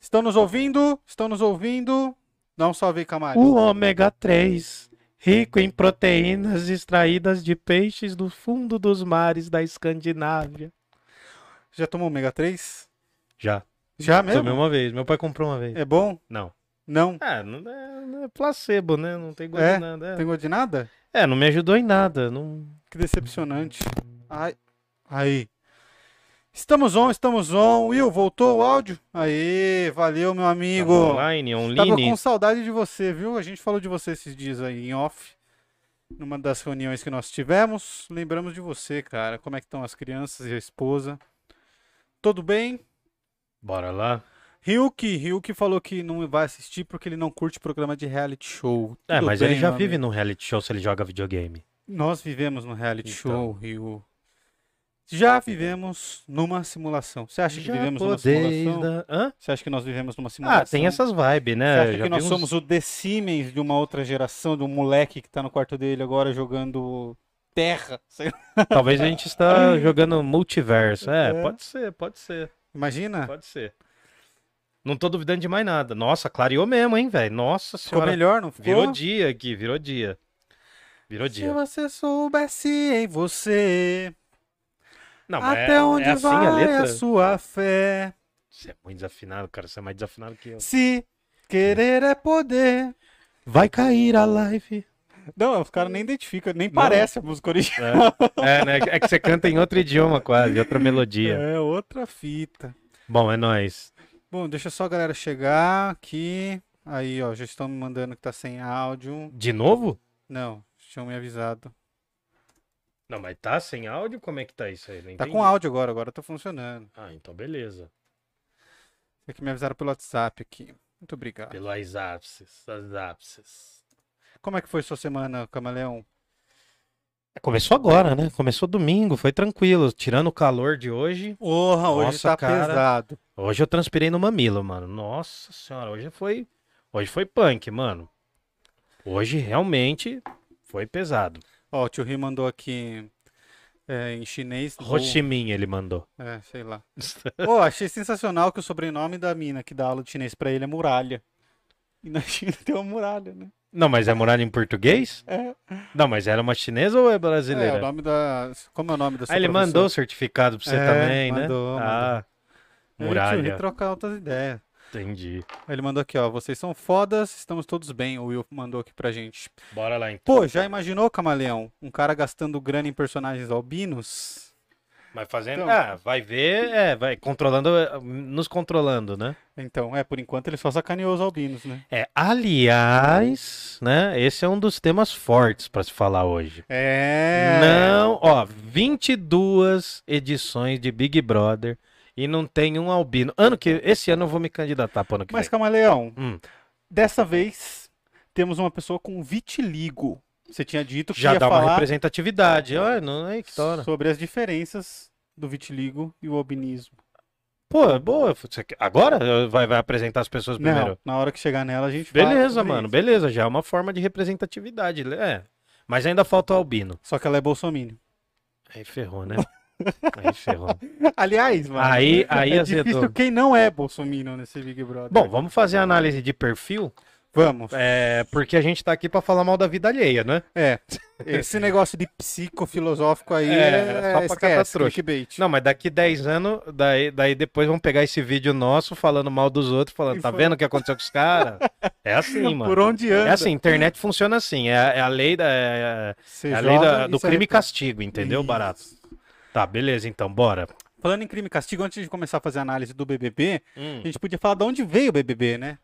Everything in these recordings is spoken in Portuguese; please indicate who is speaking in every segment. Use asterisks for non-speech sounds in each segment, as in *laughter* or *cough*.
Speaker 1: Estão nos ouvindo? Estão nos ouvindo? um Não só vi camarão.
Speaker 2: O ômega 3, rico em proteínas extraídas de peixes do fundo dos mares da Escandinávia.
Speaker 1: Já tomou ômega 3?
Speaker 2: Já.
Speaker 1: Já mesmo?
Speaker 2: Tomei uma vez. Meu pai comprou uma vez.
Speaker 1: É bom?
Speaker 2: É Não.
Speaker 1: Não?
Speaker 2: Ah, não é, não é placebo, né? Não tem gosto
Speaker 1: É?
Speaker 2: de nada. É.
Speaker 1: Tem gosto de nada?
Speaker 2: É, não me ajudou em nada. Não...
Speaker 1: Que decepcionante. Ai. Aí. Estamos on, estamos on. Will, voltou o áudio? Aê, valeu, meu
Speaker 2: Tá
Speaker 1: amigo.
Speaker 2: Online,
Speaker 1: Tava
Speaker 2: online.
Speaker 1: com saudade de você, viu? A gente falou de você esses dias aí em off. Numa das reuniões que nós tivemos, lembramos de você, cara. Como é que estão as crianças e a esposa? Tudo bem?
Speaker 2: Bora lá.
Speaker 1: Ryuki, Ryuki falou que não vai assistir porque ele não curte programa de reality show.
Speaker 2: É,
Speaker 1: Tudo
Speaker 2: mas
Speaker 1: bem,
Speaker 2: ele já
Speaker 1: meu
Speaker 2: vive num reality show se ele joga videogame.
Speaker 1: Nós vivemos no reality
Speaker 2: Então.
Speaker 1: show, Rio. Já vivemos numa simulação. Você acha que vivemos numa simulação?
Speaker 2: da- Hã?
Speaker 1: Você acha que nós vivemos numa simulação?
Speaker 2: Ah, tem essas vibes,
Speaker 1: Você
Speaker 2: né?
Speaker 1: acha
Speaker 2: Já
Speaker 1: que nós
Speaker 2: tem uns-
Speaker 1: somos o The Siemens de uma outra geração, de um moleque que tá no quarto dele agora jogando terra? *laughs* Sei lá.
Speaker 2: Talvez a gente
Speaker 1: *laughs*
Speaker 2: está jogando multiverso. É,
Speaker 1: É.
Speaker 2: pode ser, pode ser,
Speaker 1: Imagina?
Speaker 2: pode ser. Não tô duvidando de mais nada. Nossa, clareou mesmo, hein, velho? Nossa
Speaker 1: Ficou
Speaker 2: senhora.
Speaker 1: melhor, não ficou?
Speaker 2: Virou dia aqui, virou dia. Virou
Speaker 1: Se
Speaker 2: dia.
Speaker 1: você soubesse em você
Speaker 2: Não, mas
Speaker 1: até
Speaker 2: é,
Speaker 1: onde
Speaker 2: é assim
Speaker 1: vai
Speaker 2: a
Speaker 1: a,
Speaker 2: letra?
Speaker 1: sua fé.
Speaker 2: Você é muito desafinado, cara. Você é mais desafinado que eu.
Speaker 1: Se querer é poder.
Speaker 2: Vai cair a live.
Speaker 1: Não, os caras nem identificam, nem
Speaker 2: Não.
Speaker 1: parece a música original.
Speaker 2: É, é, né? É que você canta em outro idioma quase, outra melodia.
Speaker 1: É outra fita.
Speaker 2: Bom, é nóis.
Speaker 1: Bom, deixa só a galera chegar aqui. Aí, ó, já estão me mandando que tá sem áudio.
Speaker 2: De novo?
Speaker 1: Não, tinham me avisado.
Speaker 2: Não, mas tá sem áudio? Como é que tá isso aí? Não
Speaker 1: Tá
Speaker 2: entendi.
Speaker 1: com áudio agora, agora tá funcionando.
Speaker 2: Ah, então beleza.
Speaker 1: É que me avisaram pelo WhatsApp aqui. Muito obrigado.
Speaker 2: Pelo Aisapsis. Aisapsis.
Speaker 1: Como é que foi sua semana, Camaleão?
Speaker 2: Começou agora, né? Começou domingo, foi tranquilo. Tirando o calor de hoje.
Speaker 1: Porra, hoje
Speaker 2: Nossa,
Speaker 1: tá
Speaker 2: cara.
Speaker 1: pesado.
Speaker 2: Hoje eu transpirei no mamilo, mano. Nossa senhora, hoje foi. Hoje foi punk, mano. Hoje realmente foi pesado.
Speaker 1: Ó, o tio Ri mandou aqui é, em chinês. Lu-
Speaker 2: Ho Chi Minh ele mandou.
Speaker 1: É, sei
Speaker 2: *laughs*
Speaker 1: lá. Pô, achei sensacional que o sobrenome da mina que dá aula de chinês pra ele é Muralha. E na China tem uma muralha, né?
Speaker 2: Não, mas é muralha em português?
Speaker 1: É.
Speaker 2: Não, mas era uma chinesa ou é
Speaker 1: É, o
Speaker 2: brasileira?
Speaker 1: nome da. Como é o nome da sua
Speaker 2: ah, ele
Speaker 1: professora?
Speaker 2: mandou o certificado pra você
Speaker 1: É,
Speaker 2: também,
Speaker 1: mandou,
Speaker 2: né? Ah,
Speaker 1: É, tio, ele
Speaker 2: muralha.
Speaker 1: trocar outras ideias.
Speaker 2: Entendi.
Speaker 1: Ele mandou aqui, ó. Vocês são fodas, estamos todos bem. O Will mandou aqui pra gente.
Speaker 2: Bora lá então.
Speaker 1: Pô, já imaginou, camaleão? Um cara gastando grana em personagens albinos?
Speaker 2: Mas fazendo.
Speaker 1: Então-
Speaker 2: Ah, vai ver, é, vai controlando, eh, nos controlando, né?
Speaker 1: Então, é, por enquanto ele só sacaneou os albinos, né?
Speaker 2: É, aliás, né? Esse é um dos temas fortes pra se falar hoje.
Speaker 1: É.
Speaker 2: Não, ó, 22 edições de Big Brother e não tem um albino. Ano que esse ano eu vou me candidatar pro ano que
Speaker 1: Mas,
Speaker 2: vem.
Speaker 1: camaleão,
Speaker 2: Hum.
Speaker 1: dessa vez temos uma pessoa com vitiligo. Você tinha dito que
Speaker 2: Já
Speaker 1: ia
Speaker 2: dá uma
Speaker 1: falar
Speaker 2: representatividade. Olha, não é que da hora.
Speaker 1: sobre as diferenças do vitiligo e o albinismo.
Speaker 2: Pô, é boa. Você quer- Agora vai, vai apresentar as pessoas primeiro.
Speaker 1: Não, na hora que chegar nela a gente fala
Speaker 2: Beleza,
Speaker 1: sobre
Speaker 2: mano,
Speaker 1: isso.
Speaker 2: beleza. Já é uma forma de representatividade. É. Mas ainda falta o albino.
Speaker 1: Só que ela é bolsominion. *laughs*
Speaker 2: Aí ferrou, né? Aí ferrou.
Speaker 1: Aliás, mano.
Speaker 2: Aí, aí
Speaker 1: é
Speaker 2: azedou.
Speaker 1: difícil *laughs* quem não é bolsominion nesse Big Brother.
Speaker 2: Bom, vamos fazer a análise de perfil,
Speaker 1: vamos.
Speaker 2: é, porque a gente tá aqui pra falar mal da vida alheia, né? *laughs*
Speaker 1: É. Esse negócio de psicofilosófico aí
Speaker 2: É,
Speaker 1: é,
Speaker 2: só pra catar
Speaker 1: esquece,
Speaker 2: trouxa.
Speaker 1: clickbait.
Speaker 2: Não, mas daqui 10 anos, daí, daí depois vamos pegar esse vídeo nosso falando mal dos outros, falando,
Speaker 1: E
Speaker 2: tá
Speaker 1: foi.
Speaker 2: vendo o que aconteceu com
Speaker 1: *laughs*
Speaker 2: os caras? É assim,
Speaker 1: Por
Speaker 2: mano.
Speaker 1: onde anda?
Speaker 2: É assim, internet funciona assim, é, a- é a lei, da, é,
Speaker 1: Você
Speaker 2: é a
Speaker 1: joga
Speaker 2: lei da-
Speaker 1: e
Speaker 2: do
Speaker 1: se
Speaker 2: crime e
Speaker 1: arrepende.
Speaker 2: castigo, entendeu,
Speaker 1: Isso.
Speaker 2: barato? Tá, beleza, então, bora.
Speaker 1: Falando em crime e castigo, antes de começar a fazer a análise do BBB,
Speaker 2: Hum.
Speaker 1: a gente podia falar de onde veio o BBB, né?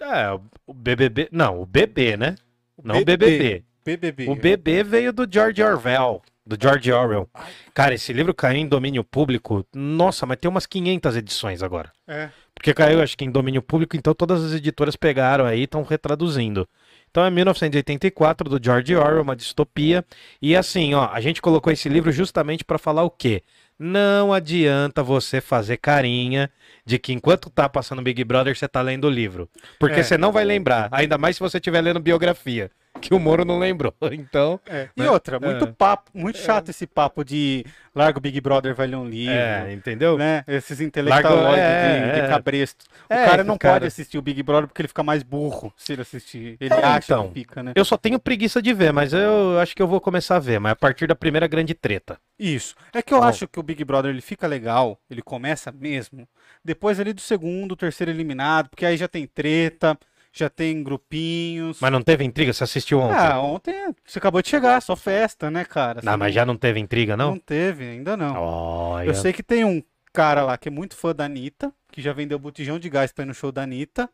Speaker 2: É, o- o BBB, não, o BB, né? Não o BBB.
Speaker 1: BBB.
Speaker 2: O BB veio do George Orwell, do George Orwell. Cara, esse livro caiu em domínio público, nossa, mas tem umas 500 edições agora.
Speaker 1: É.
Speaker 2: Porque caiu, acho que em domínio público, então todas as editoras pegaram aí e estão retraduzindo. Então é 1984, do George Orwell, uma distopia. E assim, ó, a gente colocou esse livro justamente para falar o quê? Não adianta você fazer carinha de que enquanto tá passando Big Brother, você tá lendo o livro. Porque
Speaker 1: É.
Speaker 2: você não vai lembrar, ainda mais se você estiver lendo biografia. que o Moro não lembrou. *laughs* Então,
Speaker 1: É. E
Speaker 2: Né?
Speaker 1: outra, muito
Speaker 2: É.
Speaker 1: papo, muito chato esse papo de larga o Big Brother, vai ler um livro.
Speaker 2: é, entendeu?
Speaker 1: Né? Esses intelectuais
Speaker 2: Larga-
Speaker 1: de,
Speaker 2: é,
Speaker 1: de
Speaker 2: é.
Speaker 1: cabresto. O
Speaker 2: É,
Speaker 1: cara não
Speaker 2: cara.
Speaker 1: pode assistir o Big Brother porque ele fica mais burro se ele assistir. Ele
Speaker 2: É,
Speaker 1: acha
Speaker 2: então.
Speaker 1: que fica, né?
Speaker 2: Eu só tenho preguiça de ver, mas eu acho que eu vou começar a ver, mas a partir da primeira grande treta.
Speaker 1: Isso. É que eu
Speaker 2: Bom.
Speaker 1: acho que o Big Brother ele fica legal, ele começa mesmo, depois ali do segundo, terceiro eliminado, porque aí já tem treta, já tem grupinhos.
Speaker 2: Mas não teve intriga? Você assistiu ontem?
Speaker 1: Ah, ontem você acabou de chegar, só festa, né, cara? Você
Speaker 2: não, mas já não teve intriga, não?
Speaker 1: não teve, ainda não.
Speaker 2: Olha.
Speaker 1: Eu sei que tem um cara lá que é muito fã da Anitta, que já vendeu botijão de gás pra ir no show da Anitta.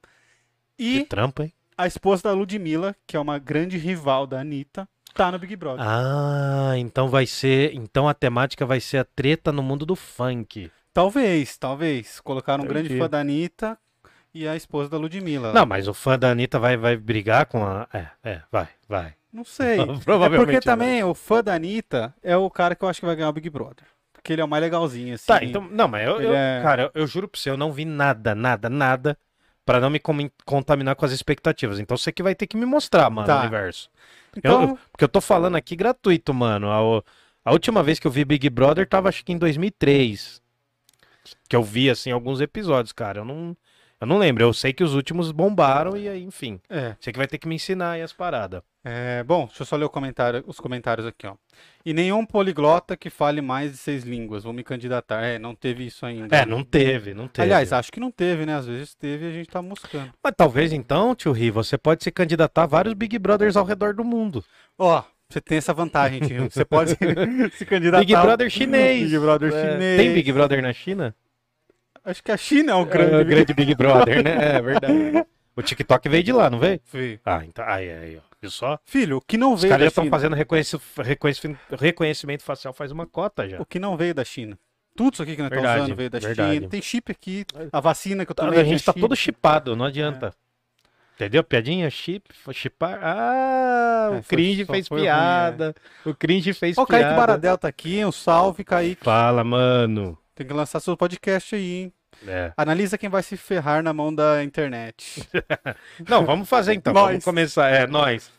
Speaker 2: Que
Speaker 1: E
Speaker 2: trampo, hein?
Speaker 1: a esposa da Ludmilla, que é uma grande rival da Anitta, tá no Big Brother.
Speaker 2: Ah, então vai ser. Então a temática vai ser a treta no mundo do funk.
Speaker 1: Talvez, talvez. Colocaram um grande
Speaker 2: Entendi.
Speaker 1: fã da Anitta e a esposa da Ludmilla.
Speaker 2: Não, mas o fã da Anitta vai, vai brigar com a. É, é, vai, vai.
Speaker 1: Não
Speaker 2: *laughs*
Speaker 1: sei. É
Speaker 2: Provavelmente.
Speaker 1: porque
Speaker 2: vai.
Speaker 1: também o fã da Anitta é o cara que eu acho que vai ganhar o Big Brother. Porque ele é o mais legalzinho, assim.
Speaker 2: Tá, então. Não, mas eu.
Speaker 1: Ele
Speaker 2: eu-
Speaker 1: é-
Speaker 2: Cara, eu, eu juro pra você, eu não vi nada, nada, nada. Pra não me comi- contaminar com as expectativas. Então você que vai ter que me mostrar, mano,
Speaker 1: Tá.
Speaker 2: o universo. Eu-
Speaker 1: Então,
Speaker 2: porque eu tô falando aqui gratuito, mano. A, o- a última vez que eu vi Big Brother tava acho que em 2003. Que eu vi, assim, alguns episódios, cara. Eu não, eu não lembro. Eu sei que os últimos bombaram e aí, enfim.
Speaker 1: é.
Speaker 2: Você que vai ter que me ensinar aí as paradas.
Speaker 1: É, Bom, deixa eu só ler o comentário, os comentários aqui, ó. E nenhum poliglota que fale mais de seis línguas. Vou me candidatar. É, não teve isso ainda. né?
Speaker 2: É, não teve, não teve.
Speaker 1: Aliás, acho que não teve, né? Às vezes teve e a gente tá moscando.
Speaker 2: mas talvez então, tio Ri, você pode se candidatar a vários Big Brothers ao redor do mundo.
Speaker 1: Ó, você tem essa vantagem, Tio.
Speaker 2: *laughs*
Speaker 1: Você pode se candidatar.
Speaker 2: Big
Speaker 1: ao-
Speaker 2: Brother chinês.
Speaker 1: Big Brother
Speaker 2: É,
Speaker 1: chinês.
Speaker 2: Tem Big Brother na China?
Speaker 1: Acho que a China é o grande.
Speaker 2: É,
Speaker 1: Big
Speaker 2: grande Big Brother, né?
Speaker 1: *laughs*
Speaker 2: É verdade. O TikTok veio de lá, não veio?
Speaker 1: Brother.
Speaker 2: Ah, então. Aí, aí, ó. Viu só?
Speaker 1: Filho, o que não
Speaker 2: Os
Speaker 1: veio
Speaker 2: caras já
Speaker 1: da
Speaker 2: estão
Speaker 1: China?
Speaker 2: fazendo reconheci- reconheci- reconhecimento facial faz uma cota já.
Speaker 1: O que não veio da China. Tudo isso aqui que nós estamos
Speaker 2: Verdade,
Speaker 1: usando veio da
Speaker 2: verdade.
Speaker 1: China. Tem chip aqui, a vacina que eu
Speaker 2: Tá-
Speaker 1: tomei
Speaker 2: a gente
Speaker 1: tinha
Speaker 2: tá
Speaker 1: chip.
Speaker 2: todo chipado, não adianta. É. Entendeu? Piadinha, chip, chipar. Ah,
Speaker 1: É,
Speaker 2: o
Speaker 1: foi-
Speaker 2: cringe
Speaker 1: só
Speaker 2: fez
Speaker 1: foi ruim,
Speaker 2: piada. O cringe fez
Speaker 1: Ó, o Kaique
Speaker 2: piada.
Speaker 1: Baradel tá aqui, um salve, Kaique.
Speaker 2: Fala, mano.
Speaker 1: Tem que lançar seu podcast aí, hein?
Speaker 2: É.
Speaker 1: Analisa quem vai se ferrar na mão da internet.
Speaker 2: Não, vamos fazer então.
Speaker 1: Nós.
Speaker 2: Vamos começar. É, nós.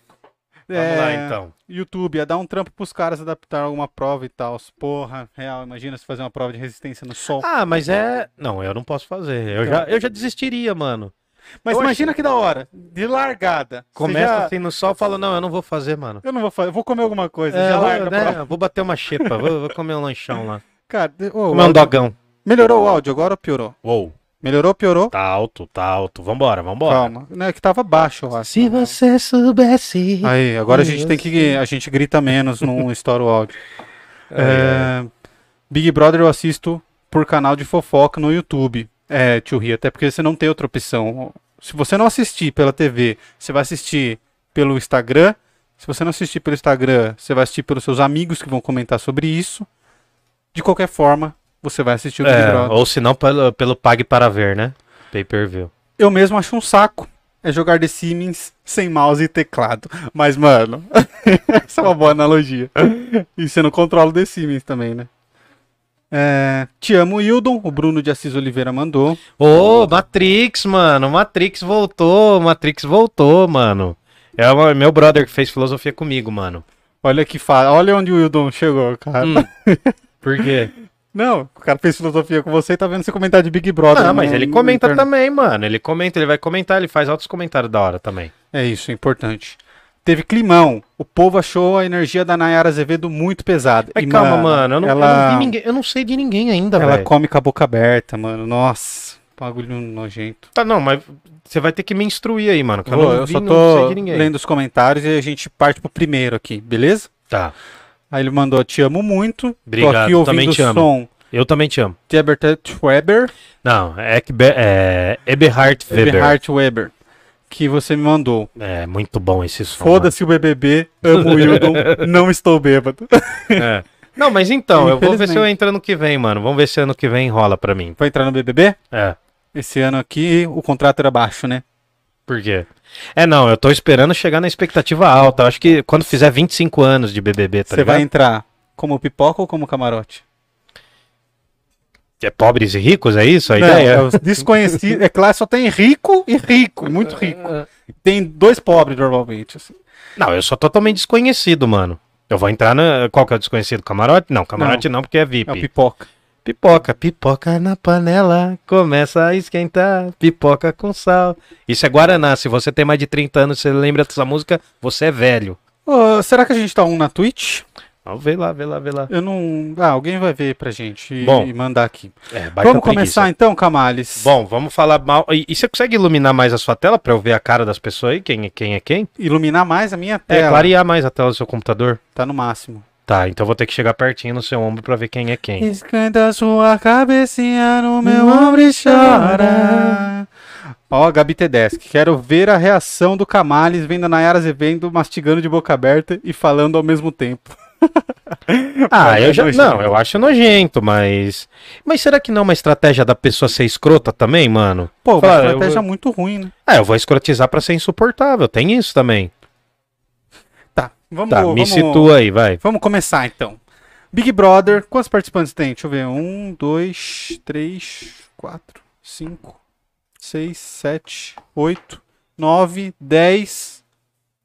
Speaker 2: *laughs* Vamos lá
Speaker 1: É,
Speaker 2: então.
Speaker 1: YouTube, ia dar um trampo pros caras adaptar alguma prova e tal. Porra, real, imagina se fazer uma prova de resistência no sol.
Speaker 2: Ah, mas é. Não, eu não posso fazer. Eu,
Speaker 1: Então.
Speaker 2: já, eu já desistiria, mano.
Speaker 1: Mas
Speaker 2: eu
Speaker 1: imagina que da hora, de largada. Você
Speaker 2: Ah, Começa
Speaker 1: já-
Speaker 2: assim no sol, falo, não, eu não vou fazer, mano.
Speaker 1: Eu não vou fazer, eu vou comer alguma coisa,
Speaker 2: É,
Speaker 1: já
Speaker 2: vou,
Speaker 1: larga a
Speaker 2: né,
Speaker 1: prova.
Speaker 2: vou bater uma xepa, vou, vou comer um lanchão lá.
Speaker 1: Cara, de- ô,
Speaker 2: Comer um dogão.
Speaker 1: melhorou o áudio agora ou piorou?
Speaker 2: Uou.
Speaker 1: Melhorou, piorou?
Speaker 2: Tá alto, tá alto. Vambora, vambora.
Speaker 1: Calma. Não, é que tava baixo, eu acho.
Speaker 2: Se você soubesse.
Speaker 1: Aí, agora a
Speaker 2: Sim,
Speaker 1: gente
Speaker 2: eu
Speaker 1: tem que. A gente grita menos, não estoura o áudio. É, Big Brother eu assisto por canal de fofoca no YouTube. É, tio Ri, até porque você não tem outra opção. Se você não assistir pela TV, você vai assistir pelo Instagram. Se você não assistir pelo Instagram, você vai assistir pelos seus amigos que vão comentar sobre isso. De qualquer forma, você vai assistir o Big
Speaker 2: É,
Speaker 1: Brother.
Speaker 2: ou se não, pelo, pelo Pague para Ver, né? Pay per view.
Speaker 1: Eu mesmo acho um saco. É jogar The Sims sem mouse e teclado. Mas, mano, *laughs* essa é uma boa analogia. E você não controla o The Sims também, né? É, te amo, Hildon. O Bruno de Assis Oliveira mandou.
Speaker 2: Ô, Matrix, mano. Matrix voltou. Matrix voltou, mano. É o meu brother que fez filosofia comigo, mano.
Speaker 1: Olha que fa... Olha onde o Hildon chegou, cara.
Speaker 2: Hum. *laughs* Por quê?
Speaker 1: Não, o cara fez filosofia com você e tá vendo você comentar de Big Brother.
Speaker 2: Não, Ah, mas
Speaker 1: no-
Speaker 2: ele
Speaker 1: no
Speaker 2: comenta
Speaker 1: internet.
Speaker 2: também, mano. Ele comenta, ele vai comentar, ele faz altos comentários da hora também.
Speaker 1: É isso, é importante. Teve climão. O povo achou a energia da Nayara Azevedo muito pesada.
Speaker 2: Mas
Speaker 1: E,
Speaker 2: calma, mano. Eu não, eu não
Speaker 1: ela-
Speaker 2: vi ninguém- eu não sei de ninguém ainda,
Speaker 1: Ela
Speaker 2: velho.
Speaker 1: come com a boca aberta, mano. Nossa, bagulho nojento.
Speaker 2: Tá, não, mas você vai ter que me instruir aí, mano. Que eu
Speaker 1: Ô,
Speaker 2: não
Speaker 1: eu
Speaker 2: vi,
Speaker 1: só
Speaker 2: não
Speaker 1: tô
Speaker 2: sei de ninguém.
Speaker 1: lendo os comentários e a gente parte pro primeiro aqui, beleza?
Speaker 2: Tá.
Speaker 1: Aí ele mandou, te amo muito. Tô
Speaker 2: Obrigado,
Speaker 1: aqui ouvindo
Speaker 2: também te
Speaker 1: o
Speaker 2: amo.
Speaker 1: som
Speaker 2: Eu também te amo.
Speaker 1: de Herbert Weber,
Speaker 2: Não, é, que Be- é Eberhard Weber.
Speaker 1: Eberhard Weber, que você me mandou.
Speaker 2: É muito bom esse som.
Speaker 1: Foda-se o BBB, amo
Speaker 2: *laughs*
Speaker 1: o Hildon, não estou bêbado.
Speaker 2: mano. É. *laughs* Não, mas então, eu vou ver se eu
Speaker 1: Infelizmente.
Speaker 2: entro ano que vem, mano. Vamos ver se ano que vem rola pra mim.
Speaker 1: Vai entrar no BBB?
Speaker 2: É.
Speaker 1: Esse ano aqui o contrato era baixo, né?
Speaker 2: Tá Por quê? É, não, eu tô esperando chegar na expectativa alta. Eu acho que quando fizer 25 anos de BBB, tá
Speaker 1: Você vai
Speaker 2: ligado?
Speaker 1: entrar como pipoca ou como camarote?
Speaker 2: É pobres e ricos, é isso a
Speaker 1: Não,
Speaker 2: ideia?
Speaker 1: é os desconhecidos. É claro, só tem rico e rico, muito rico. Tem dois pobres normalmente. assim.
Speaker 2: Não, eu sou totalmente desconhecido, mano. Eu vou entrar na. Qual que é o desconhecido? Camarote? Não, camarote não, porque é VIP.
Speaker 1: É o pipoca.
Speaker 2: Pipoca, pipoca na panela, começa a esquentar, pipoca com sal. Isso é Guaraná, se você tem mais de 30 anos e você lembra dessa música, você é velho.
Speaker 1: Ô, será que a gente tá um na Twitch?
Speaker 2: Ó, vê lá, vê lá, vê lá.
Speaker 1: Eu não. Ah, alguém vai ver pra gente e,
Speaker 2: Bom,
Speaker 1: e mandar aqui.
Speaker 2: É, baita
Speaker 1: Vamos começar
Speaker 2: preguiça.
Speaker 1: então, Camales?
Speaker 2: Bom, vamos falar mal. E, e você consegue iluminar mais a sua tela pra eu ver a cara das pessoas aí? Quem, é- quem é quem?
Speaker 1: Iluminar mais a minha
Speaker 2: É,
Speaker 1: tela.
Speaker 2: clarear mais a tela do seu computador.
Speaker 1: Tá no máximo.
Speaker 2: Tá, então vou ter que chegar pertinho no seu ombro pra ver quem é quem.
Speaker 1: Esquenta sua cabecinha no meu
Speaker 2: Não
Speaker 1: ombro e chora. Ó, Gabi Tedeschi, quero ver a reação do Camales vendo a Nayara Azevedo mastigando de boca aberta e falando ao mesmo tempo.
Speaker 2: Ah,
Speaker 1: Mas
Speaker 2: eu
Speaker 1: é
Speaker 2: já.
Speaker 1: nojento.
Speaker 2: Não, eu acho nojento, mas. Mas será que não é uma estratégia da pessoa ser escrota também, mano?
Speaker 1: Pô, uma
Speaker 2: Fala, eu
Speaker 1: estratégia
Speaker 2: vou-
Speaker 1: muito ruim, né?
Speaker 2: Ah, eu vou escrotizar pra ser insuportável, tem isso também.
Speaker 1: Tá, vamos,
Speaker 2: Tá, me
Speaker 1: vamos,
Speaker 2: situa aí, vai.
Speaker 1: vamos começar então. Big Brother, quantos participantes tem? Deixa eu ver. Um, dois, três, quatro, cinco, seis, sete, oito, nove, dez,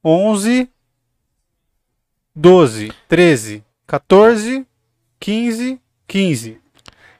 Speaker 1: onze, doze, treze, 14, quinze, quinze.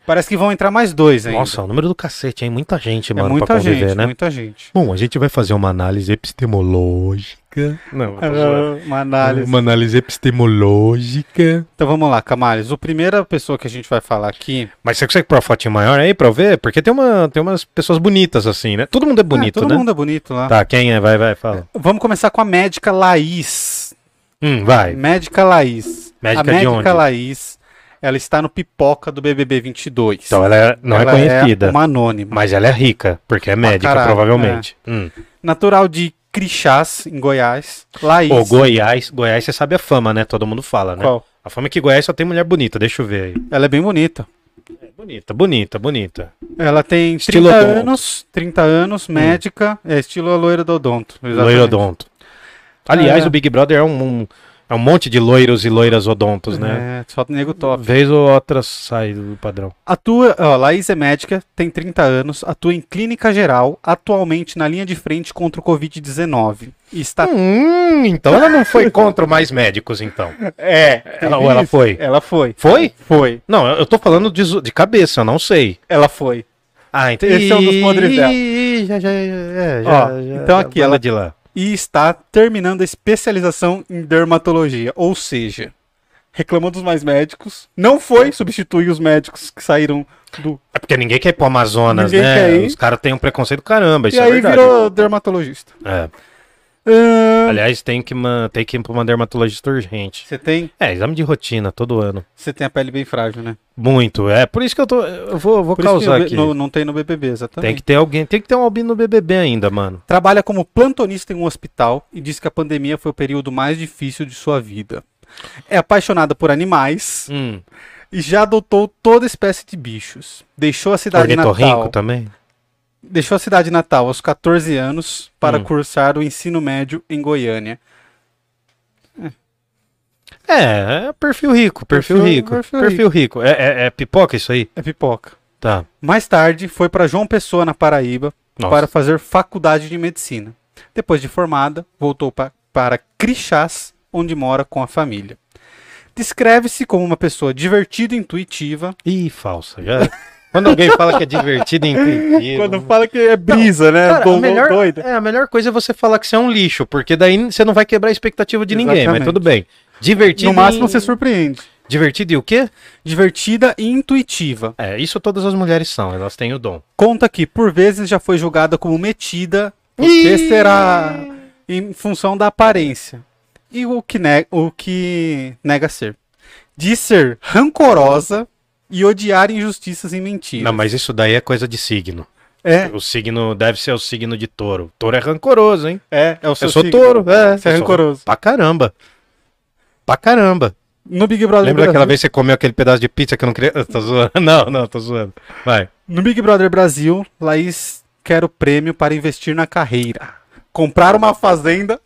Speaker 1: Parece que vão entrar mais dois ainda.
Speaker 2: Nossa, o número do cacete, hein? Muita gente,
Speaker 1: é
Speaker 2: mano, pra
Speaker 1: muita
Speaker 2: conviver,
Speaker 1: gente,
Speaker 2: né?
Speaker 1: muita gente.
Speaker 2: Bom, a gente vai fazer uma análise epistemológica. Não, eu tô zoando.
Speaker 1: *laughs* Uma análise.
Speaker 2: uma análise epistemológica.
Speaker 1: Então vamos lá, Camales. A primeira pessoa que a gente vai falar aqui
Speaker 2: Mas você consegue pôr uma fotinha maior aí pra eu ver? Porque tem, uma, tem umas pessoas bonitas assim, né? Todo mundo é bonito,
Speaker 1: Ah, todo
Speaker 2: né?
Speaker 1: mundo é bonito lá.
Speaker 2: Tá, quem é? Vai, vai, fala.
Speaker 1: Vamos começar com a médica Laís.
Speaker 2: Hum, vai.
Speaker 1: Médica Laís.
Speaker 2: Médica
Speaker 1: a
Speaker 2: de
Speaker 1: médica
Speaker 2: onde?
Speaker 1: Laís, ela está no pipoca do BBB 22.
Speaker 2: Então ela é- não
Speaker 1: Ela
Speaker 2: é conhecida,
Speaker 1: uma anônima.
Speaker 2: mas ela é rica, porque é médica,
Speaker 1: caralho, é.
Speaker 2: provavelmente. Hum.
Speaker 1: Natural de Crixás, em Goiás. Laís.
Speaker 2: Pô, Goiás, Goiás você sabe a fama, né? Todo mundo fala, né?
Speaker 1: Qual?
Speaker 2: A fama é que Goiás só tem mulher bonita, deixa eu ver aí.
Speaker 1: Ela é bem bonita.
Speaker 2: É, bonita, bonita, bonita.
Speaker 1: Ela tem 30
Speaker 2: Estilo odonto. Hum.
Speaker 1: anos, 30 anos, médica, é estilo a loira do odonto. exatamente.
Speaker 2: Loirodonto. Aliás,
Speaker 1: É.
Speaker 2: o Big Brother é um, um- é um monte de loiros e loiras odontos, né?
Speaker 1: É, só nego
Speaker 2: Uma
Speaker 1: top.
Speaker 2: vez ou outra sai do padrão.
Speaker 1: Atua, ó, Laís é médica, tem 30 anos, atua em clínica geral, atualmente na linha de frente contra o Covid-19. E está
Speaker 2: Hum, então ela não foi contra mais médicos, então.
Speaker 1: É.
Speaker 2: Ela- ou ela foi?
Speaker 1: Ela foi.
Speaker 2: Foi?
Speaker 1: Foi.
Speaker 2: Não, eu, eu tô falando de, zo- de cabeça, eu não sei.
Speaker 1: Ela foi.
Speaker 2: Ah, então.
Speaker 1: Esse é um dos podres dela.
Speaker 2: Ih, já, já, é, já,
Speaker 1: Ó,
Speaker 2: já-
Speaker 1: então aqui,
Speaker 2: manda
Speaker 1: ela-
Speaker 2: de lá.
Speaker 1: E está terminando a especialização em dermatologia. Ou seja, reclamou dos mais médicos. Não foi substituir os médicos que saíram do.
Speaker 2: É porque ninguém quer ir pro Amazonas,
Speaker 1: Ninguém quer
Speaker 2: né?
Speaker 1: ir.
Speaker 2: Os caras têm um preconceito do caramba, isso
Speaker 1: e
Speaker 2: é
Speaker 1: aí
Speaker 2: verdade.
Speaker 1: virou dermatologista.
Speaker 2: É.
Speaker 1: Ahn,
Speaker 2: Aliás, tem que, ma- tem que ir pra uma dermatologista urgente.
Speaker 1: Você tem,
Speaker 2: É, exame de rotina, todo ano.
Speaker 1: você tem a pele bem frágil, né?
Speaker 2: Muito, é. Por isso que eu tô. Eu vou, vou
Speaker 1: Por isso que
Speaker 2: causar
Speaker 1: no-
Speaker 2: aqui.
Speaker 1: no- não tem no BBB, exatamente.
Speaker 2: Tem que ter alguém, tem que ter um albino no BBB ainda, mano.
Speaker 1: Trabalha como plantonista em um hospital e diz que a pandemia foi o período mais difícil de sua vida. É apaixonada por animais.
Speaker 2: Hum.
Speaker 1: e já adotou toda espécie de bichos. Deixou a cidade
Speaker 2: Ornitorrinco
Speaker 1: natal.
Speaker 2: também.
Speaker 1: Deixou a cidade natal aos 14 anos para
Speaker 2: Hum.
Speaker 1: cursar o ensino médio em Goiânia.
Speaker 2: É, é perfil rico, perfil,
Speaker 1: Perfil-
Speaker 2: rico.
Speaker 1: perfil
Speaker 2: Perfil, rico. É, é- é pipoca isso aí?
Speaker 1: É pipoca.
Speaker 2: Tá.
Speaker 1: Mais tarde foi para João Pessoa na Paraíba
Speaker 2: Nossa.
Speaker 1: para fazer faculdade de medicina. Depois de formada, voltou pa- para Crixás, onde mora com a família. Descreve-se como uma pessoa divertida e intuitiva.
Speaker 2: Ih, falsa. Já... Quando alguém fala que é divertido e intuitivo.
Speaker 1: *laughs* fala que é brisa, né?
Speaker 2: Cara, a melhor, é, a melhor coisa é você falar que você é um lixo, porque daí você não vai quebrar a expectativa de ninguém, mas
Speaker 1: Exatamente.
Speaker 2: tudo bem. Divertido.
Speaker 1: No máximo
Speaker 2: e...
Speaker 1: você surpreende.
Speaker 2: Divertido e o quê?
Speaker 1: Divertida e intuitiva.
Speaker 2: É, isso todas as mulheres são, elas têm o dom.
Speaker 1: Conta que, por vezes, já foi julgada como metida, porque
Speaker 2: Ih!
Speaker 1: será em função da aparência. E o que, ne- o que nega ser. Diz ser rancorosa e odiar injustiças e mentiras.
Speaker 2: Não, mas isso daí é coisa de signo.
Speaker 1: É,
Speaker 2: O signo deve ser o signo de touro. Touro é rancoroso, hein?
Speaker 1: é, é o seu
Speaker 2: eu sou
Speaker 1: signo.
Speaker 2: touro, é.
Speaker 1: Você é
Speaker 2: eu sou-
Speaker 1: rancoroso.
Speaker 2: Pra caramba. Pra caramba.
Speaker 1: No Big Brother
Speaker 2: Lembra aquela
Speaker 1: Brasil,
Speaker 2: vez que você comeu aquele pedaço de pizza que eu não queria. *laughs* Eu tô zoando. Não, não, tô zoando. Vai.
Speaker 1: No Big Brother Brasil, Laís quer o prêmio para investir na carreira. Comprar uma fazenda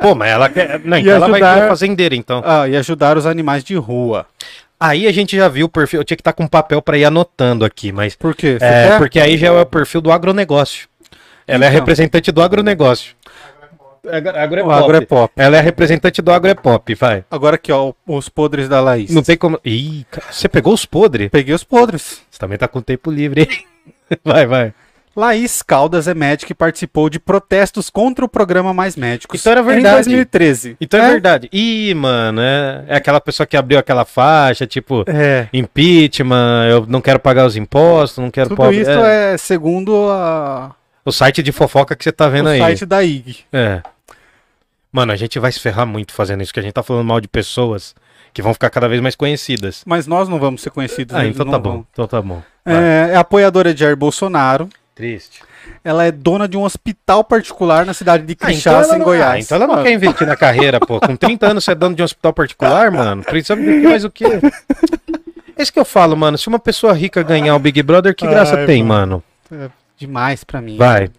Speaker 2: Pô, mas ela quer. Não,
Speaker 1: E
Speaker 2: então ela vai
Speaker 1: ajudar-
Speaker 2: virar fazendeira, então.
Speaker 1: ah, e ajudar os animais de rua.
Speaker 2: Aí a gente já viu o perfil. Eu tinha que estar com papel pra ir anotando aqui, mas.
Speaker 1: Por quê? Você
Speaker 2: É,
Speaker 1: quer?
Speaker 2: porque aí já é o perfil do agronegócio. Ela é
Speaker 1: Então.
Speaker 2: representante do agronegócio.
Speaker 1: O
Speaker 2: agropop.
Speaker 1: agro é pop.
Speaker 2: Ela é a representante do agropop, vai.
Speaker 1: Agora aqui, ó, os podres da Laís.
Speaker 2: Não tem como. Ih, cara, você pegou os podres?
Speaker 1: Peguei os podres.
Speaker 2: Você também tá com tempo livre, hein? *laughs* Vai, vai.
Speaker 1: Laís Caldas é médica e participou de protestos contra o programa Mais Médicos.
Speaker 2: Então era verdade.
Speaker 1: Em 2013.
Speaker 2: Então é, verdade. Ih, mano, é, é aquela pessoa que abriu aquela faixa, tipo,
Speaker 1: É.
Speaker 2: impeachment, eu não quero pagar os impostos, não quero
Speaker 1: Tudo
Speaker 2: pobre-
Speaker 1: isso é, segundo a-
Speaker 2: O site de fofoca que você tá vendo
Speaker 1: o
Speaker 2: aí.
Speaker 1: site da IG.
Speaker 2: É. Mano, a gente vai se ferrar muito fazendo isso, que a gente tá falando mal de pessoas que vão ficar cada vez mais conhecidas.
Speaker 1: Mas nós não vamos ser conhecidos.
Speaker 2: Ah,
Speaker 1: eles
Speaker 2: então
Speaker 1: não
Speaker 2: tá
Speaker 1: vão.
Speaker 2: bom. Então tá bom. Vai.
Speaker 1: É, é apoiadora de Jair Bolsonaro.
Speaker 2: Triste.
Speaker 1: Ela é dona de um hospital particular na cidade de
Speaker 2: Ah,
Speaker 1: Quixás,
Speaker 2: ela
Speaker 1: em
Speaker 2: não-
Speaker 1: Goiás.
Speaker 2: ah, então ela não quer investir na carreira, pô. Com 30 anos você é dono de um hospital particular, mano. Precisa de mais o quê? É isso que eu falo, mano. Se uma pessoa rica ganhar o Big Brother, que graça
Speaker 1: Ai,
Speaker 2: tem, mano?
Speaker 1: Demais pra mim.
Speaker 2: Vai.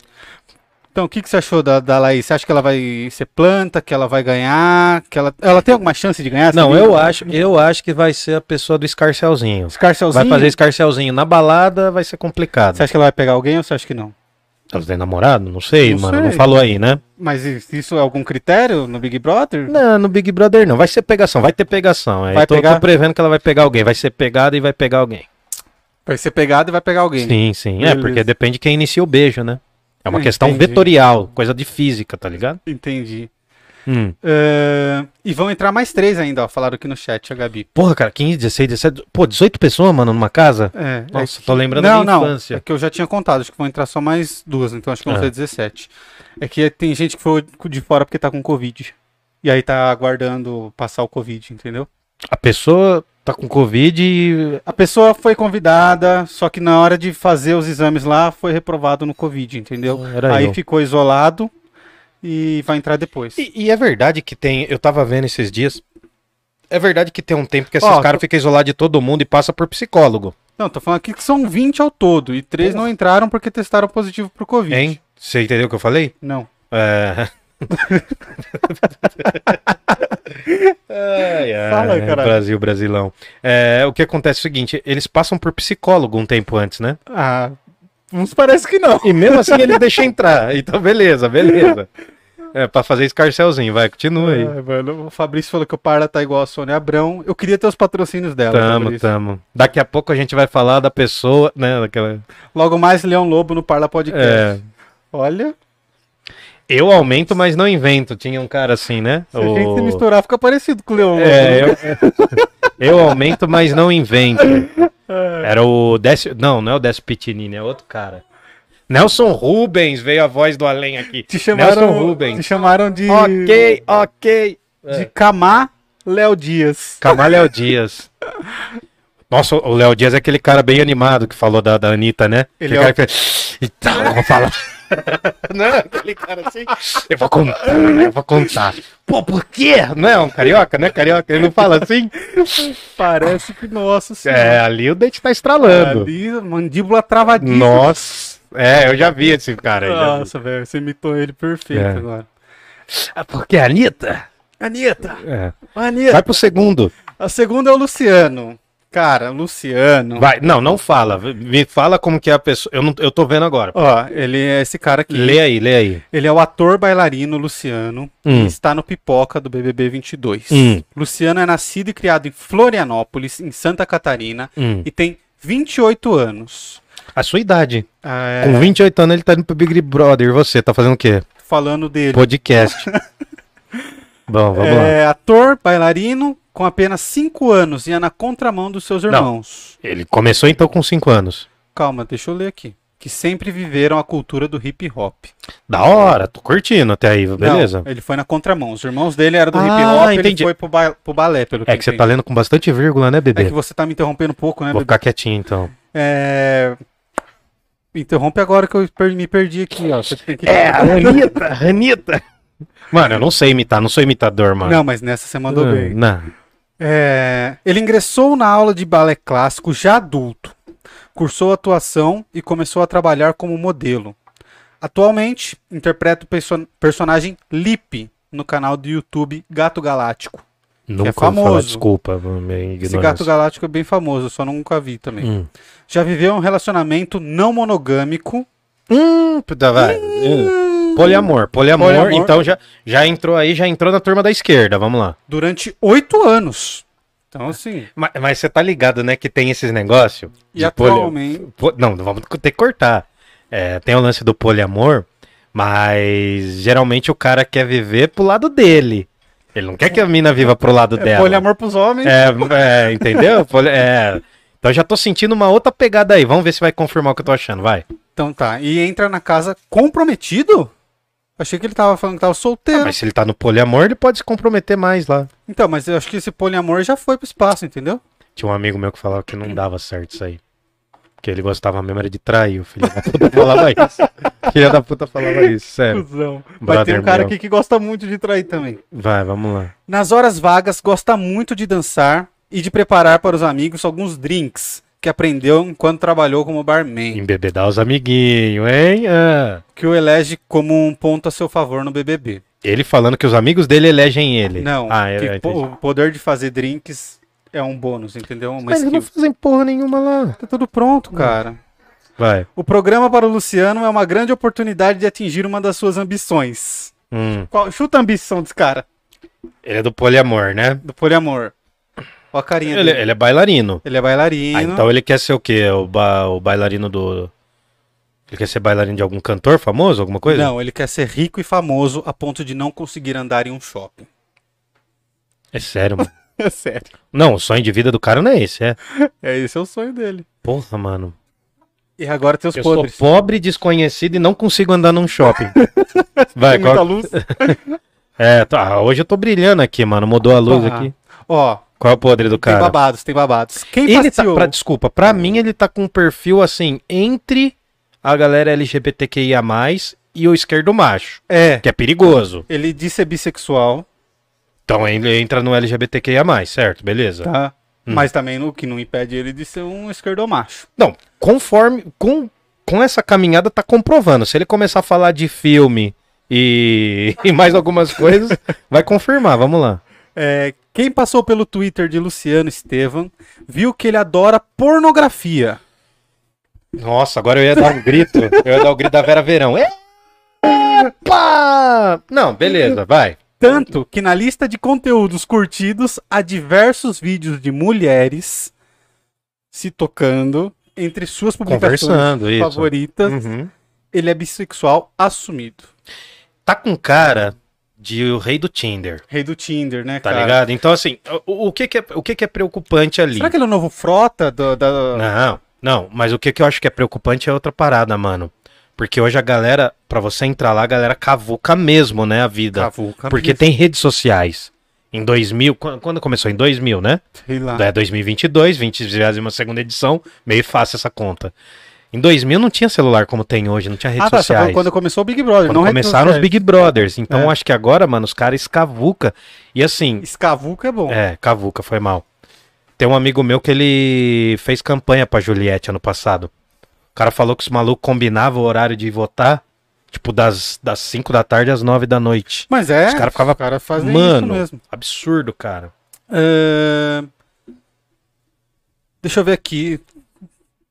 Speaker 1: Então, o que, que você achou da, da Laís? Você acha que ela vai ser planta, que ela vai ganhar, que ela, ela tem alguma chance de ganhar?
Speaker 2: Não, eu acho, eu acho que vai ser a pessoa do escarcelzinho. Vai
Speaker 1: Escarcelzinho?
Speaker 2: fazer escarcelzinho na balada, vai ser complicado.
Speaker 1: Você acha que ela vai pegar alguém ou você acha que não?
Speaker 2: Ela tem namorado? Não sei,
Speaker 1: Não
Speaker 2: mano. Não
Speaker 1: sei.
Speaker 2: falou aí, né?
Speaker 1: Mas is- isso é algum critério no Big Brother?
Speaker 2: Não, no Big Brother não. Vai ser pegação, vai ter pegação. É.
Speaker 1: Vai
Speaker 2: Eu tô,
Speaker 1: pegar?
Speaker 2: tô prevendo que ela vai pegar alguém. Vai ser pegada e vai pegar alguém.
Speaker 1: Vai ser pegado e vai pegar alguém.
Speaker 2: Sim, sim. É,
Speaker 1: Beleza.
Speaker 2: porque depende de quem inicia o beijo, né? É uma
Speaker 1: Ah,
Speaker 2: questão
Speaker 1: entendi.
Speaker 2: vetorial, coisa de física, tá ligado?
Speaker 1: Entendi.
Speaker 2: Hum.
Speaker 1: É, E vão entrar mais três ainda, ó. Falaram aqui no chat, a Gabi.
Speaker 2: Porra, cara, 15, 16, 17. Pô, 18 pessoas, mano, numa casa?
Speaker 1: É, é
Speaker 2: Nossa, tô lembrando
Speaker 1: Não,
Speaker 2: da minha
Speaker 1: não.
Speaker 2: infância.
Speaker 1: É que eu já tinha contado. Acho que vão entrar só mais duas, então acho que vão
Speaker 2: Ah.
Speaker 1: ser 17. É que tem gente que foi de fora porque tá com Covid. E aí tá aguardando passar o Covid, entendeu?
Speaker 2: A pessoa tá com Covid e.
Speaker 1: A pessoa foi convidada, só que na hora de fazer os exames lá foi reprovado no Covid, entendeu?
Speaker 2: Era
Speaker 1: aí
Speaker 2: eu.
Speaker 1: ficou isolado e vai entrar depois.
Speaker 2: E, e é verdade que tem. Eu tava vendo esses dias. É verdade que tem um tempo que esses
Speaker 1: Ó,
Speaker 2: caras ficam isolados de todo mundo e passa por psicólogo.
Speaker 1: Não, tô falando aqui que são 20 ao todo e três não entraram porque testaram positivo pro Covid.
Speaker 2: Hein? Você entendeu o que eu falei?
Speaker 1: Não.
Speaker 2: É. *laughs* ai, ai,
Speaker 1: Fala, caralho.
Speaker 2: Brasil, Brasilão. É, o que acontece é o seguinte: eles passam por psicólogo um tempo antes, né?
Speaker 1: Ah, uns parece que não.
Speaker 2: E mesmo assim ele deixa entrar. *laughs* Então, beleza, beleza. É, pra fazer escarcelzinho, vai, continua
Speaker 1: *laughs*
Speaker 2: aí.
Speaker 1: Ai, É, mano, o Fabrício falou que o Parla tá igual a Sônia Abrão. Eu queria ter os patrocínios dela.
Speaker 2: Tamo,
Speaker 1: Fabrício.
Speaker 2: tamo. Daqui a pouco a gente vai falar da pessoa, né? Daquela.
Speaker 1: Logo mais Leão Lobo no Parla
Speaker 2: É,
Speaker 1: Podcast. Olha,
Speaker 2: eu aumento, mas não invento. Tinha um cara assim, né?
Speaker 1: se a gente se
Speaker 2: O-
Speaker 1: misturar, fica parecido com o Leão Lobo.
Speaker 2: É, eu, eu aumento, mas não invento. Era o Décio. Não, não é o Décio Pitinini, é outro cara. Nelson Rubens veio a voz do além aqui.
Speaker 1: Te chamaram,
Speaker 2: Nelson
Speaker 1: te
Speaker 2: Rubens.
Speaker 1: chamaram de,
Speaker 2: Ok, ok. É.
Speaker 1: de Camar Léo Dias.
Speaker 2: Camalhão Dias. Nossa, o Léo Dias é aquele cara bem animado que falou da, da Anitta, né?
Speaker 1: Ele
Speaker 2: Aquele
Speaker 1: é o-
Speaker 2: cara que fez, Então, eu
Speaker 1: *laughs*
Speaker 2: vou falar. Não, aquele cara assim. Eu vou contar, eu vou contar. Pô, por quê? Não é um carioca, né? Carioca, ele não fala assim.
Speaker 1: Parece que, nossa
Speaker 2: É, ali o dente tá estralando.
Speaker 1: Ali, mandíbula travadinha.
Speaker 2: Nossa. É, eu já vi esse cara aí. já vi.
Speaker 1: Nossa, velho, você imitou ele perfeito
Speaker 2: É.
Speaker 1: agora.
Speaker 2: Ah, porque a Anitta?
Speaker 1: Anitta,
Speaker 2: É.
Speaker 1: Anitta.
Speaker 2: Vai pro segundo.
Speaker 1: A segunda é o Luciano. Cara, Luciano.
Speaker 2: Vai. Não, não fala. Me fala como que é a pessoa. Eu, não, eu tô vendo agora.
Speaker 1: Ó, ele é esse cara aqui.
Speaker 2: Lê aí, lê aí.
Speaker 1: Ele é o ator bailarino Luciano
Speaker 2: Hum.
Speaker 1: e está no Pipoca do BBB 22.
Speaker 2: Hum.
Speaker 1: Luciano é nascido e criado em Florianópolis, em Santa Catarina,
Speaker 2: Hum.
Speaker 1: e tem 28 anos.
Speaker 2: A sua idade.
Speaker 1: Ah, é,
Speaker 2: Com 28 anos ele tá indo pro Big Brother. E você tá fazendo o quê?
Speaker 1: falando dele.
Speaker 2: *laughs* Podcast. Bom, vamos lá.
Speaker 1: É ator bailarino com apenas 5 anos e é na contramão dos seus irmãos.
Speaker 2: Ele começou então com 5 anos.
Speaker 1: Calma, deixa eu ler aqui. Que sempre viveram a cultura do hip hop.
Speaker 2: Da hora, tô curtindo até aí, beleza.
Speaker 1: Não, ele foi na contramão. Os irmãos dele eram do
Speaker 2: Ah,
Speaker 1: hip hop, ele
Speaker 2: entendi.
Speaker 1: foi pro, ba pro balé, pelo
Speaker 2: é que você tá lendo com bastante vírgula, né,
Speaker 1: É
Speaker 2: bebê?
Speaker 1: que você tá me interrompendo um pouco, né,
Speaker 2: Vou
Speaker 1: bebê?
Speaker 2: ficar quietinho então.
Speaker 1: É... Interrompe agora que eu per- me perdi aqui, ó. Você tem que...
Speaker 2: a Anitta, a Anitta. Mano, eu não sei imitar, não sou imitador, mano.
Speaker 1: Não, mas nessa você mandou
Speaker 2: Hum,
Speaker 1: bem.
Speaker 2: Não.
Speaker 1: É, Ele ingressou na aula de balé clássico já adulto, cursou atuação e começou a trabalhar como modelo. Atualmente, interpreta o perso- personagem Lipe no canal do YouTube Gato Galáctico. é
Speaker 2: Nunca é famoso.
Speaker 1: famoso.
Speaker 2: desculpa, minha ignorância.
Speaker 1: Esse Gato Galáctico é bem famoso, eu só nunca vi também.
Speaker 2: Hum.
Speaker 1: Já viveu um relacionamento não monogâmico
Speaker 2: Hum, puta, vai. Poliamor, poliamor,
Speaker 1: Poliamor.
Speaker 2: então já, já entrou aí, já entrou na turma da esquerda, vamos lá.
Speaker 1: Durante oito anos. Então, assim.
Speaker 2: Mas, mas você tá ligado, né, que tem esses negócios?
Speaker 1: E atualmente.
Speaker 2: Po- Não, vamos ter que cortar. É, tem o lance do poliamor, mas geralmente o cara quer viver pro lado dele. Ele não quer que a mina viva pro lado
Speaker 1: É
Speaker 2: dela.
Speaker 1: poliamor pros homens.
Speaker 2: É, é, entendeu? Poli- É. Então já tô sentindo uma outra pegada aí. Vamos ver se vai confirmar o que eu tô achando, vai.
Speaker 1: Então tá. E entra na casa comprometido? Achei que ele tava falando que tava solteiro.
Speaker 2: Mas se ele tá no poliamor, ele pode se comprometer mais lá.
Speaker 1: Então, mas eu acho que esse poliamor já foi pro espaço, entendeu?
Speaker 2: Tinha um amigo meu que falava que não dava certo isso aí. Porque ele gostava mesmo era de trair. O filho da puta falava isso. Filha da puta falava isso, sério.
Speaker 1: Cusão. Mas
Speaker 2: Brother
Speaker 1: tem É. um cara
Speaker 2: meu.
Speaker 1: aqui que gosta muito de trair também.
Speaker 2: Vai, vamos lá.
Speaker 1: Nas horas vagas, gosta muito de dançar e de preparar para os amigos alguns drinks que aprendeu enquanto trabalhou como barman,
Speaker 2: Embebedar os amiguinhos, hein? Ah.
Speaker 1: que o elege como um ponto a seu favor no BBB.
Speaker 2: Ele falando que os amigos dele elegem ele.
Speaker 1: Não,
Speaker 2: ah,
Speaker 1: que
Speaker 2: eu, eu
Speaker 1: po-
Speaker 2: entendi.
Speaker 1: o poder de fazer drinks é um bônus, entendeu? Uma
Speaker 2: Mas eles não
Speaker 1: skill.
Speaker 2: fazem porra nenhuma lá.
Speaker 1: Tá tudo pronto, cara.
Speaker 2: Vai.
Speaker 1: O programa para o Luciano é uma grande oportunidade de atingir uma das suas ambições.
Speaker 2: Hum.
Speaker 1: Qual- chuta a ambição desse cara,
Speaker 2: Ele é do poliamor, né?
Speaker 1: do poliamor. Olha a carinha
Speaker 2: Ele,
Speaker 1: dele.
Speaker 2: ele é bailarino.
Speaker 1: Ele é bailarino.
Speaker 2: Ah, então ele quer ser o quê? O, ba- o bailarino do. Ele quer ser bailarino de algum cantor famoso, alguma coisa?
Speaker 1: Não, ele quer ser rico e famoso a ponto de não conseguir andar em um shopping.
Speaker 2: É sério, mano. *laughs*
Speaker 1: É sério.
Speaker 2: Não, o sonho de vida do cara não é esse, é.
Speaker 1: É esse é o sonho dele.
Speaker 2: Porra, mano.
Speaker 1: E agora tem os
Speaker 2: Eu
Speaker 1: podres.
Speaker 2: sou pobre, desconhecido e não consigo andar num shopping. *laughs* Vai,
Speaker 1: Tem muita
Speaker 2: qual...
Speaker 1: luz.
Speaker 2: *laughs* É, tá, ah, hoje eu tô brilhando aqui, mano. Mudou a luz
Speaker 1: Ah,
Speaker 2: aqui.
Speaker 1: Ó,
Speaker 2: Qual é o podre do
Speaker 1: tem
Speaker 2: cara?
Speaker 1: babados, tem babados. Quem
Speaker 2: Ele tá,
Speaker 1: passeou?
Speaker 2: pra- desculpa, pra mim ele tá com um perfil assim, entre a galera LGBTQIA+, e o esquerdo macho,
Speaker 1: É,
Speaker 2: que é perigoso.
Speaker 1: ele disse ser bissexual,
Speaker 2: Então ele entra no LGBTQIA+, certo? Beleza.
Speaker 1: tá?
Speaker 2: Hum.
Speaker 1: Mas também o que não impede ele de ser um esquerdomacho.
Speaker 2: Não, conforme, com, com essa caminhada tá comprovando. Se ele começar a falar de filme e, *laughs* e mais algumas coisas, vai confirmar, vamos lá.
Speaker 1: É, quem passou pelo Twitter de Luciano Estevam viu que ele adora pornografia.
Speaker 2: Nossa, agora eu ia dar um grito. Eu ia dar o grito da Vera Verão. Epa! Não, beleza, vai.
Speaker 1: Tanto que na lista de conteúdos curtidos há diversos vídeos de mulheres se tocando entre suas publicações
Speaker 2: Conversando, isso.
Speaker 1: favoritas.
Speaker 2: Uhum.
Speaker 1: Ele é bissexual assumido.
Speaker 2: Tá com cara de o rei do Tinder,
Speaker 1: Rei do Tinder, né,
Speaker 2: tá
Speaker 1: cara?
Speaker 2: ligado? Então, assim, o, o que, que, é, o que, que é preocupante ali?
Speaker 1: Será que ele é o novo frota do- da...
Speaker 2: Não, não, mas o que, que eu acho que é preocupante é outra parada, mano. Porque hoje a galera, pra você entrar lá, a galera cavuca mesmo, né, a vida.
Speaker 1: Cavuca?
Speaker 2: Porque tem redes sociais. Em 2000, quan- quando começou? Em 2000, né?
Speaker 1: Sei lá.
Speaker 2: É 2022, 22 segunda edição, meio fácil essa conta. Em 2000 não tinha celular como tem hoje, não tinha redes
Speaker 1: Ah, tá, você
Speaker 2: sociais.
Speaker 1: falou quando começou o Big Brother.
Speaker 2: Quando
Speaker 1: não redes
Speaker 2: começaram os
Speaker 1: sociais.
Speaker 2: Big Brothers. Então
Speaker 1: É.
Speaker 2: acho que agora, mano, os caras escavuca. E assim,
Speaker 1: Escavuca é bom.
Speaker 2: é, cavuca, foi mal. Tem um amigo meu que ele fez campanha pra Juliette ano passado. O cara falou que os malucos combinavam o horário de votar, tipo, das, das 5 da tarde às 9 da noite.
Speaker 1: Mas é,
Speaker 2: Os cara ficava-
Speaker 1: os cara fazem
Speaker 2: Mano.
Speaker 1: isso mesmo.
Speaker 2: Absurdo, cara.
Speaker 1: Ahn, Deixa eu ver aqui.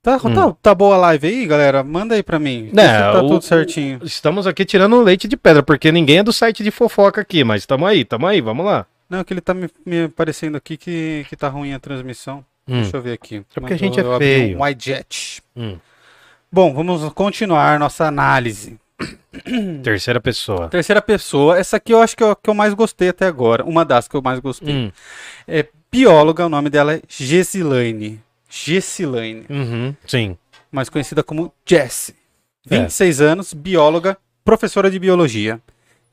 Speaker 1: Tá, tá, tá boa a live aí, galera? Manda aí pra mim.
Speaker 2: Hum. Não,
Speaker 1: Vê se tá
Speaker 2: o-
Speaker 1: tudo certinho.
Speaker 2: Estamos aqui tirando leite de pedra, porque ninguém é do site de fofoca aqui, mas tamo aí, tamo aí, vamos lá.
Speaker 1: Não, que ele tá me, me aparecendo aqui que, que tá ruim a transmissão. Deixa eu ver aqui. É
Speaker 2: porque a gente Hum. é feio.
Speaker 1: Um iJet.
Speaker 2: Hum.
Speaker 1: Bom, vamos continuar nossa análise.
Speaker 2: Terceira pessoa.
Speaker 1: Terceira pessoa, essa aqui eu acho que é a que eu mais gostei até agora. Uma das que eu mais gostei.
Speaker 2: Hum.
Speaker 1: É bióloga, o nome dela é Gessilane. Gessilane.
Speaker 2: Uhum. Sim.
Speaker 1: mais conhecida como Jessie.
Speaker 2: É.
Speaker 1: 26 anos, bióloga, professora de biologia.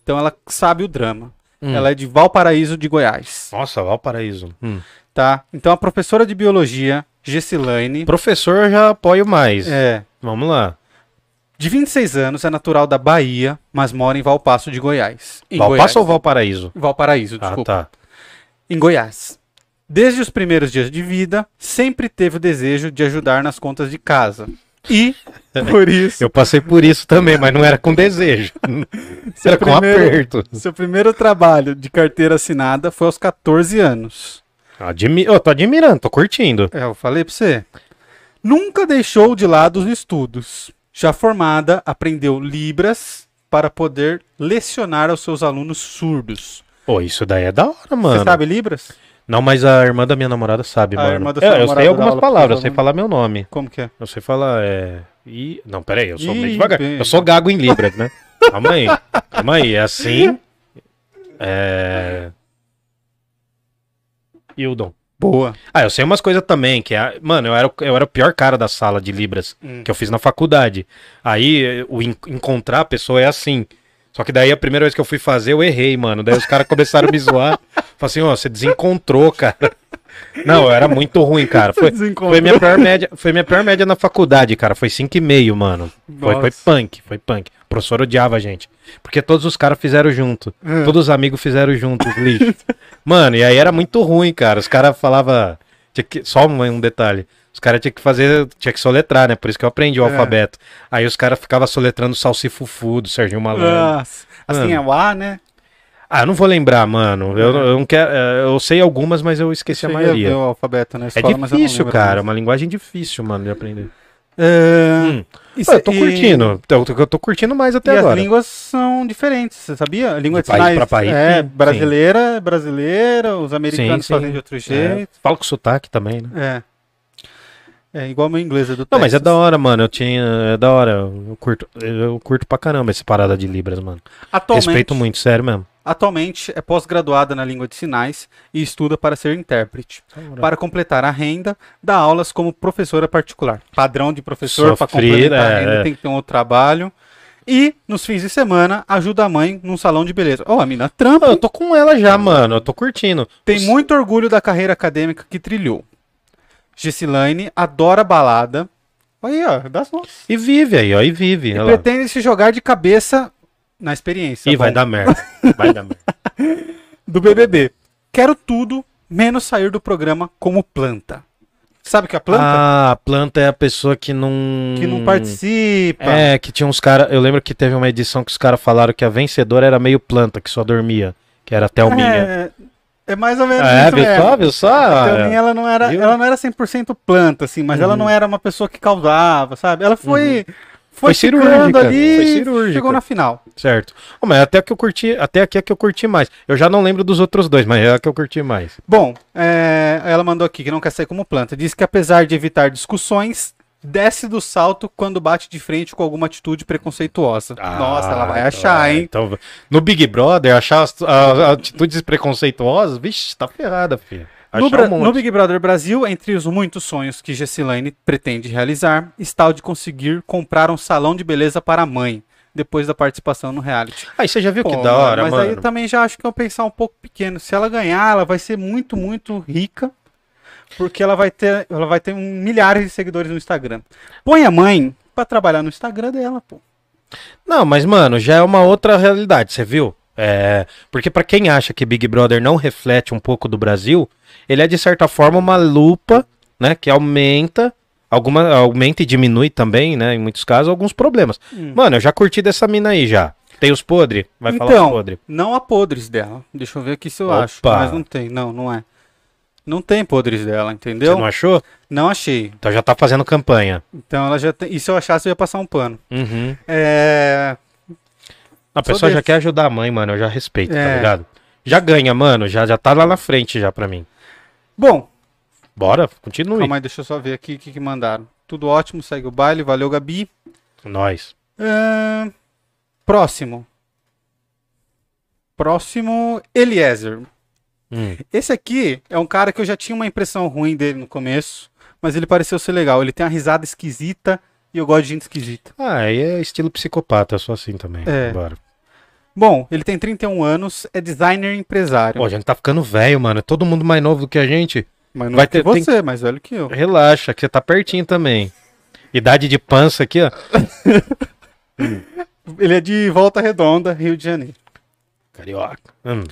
Speaker 1: Então ela sabe o drama.
Speaker 2: Hum.
Speaker 1: Ela é de Valparaíso de Goiás,
Speaker 2: é- Nossa, Valparaíso. Hum.
Speaker 1: tá? Então a professora de biologia, Gessilane,
Speaker 2: Professor eu já apoio mais.
Speaker 1: é,
Speaker 2: Vamos lá.
Speaker 1: de 26 anos, é natural da Bahia, mas mora em Valpasso de Goiás. Em
Speaker 2: Valpasso ou
Speaker 1: Goiás.
Speaker 2: Valparaíso?
Speaker 1: Valparaíso,
Speaker 2: Ah,
Speaker 1: desculpa.
Speaker 2: tá.
Speaker 1: Em Goiás. Desde os primeiros dias de vida, sempre teve o desejo de ajudar nas contas de casa.
Speaker 2: *laughs*
Speaker 1: E, por isso,
Speaker 2: Eu passei por isso também, mas não era
Speaker 1: *laughs*
Speaker 2: com desejo. era com
Speaker 1: é primeiro-
Speaker 2: aperto.
Speaker 1: Seu primeiro trabalho de carteira assinada foi aos 14 anos.
Speaker 2: Admi... Eu tô admirando, tô curtindo.
Speaker 1: É, eu falei pra você. Nunca deixou de lado os estudos. Já formada, aprendeu Libras, para poder lecionar aos seus alunos surdos.
Speaker 2: Pô, isso daí é da hora, mano.
Speaker 1: Você sabe Libras?
Speaker 2: Não, mas a irmã da minha namorada sabe,
Speaker 1: A
Speaker 2: mano.
Speaker 1: irmã da
Speaker 2: É,
Speaker 1: sua
Speaker 2: eu
Speaker 1: namorada
Speaker 2: sei
Speaker 1: dá
Speaker 2: algumas
Speaker 1: aula né? pros
Speaker 2: palavras, eu sei
Speaker 1: alunos?
Speaker 2: falar meu nome.
Speaker 1: Como que é?
Speaker 2: Eu sei falar, é. I... Não, peraí, eu sou meio
Speaker 1: Ih,
Speaker 2: devagar.
Speaker 1: bem.
Speaker 2: Eu sou gago em Libras, né? Calma aí. Calma aí, é assim. É. Hildon.
Speaker 1: *laughs* Boa.
Speaker 2: Ah, eu sei umas coisas também, que é. Mano, eu era, o- eu era o pior cara da sala de Libras,
Speaker 1: Hum.
Speaker 2: que eu fiz na faculdade. Aí, eh, o en- encontrar a pessoa é assim. Só que daí a primeira vez que eu fui fazer, eu errei, mano. Daí os caras começaram a
Speaker 1: *laughs*
Speaker 2: me zoar. Falaram assim, ó, você desencontrou, cara. Não, eu era muito ruim, cara. Foi,
Speaker 1: Desencontro.
Speaker 2: foi minha pior média, foi minha pior média na faculdade, cara. Foi 5,5, mano. Foi, foi
Speaker 1: Nossa.
Speaker 2: punk, foi punk. O professor odiava a gente. Porque todos os caras fizeram junto.
Speaker 1: É.
Speaker 2: Todos os amigos fizeram juntos, lixo. mano, e aí era muito ruim, cara. Os caras falavam. Só um, um detalhe. Os caras tinham que fazer. Tinha que soletrar, né? Por isso que eu aprendi o
Speaker 1: É.
Speaker 2: alfabeto. Aí os caras ficavam soletrando Salsifufu do Serginho Malandro.
Speaker 1: Nossa. Assim é o A, né?
Speaker 2: Ah, eu não vou lembrar, mano. Eu, eu não quero. eh, Eu sei algumas, mas eu esqueci a
Speaker 1: É. Cheguei
Speaker 2: maioria.
Speaker 1: ver o alfabeto na
Speaker 2: É
Speaker 1: escola, mas eu não
Speaker 2: difícil,
Speaker 1: lembro
Speaker 2: cara. É
Speaker 1: mais.
Speaker 2: Uma linguagem difícil, mano, de aprender.
Speaker 1: É,
Speaker 2: Hum.
Speaker 1: isso-
Speaker 2: Ah, eu tô
Speaker 1: e-
Speaker 2: curtindo. Eu tô, eu tô curtindo mais até
Speaker 1: e
Speaker 2: agora.
Speaker 1: as línguas são diferentes, você sabia? A língua
Speaker 2: De país pra país,
Speaker 1: é
Speaker 2: sim.
Speaker 1: brasileira, é brasileira, os americanos
Speaker 2: sim.
Speaker 1: fazem de outro
Speaker 2: É,
Speaker 1: jeito.
Speaker 2: falo com sotaque também, né?
Speaker 1: É. É, igual meu inglês é do
Speaker 2: Não, mas é
Speaker 1: Texas.
Speaker 2: da hora, mano. Eu tinha. É da hora. Eu curto, eu curto pra caramba essa parada de Libras, mano.
Speaker 1: Atualmente,
Speaker 2: Respeito muito, sério mesmo.
Speaker 1: Atualmente é pós-graduada na língua de sinais e estuda para ser intérprete. Para completar a renda, dá aulas como professora particular. Padrão de professor para
Speaker 2: Sofrido,
Speaker 1: complementar a
Speaker 2: é,
Speaker 1: renda
Speaker 2: é.
Speaker 1: tem que ter um outro trabalho. E nos fins de semana ajuda a mãe num salão de beleza. Ó, a mina
Speaker 2: Ah,
Speaker 1: trampa.
Speaker 2: eu tô com ela já, mano. Eu tô curtindo.
Speaker 1: Tem
Speaker 2: Os-
Speaker 1: muito orgulho da carreira acadêmica que trilhou. Gessilane adora balada. Aí, ó, das nossas.
Speaker 2: E vive aí, ó. E vive.
Speaker 1: E
Speaker 2: olha lá.
Speaker 1: pretende se jogar de cabeça na experiência.
Speaker 2: Ih, vai
Speaker 1: Bom,
Speaker 2: dar
Speaker 1: *laughs*
Speaker 2: merda. Vai dar merda.
Speaker 1: do BBB. Quero tudo menos sair do programa como planta. Sabe o que é planta?
Speaker 2: Ah, a planta é a pessoa que não.
Speaker 1: que não participa.
Speaker 2: É, que tinha uns caras. Eu lembro que teve uma edição que os caras falaram que a vencedora era meio planta, que só dormia. Que era a Thelminha.
Speaker 1: É, é mais ou menos
Speaker 2: É,
Speaker 1: isso
Speaker 2: viu
Speaker 1: mesmo.
Speaker 2: só? Viu só?
Speaker 1: A Thelminha, ela não era,
Speaker 2: Viu? Uhum.
Speaker 1: ela não era 100% planta assim, mas ela não era uma pessoa que causava, sabe? Ela foi foi,
Speaker 2: Foi
Speaker 1: ficando
Speaker 2: cirúrgica,
Speaker 1: ali,
Speaker 2: foi cirúrgica.
Speaker 1: chegou na final.
Speaker 2: Certo. Ô, mas é até que eu curti, até aqui é que eu curti mais. Eu já não lembro dos outros dois, mas é a que eu curti mais.
Speaker 1: Bom, é, ela mandou aqui que não quer sair como planta. Diz que apesar de evitar discussões, desce do salto quando bate de frente com alguma atitude preconceituosa. Nossa, ela vai
Speaker 2: então,
Speaker 1: achar,
Speaker 2: é,
Speaker 1: hein?
Speaker 2: Então, no Big Brother, achar as, as atitudes preconceituosas, vixe, tá ferrada, filho. Achar
Speaker 1: No, Bra-
Speaker 2: um monte.
Speaker 1: no Big Brother Brasil, entre os muitos sonhos que Gessilane pretende realizar, está o de conseguir comprar um salão de beleza para a mãe, depois da participação no reality.
Speaker 2: Aí você já viu
Speaker 1: Pô,
Speaker 2: que da hora,
Speaker 1: mas
Speaker 2: mano.
Speaker 1: aí eu também já acho que é um pensar um pouco pequeno. Se ela ganhar, ela vai ser muito, muito rica, porque ela vai ter, ela vai ter um- milhares de seguidores no Instagram. Põe a mãe para trabalhar no Instagram dela, pô.
Speaker 2: Não, mas, mano, já é uma outra realidade, você viu? É, porque pra quem acha que Big Brother não reflete um pouco do Brasil, ele é de certa forma uma lupa, né, que aumenta, alguma, aumenta e diminui também, né, em muitos casos, alguns problemas.
Speaker 1: Hum.
Speaker 2: Mano, eu já curti dessa mina aí já. Tem os podre? Vai falar
Speaker 1: Então,
Speaker 2: os podre.
Speaker 1: Não há podres dela. Deixa eu ver aqui se eu
Speaker 2: Opa.
Speaker 1: acho. Mas não tem, não, não é. Não tem podres dela, entendeu?
Speaker 2: Você não achou?
Speaker 1: Não achei.
Speaker 2: Então já tá fazendo campanha.
Speaker 1: Então ela já tem. E se eu achasse, eu ia passar um pano.
Speaker 2: Uhum.
Speaker 1: É.
Speaker 2: A
Speaker 1: Sou
Speaker 2: pessoa já
Speaker 1: desse.
Speaker 2: quer ajudar a mãe, mano. Eu já respeito, tá
Speaker 1: É.
Speaker 2: ligado? Já ganha, mano. Já, já tá lá na frente já pra mim.
Speaker 1: Bom,
Speaker 2: Bora, continue.
Speaker 1: calma aí, deixa eu só ver aqui o que, que mandaram. Tudo ótimo, segue o baile. Valeu, Gabi.
Speaker 2: Nós.
Speaker 1: Ahn, Próximo. Próximo, Eliezer.
Speaker 2: Hum.
Speaker 1: Esse aqui é um cara que eu já tinha uma impressão ruim dele no começo, mas ele pareceu ser legal. Ele tem uma risada esquisita e eu gosto de gente esquisita.
Speaker 2: Ah, aí é estilo psicopata, eu sou assim também.
Speaker 1: É.
Speaker 2: Bora.
Speaker 1: Bom, ele tem 31 anos, é designer e empresário.
Speaker 2: Pô, a gente tá ficando velho, mano. Todo mundo mais novo do que a gente.
Speaker 1: mas não
Speaker 2: vai
Speaker 1: é que
Speaker 2: ter- tem-
Speaker 1: você, mais velho que eu.
Speaker 2: Relaxa, que você tá pertinho também. Idade de pança aqui, ó.
Speaker 1: Ele é de Volta Redonda, Rio de Janeiro.
Speaker 2: Carioca. Hum.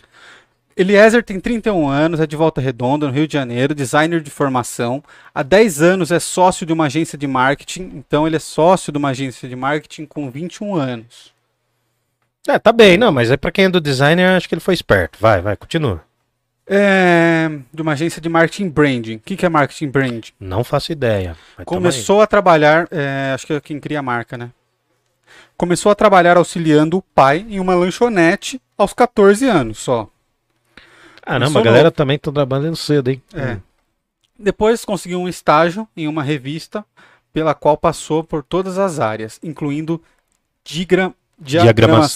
Speaker 1: Eliezer tem 31 anos, é de Volta Redonda, no Rio de Janeiro, designer de formação. Há 10 anos é sócio de uma agência de marketing, então ele é sócio de uma agência de marketing com 21 anos.
Speaker 2: É, tá bem, não, mas é pra quem é do designer, acho que ele foi esperto. Vai, vai, continua.
Speaker 1: É, de uma agência de marketing branding. O que, que é marketing branding?
Speaker 2: Não faço ideia. mas tamo aí.
Speaker 1: Começou a trabalhar, é, acho que é quem cria a marca, né? começou a trabalhar auxiliando o pai em uma lanchonete aos 14 anos só.
Speaker 2: Caramba,
Speaker 1: Começou
Speaker 2: a galera também tá trabalhando cedo, hein? Hum.
Speaker 1: É. Depois conseguiu um estágio em uma revista pela qual passou por todas as áreas, incluindo digra-
Speaker 2: Diagramação.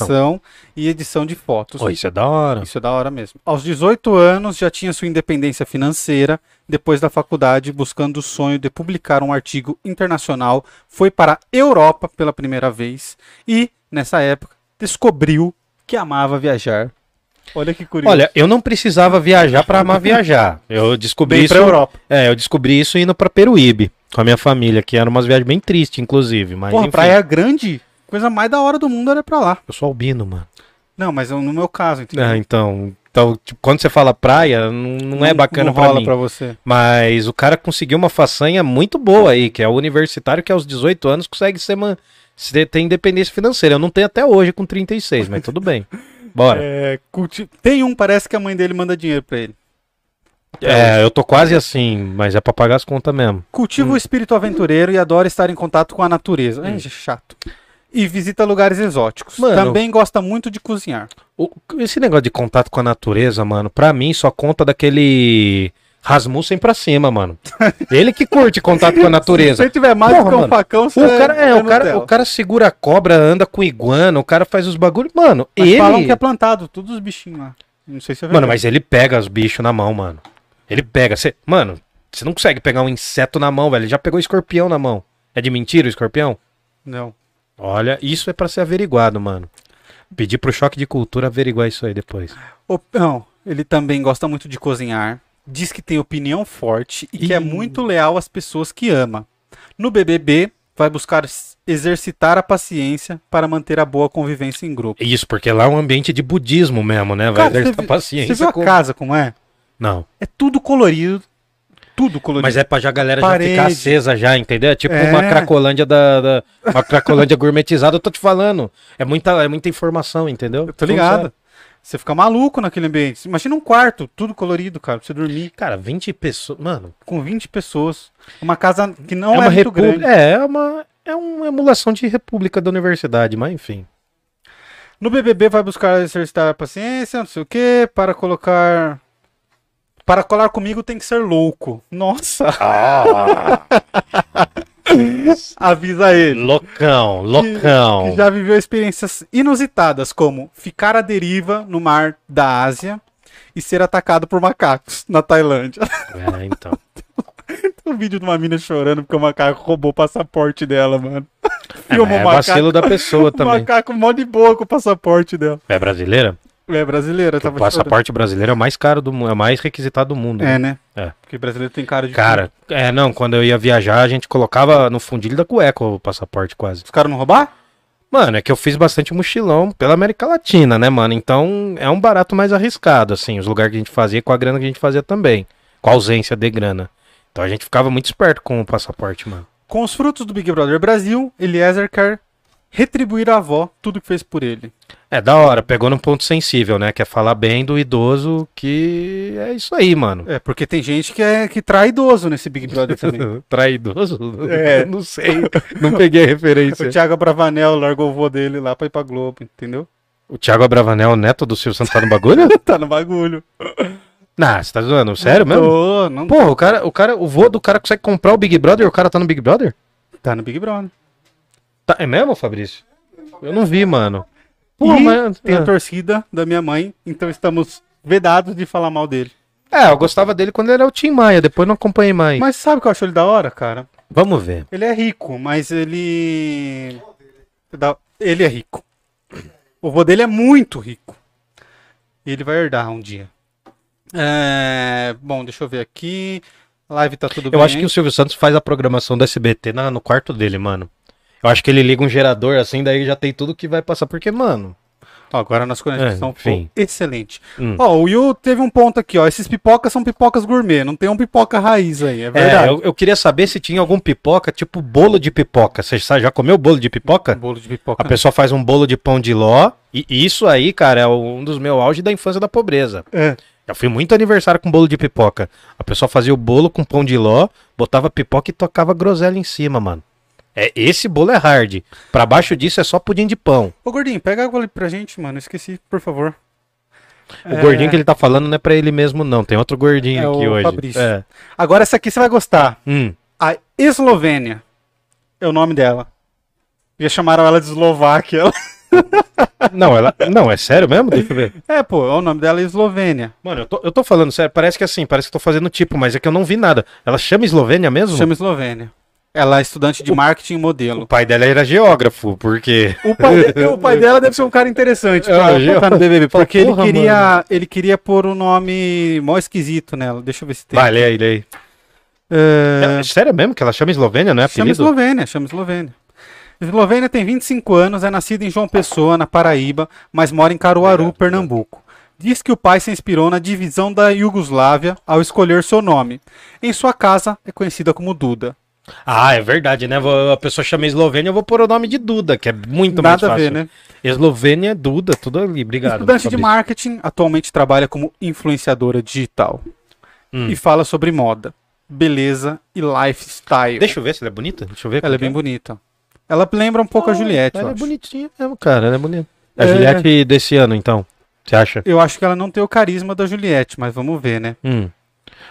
Speaker 1: diagramação e edição de fotos.
Speaker 2: Pô, isso é da hora.
Speaker 1: Isso é da hora mesmo. Aos 18 anos, já tinha sua independência financeira. Depois da faculdade, buscando o sonho de publicar um artigo internacional, foi para a Europa pela primeira vez e, nessa época, descobriu que amava viajar. Olha que curioso.
Speaker 2: Olha, eu não precisava viajar pra amar viajar. Eu descobri
Speaker 1: bem
Speaker 2: isso.
Speaker 1: para Europa.
Speaker 2: É, eu descobri isso indo pra Peruíbe com a minha família, que eram umas viagens bem tristes, inclusive. Mas
Speaker 1: Porra,
Speaker 2: enfim,
Speaker 1: Praia Grande, coisa mais da hora do mundo era pra lá.
Speaker 2: eu sou albino, mano.
Speaker 1: Não, mas eu- no meu caso, entendeu?
Speaker 2: Ah, então, então tipo, quando você fala praia, não, não é bacana
Speaker 1: não
Speaker 2: pra
Speaker 1: rola
Speaker 2: mim.
Speaker 1: pra você.
Speaker 2: Mas o cara conseguiu uma façanha muito boa aí, que é o universitário que aos 18 anos consegue ser man... se- ter independência financeira. Eu não tenho até hoje com 36, mas tudo *laughs* bem. Bora.
Speaker 1: É, culti- Tem um, parece que a mãe dele manda dinheiro pra ele.
Speaker 2: É, eu tô quase assim, mas é pra pagar as contas mesmo.
Speaker 1: Cultiva o espírito aventureiro e adora estar em contato com a natureza. É chato. E visita lugares exóticos.
Speaker 2: Hum. Mano.
Speaker 1: Também gosta muito de cozinhar.
Speaker 2: O- Esse negócio de contato com a natureza, mano, pra mim só conta daquele Rasmussen pra cima, *laughs* mano. Ele que curte contato com a natureza.
Speaker 1: Se você tiver mais do
Speaker 2: Porra,
Speaker 1: que um
Speaker 2: mano.
Speaker 1: facão, você
Speaker 2: O cara, é, o,
Speaker 1: no
Speaker 2: cara,
Speaker 1: hotel.
Speaker 2: o cara segura a cobra, anda com iguana, o cara faz os bagulhos. Mano,
Speaker 1: Mas
Speaker 2: ele.
Speaker 1: falam que é plantado, todos os bichinhos lá. Não sei se é
Speaker 2: Mano,
Speaker 1: verdade.
Speaker 2: mas ele pega os bichos na mão, mano. Ele pega. Cê... Mano, você não consegue pegar um inseto na mão, velho. Ele já pegou escorpião na mão. É de mentira o escorpião?
Speaker 1: Não.
Speaker 2: Olha, isso é pra ser averiguado, mano. Pedir pro choque de cultura averiguar isso aí depois.
Speaker 1: O- não, ele também gosta muito de cozinhar. Diz que tem opinião forte e que é
Speaker 2: Ih.
Speaker 1: muito leal às pessoas que ama. No BBB, vai buscar s- exercitar a paciência para manter a boa convivência em grupo.
Speaker 2: Isso, porque lá é um ambiente de budismo mesmo, né? Vai
Speaker 1: Cara,
Speaker 2: exercitar
Speaker 1: vi-
Speaker 2: paciência.
Speaker 1: Você viu
Speaker 2: com-
Speaker 1: a casa como é?
Speaker 2: Não.
Speaker 1: É tudo colorido. Tudo colorido.
Speaker 2: Mas é pra já a galera
Speaker 1: Parede.
Speaker 2: já ficar acesa já, entendeu? É tipo
Speaker 1: É.
Speaker 2: uma cracolândia da, da- Uma cracolândia gourmetizada, eu tô te falando. É muita, é muita informação, entendeu?
Speaker 1: Eu tô ligado. Você fica maluco naquele ambiente. Imagina um quarto, tudo colorido, cara, pra você dormir
Speaker 2: Cara, 20 pessoas. Mano,
Speaker 1: com 20 pessoas. Uma casa que não
Speaker 2: é
Speaker 1: é,
Speaker 2: uma
Speaker 1: muito grande.
Speaker 2: república. É, é uma. É uma emulação de república da universidade, mas enfim.
Speaker 1: No BBB vai buscar exercitar a paciência, não sei o quê, para colocar... Para colar comigo tem que ser louco. Nossa,
Speaker 2: Ah,
Speaker 1: avisa ele.
Speaker 2: loucão, loucão.
Speaker 1: Que já viveu experiências inusitadas, como ficar à deriva no mar da Ásia e ser atacado por macacos na Tailândia. *laughs*
Speaker 2: É, então.
Speaker 1: Tem um vídeo de uma mina chorando porque o macaco roubou o passaporte dela, mano.
Speaker 2: É,
Speaker 1: Filmou
Speaker 2: mas é
Speaker 1: o macaco.
Speaker 2: vacilo da
Speaker 1: *laughs*
Speaker 2: pessoa
Speaker 1: O
Speaker 2: também.
Speaker 1: macaco mó de boa com o passaporte dela.
Speaker 2: É brasileira?
Speaker 1: É brasileira,
Speaker 2: O
Speaker 1: tava
Speaker 2: passaporte brasileiro é o mais caro do mundo, é o mais requisitado do mundo.
Speaker 1: chorando. É, né?
Speaker 2: É.
Speaker 1: Porque brasileiro tem cara de.
Speaker 2: Cara, é, não, quando eu ia viajar, a gente colocava no fundilho da cueca o passaporte quase.
Speaker 1: Os caras não roubar?
Speaker 2: Mano, é que eu fiz bastante mochilão pela América Latina, né, mano? Então é um barato mais arriscado, assim, os lugares que a gente fazia com a grana que a gente fazia também. Com a ausência de grana. Então a gente ficava muito esperto com o passaporte, mano.
Speaker 1: Com os frutos do Big Brother Brasil, Eliezer quer retribuir à avó tudo que fez por ele.
Speaker 2: É da hora, pegou num ponto sensível, né? Que é falar bem do idoso, que é isso
Speaker 1: *laughs*
Speaker 2: aí, mano.
Speaker 1: É, porque tem gente que é que trai idoso nesse Big Brother *laughs* também.
Speaker 2: Traidoso?
Speaker 1: É.
Speaker 2: *laughs* Não sei, não peguei a
Speaker 1: o *laughs*
Speaker 2: referência.
Speaker 1: Thiago Bravanel largou o vô dele lá pra ir pra Globo, entendeu?
Speaker 2: O Thiago Abravanel, neto do Silvio Santos, tá no bagulho?
Speaker 1: *laughs* Tá no bagulho.
Speaker 2: Não, você tá zoando, sério mesmo?
Speaker 1: Tô, não
Speaker 2: Porra, o cara, o cara, o vô do cara consegue comprar o Big Brother e o cara tá no Big Brother?
Speaker 1: tá no Big Brother.
Speaker 2: Tá, é mesmo, Fabrício? Eu não vi, mano. Pô,
Speaker 1: e
Speaker 2: mas-
Speaker 1: tem a
Speaker 2: ah.
Speaker 1: torcida da minha mãe, então estamos vedados de falar mal dele.
Speaker 2: É, eu gostava dele quando ele era o Tim Maia, depois não acompanhei mais.
Speaker 1: Mas sabe o que eu acho ele da hora, cara?
Speaker 2: Vamos ver.
Speaker 1: Ele é rico, mas ele. da- Ele é rico. O vô dele é muito rico. E ele vai herdar um dia. É, Bom, deixa eu ver aqui. Live tá tudo bem.
Speaker 2: Eu acho que o Silvio Santos faz a programação do SBT na- no quarto dele, mano. Eu acho que ele liga um gerador assim, daí já tem tudo que vai passar. Porque, mano.
Speaker 1: Ó, agora nas conexões
Speaker 2: É,
Speaker 1: ficou
Speaker 2: enfim.
Speaker 1: excelente.
Speaker 2: Hum.
Speaker 1: Ó, o Yu teve um ponto aqui, ó. Esses pipocas são pipocas gourmet, não tem um pipoca raiz aí, é
Speaker 2: É,
Speaker 1: verdade.
Speaker 2: eu, eu queria saber se tinha algum pipoca, tipo bolo de pipoca. Você sa- já comeu bolo de pipoca?
Speaker 1: Um Bolo de
Speaker 2: A
Speaker 1: pipoca.
Speaker 2: pessoa faz um bolo de pão de ló. E e isso aí, cara, é um dos meus auge da infância da pobreza.
Speaker 1: É.
Speaker 2: Eu fui muito aniversário com bolo de pipoca. A pessoa fazia o bolo com pão de ló, botava pipoca e tocava groselha em cima, mano. É, esse bolo é hard. Pra baixo disso é só pudim de pão.
Speaker 1: Ô, Gordinho, pega água ali pra gente, mano. Esqueci, por favor.
Speaker 2: O gordinho que ele tá falando não é pra ele mesmo, não. Tem outro gordinho
Speaker 1: É
Speaker 2: aqui
Speaker 1: o
Speaker 2: hoje.
Speaker 1: Fabrício.
Speaker 2: É.
Speaker 1: Agora essa aqui você vai gostar.
Speaker 2: Hum.
Speaker 1: A Eslovênia é o nome dela. Já chamaram ela de Eslováquia.
Speaker 2: Ah, Não, ela. Não, é sério mesmo? Deixa
Speaker 1: *laughs*
Speaker 2: eu ver.
Speaker 1: *laughs* É, pô, o nome dela é Eslovênia.
Speaker 2: Mano, eu tô, eu tô falando sério, parece que assim, parece que eu tô fazendo tipo, mas é que eu não vi nada. Ela chama Eslovênia mesmo?
Speaker 1: Chama Eslovênia. Ela é estudante de marketing e
Speaker 2: O
Speaker 1: modelo.
Speaker 2: pai dela era geógrafo, porque.
Speaker 1: O pai, *laughs* o pai dela deve ser um cara interessante
Speaker 2: É,
Speaker 1: pra
Speaker 2: eu-
Speaker 1: botar no BBB, porque ele
Speaker 2: Porra,
Speaker 1: queria, ele queria pôr um nome mó esquisito nela. Deixa eu ver se tem.
Speaker 2: Vai, lê aí, lê aí.
Speaker 1: É,
Speaker 2: É Sério mesmo que ela chama Eslovênia, não é
Speaker 1: Chama
Speaker 2: apelido?
Speaker 1: Eslovênia, chama Eslovênia. Eslovênia tem 25 anos, é nascida em João Pessoa, na Paraíba, mas mora em Caruaru,
Speaker 2: Obrigado,
Speaker 1: Pernambuco. Diz que o pai se inspirou na divisão da Iugoslávia ao escolher seu nome. Em sua casa é conhecida como Duda.
Speaker 2: Ah, é verdade, né? Vou- A pessoa chama Eslovênia, eu vou pôr o nome de Duda, que é muito mais
Speaker 1: Nada
Speaker 2: fácil.
Speaker 1: a ver, né?
Speaker 2: Eslovênia, Duda, tudo ali. Obrigado.
Speaker 1: Estudante de
Speaker 2: Fabrício.
Speaker 1: marketing, atualmente trabalha como influenciadora digital.
Speaker 2: Hum.
Speaker 1: E fala sobre moda, beleza e lifestyle.
Speaker 2: Deixa eu ver se ela é bonita. Deixa eu ver.
Speaker 1: Ela é
Speaker 2: como
Speaker 1: bem
Speaker 2: que
Speaker 1: bonita. Ela lembra um pouco a Juliette, eu
Speaker 2: Ela é
Speaker 1: acho.
Speaker 2: bonitinha mesmo, cara. Ela é bonita. A
Speaker 1: É.
Speaker 2: Juliette desse ano, então. Você acha?
Speaker 1: Eu acho que ela não tem o carisma da Juliette, mas vamos ver, né?
Speaker 2: Hum.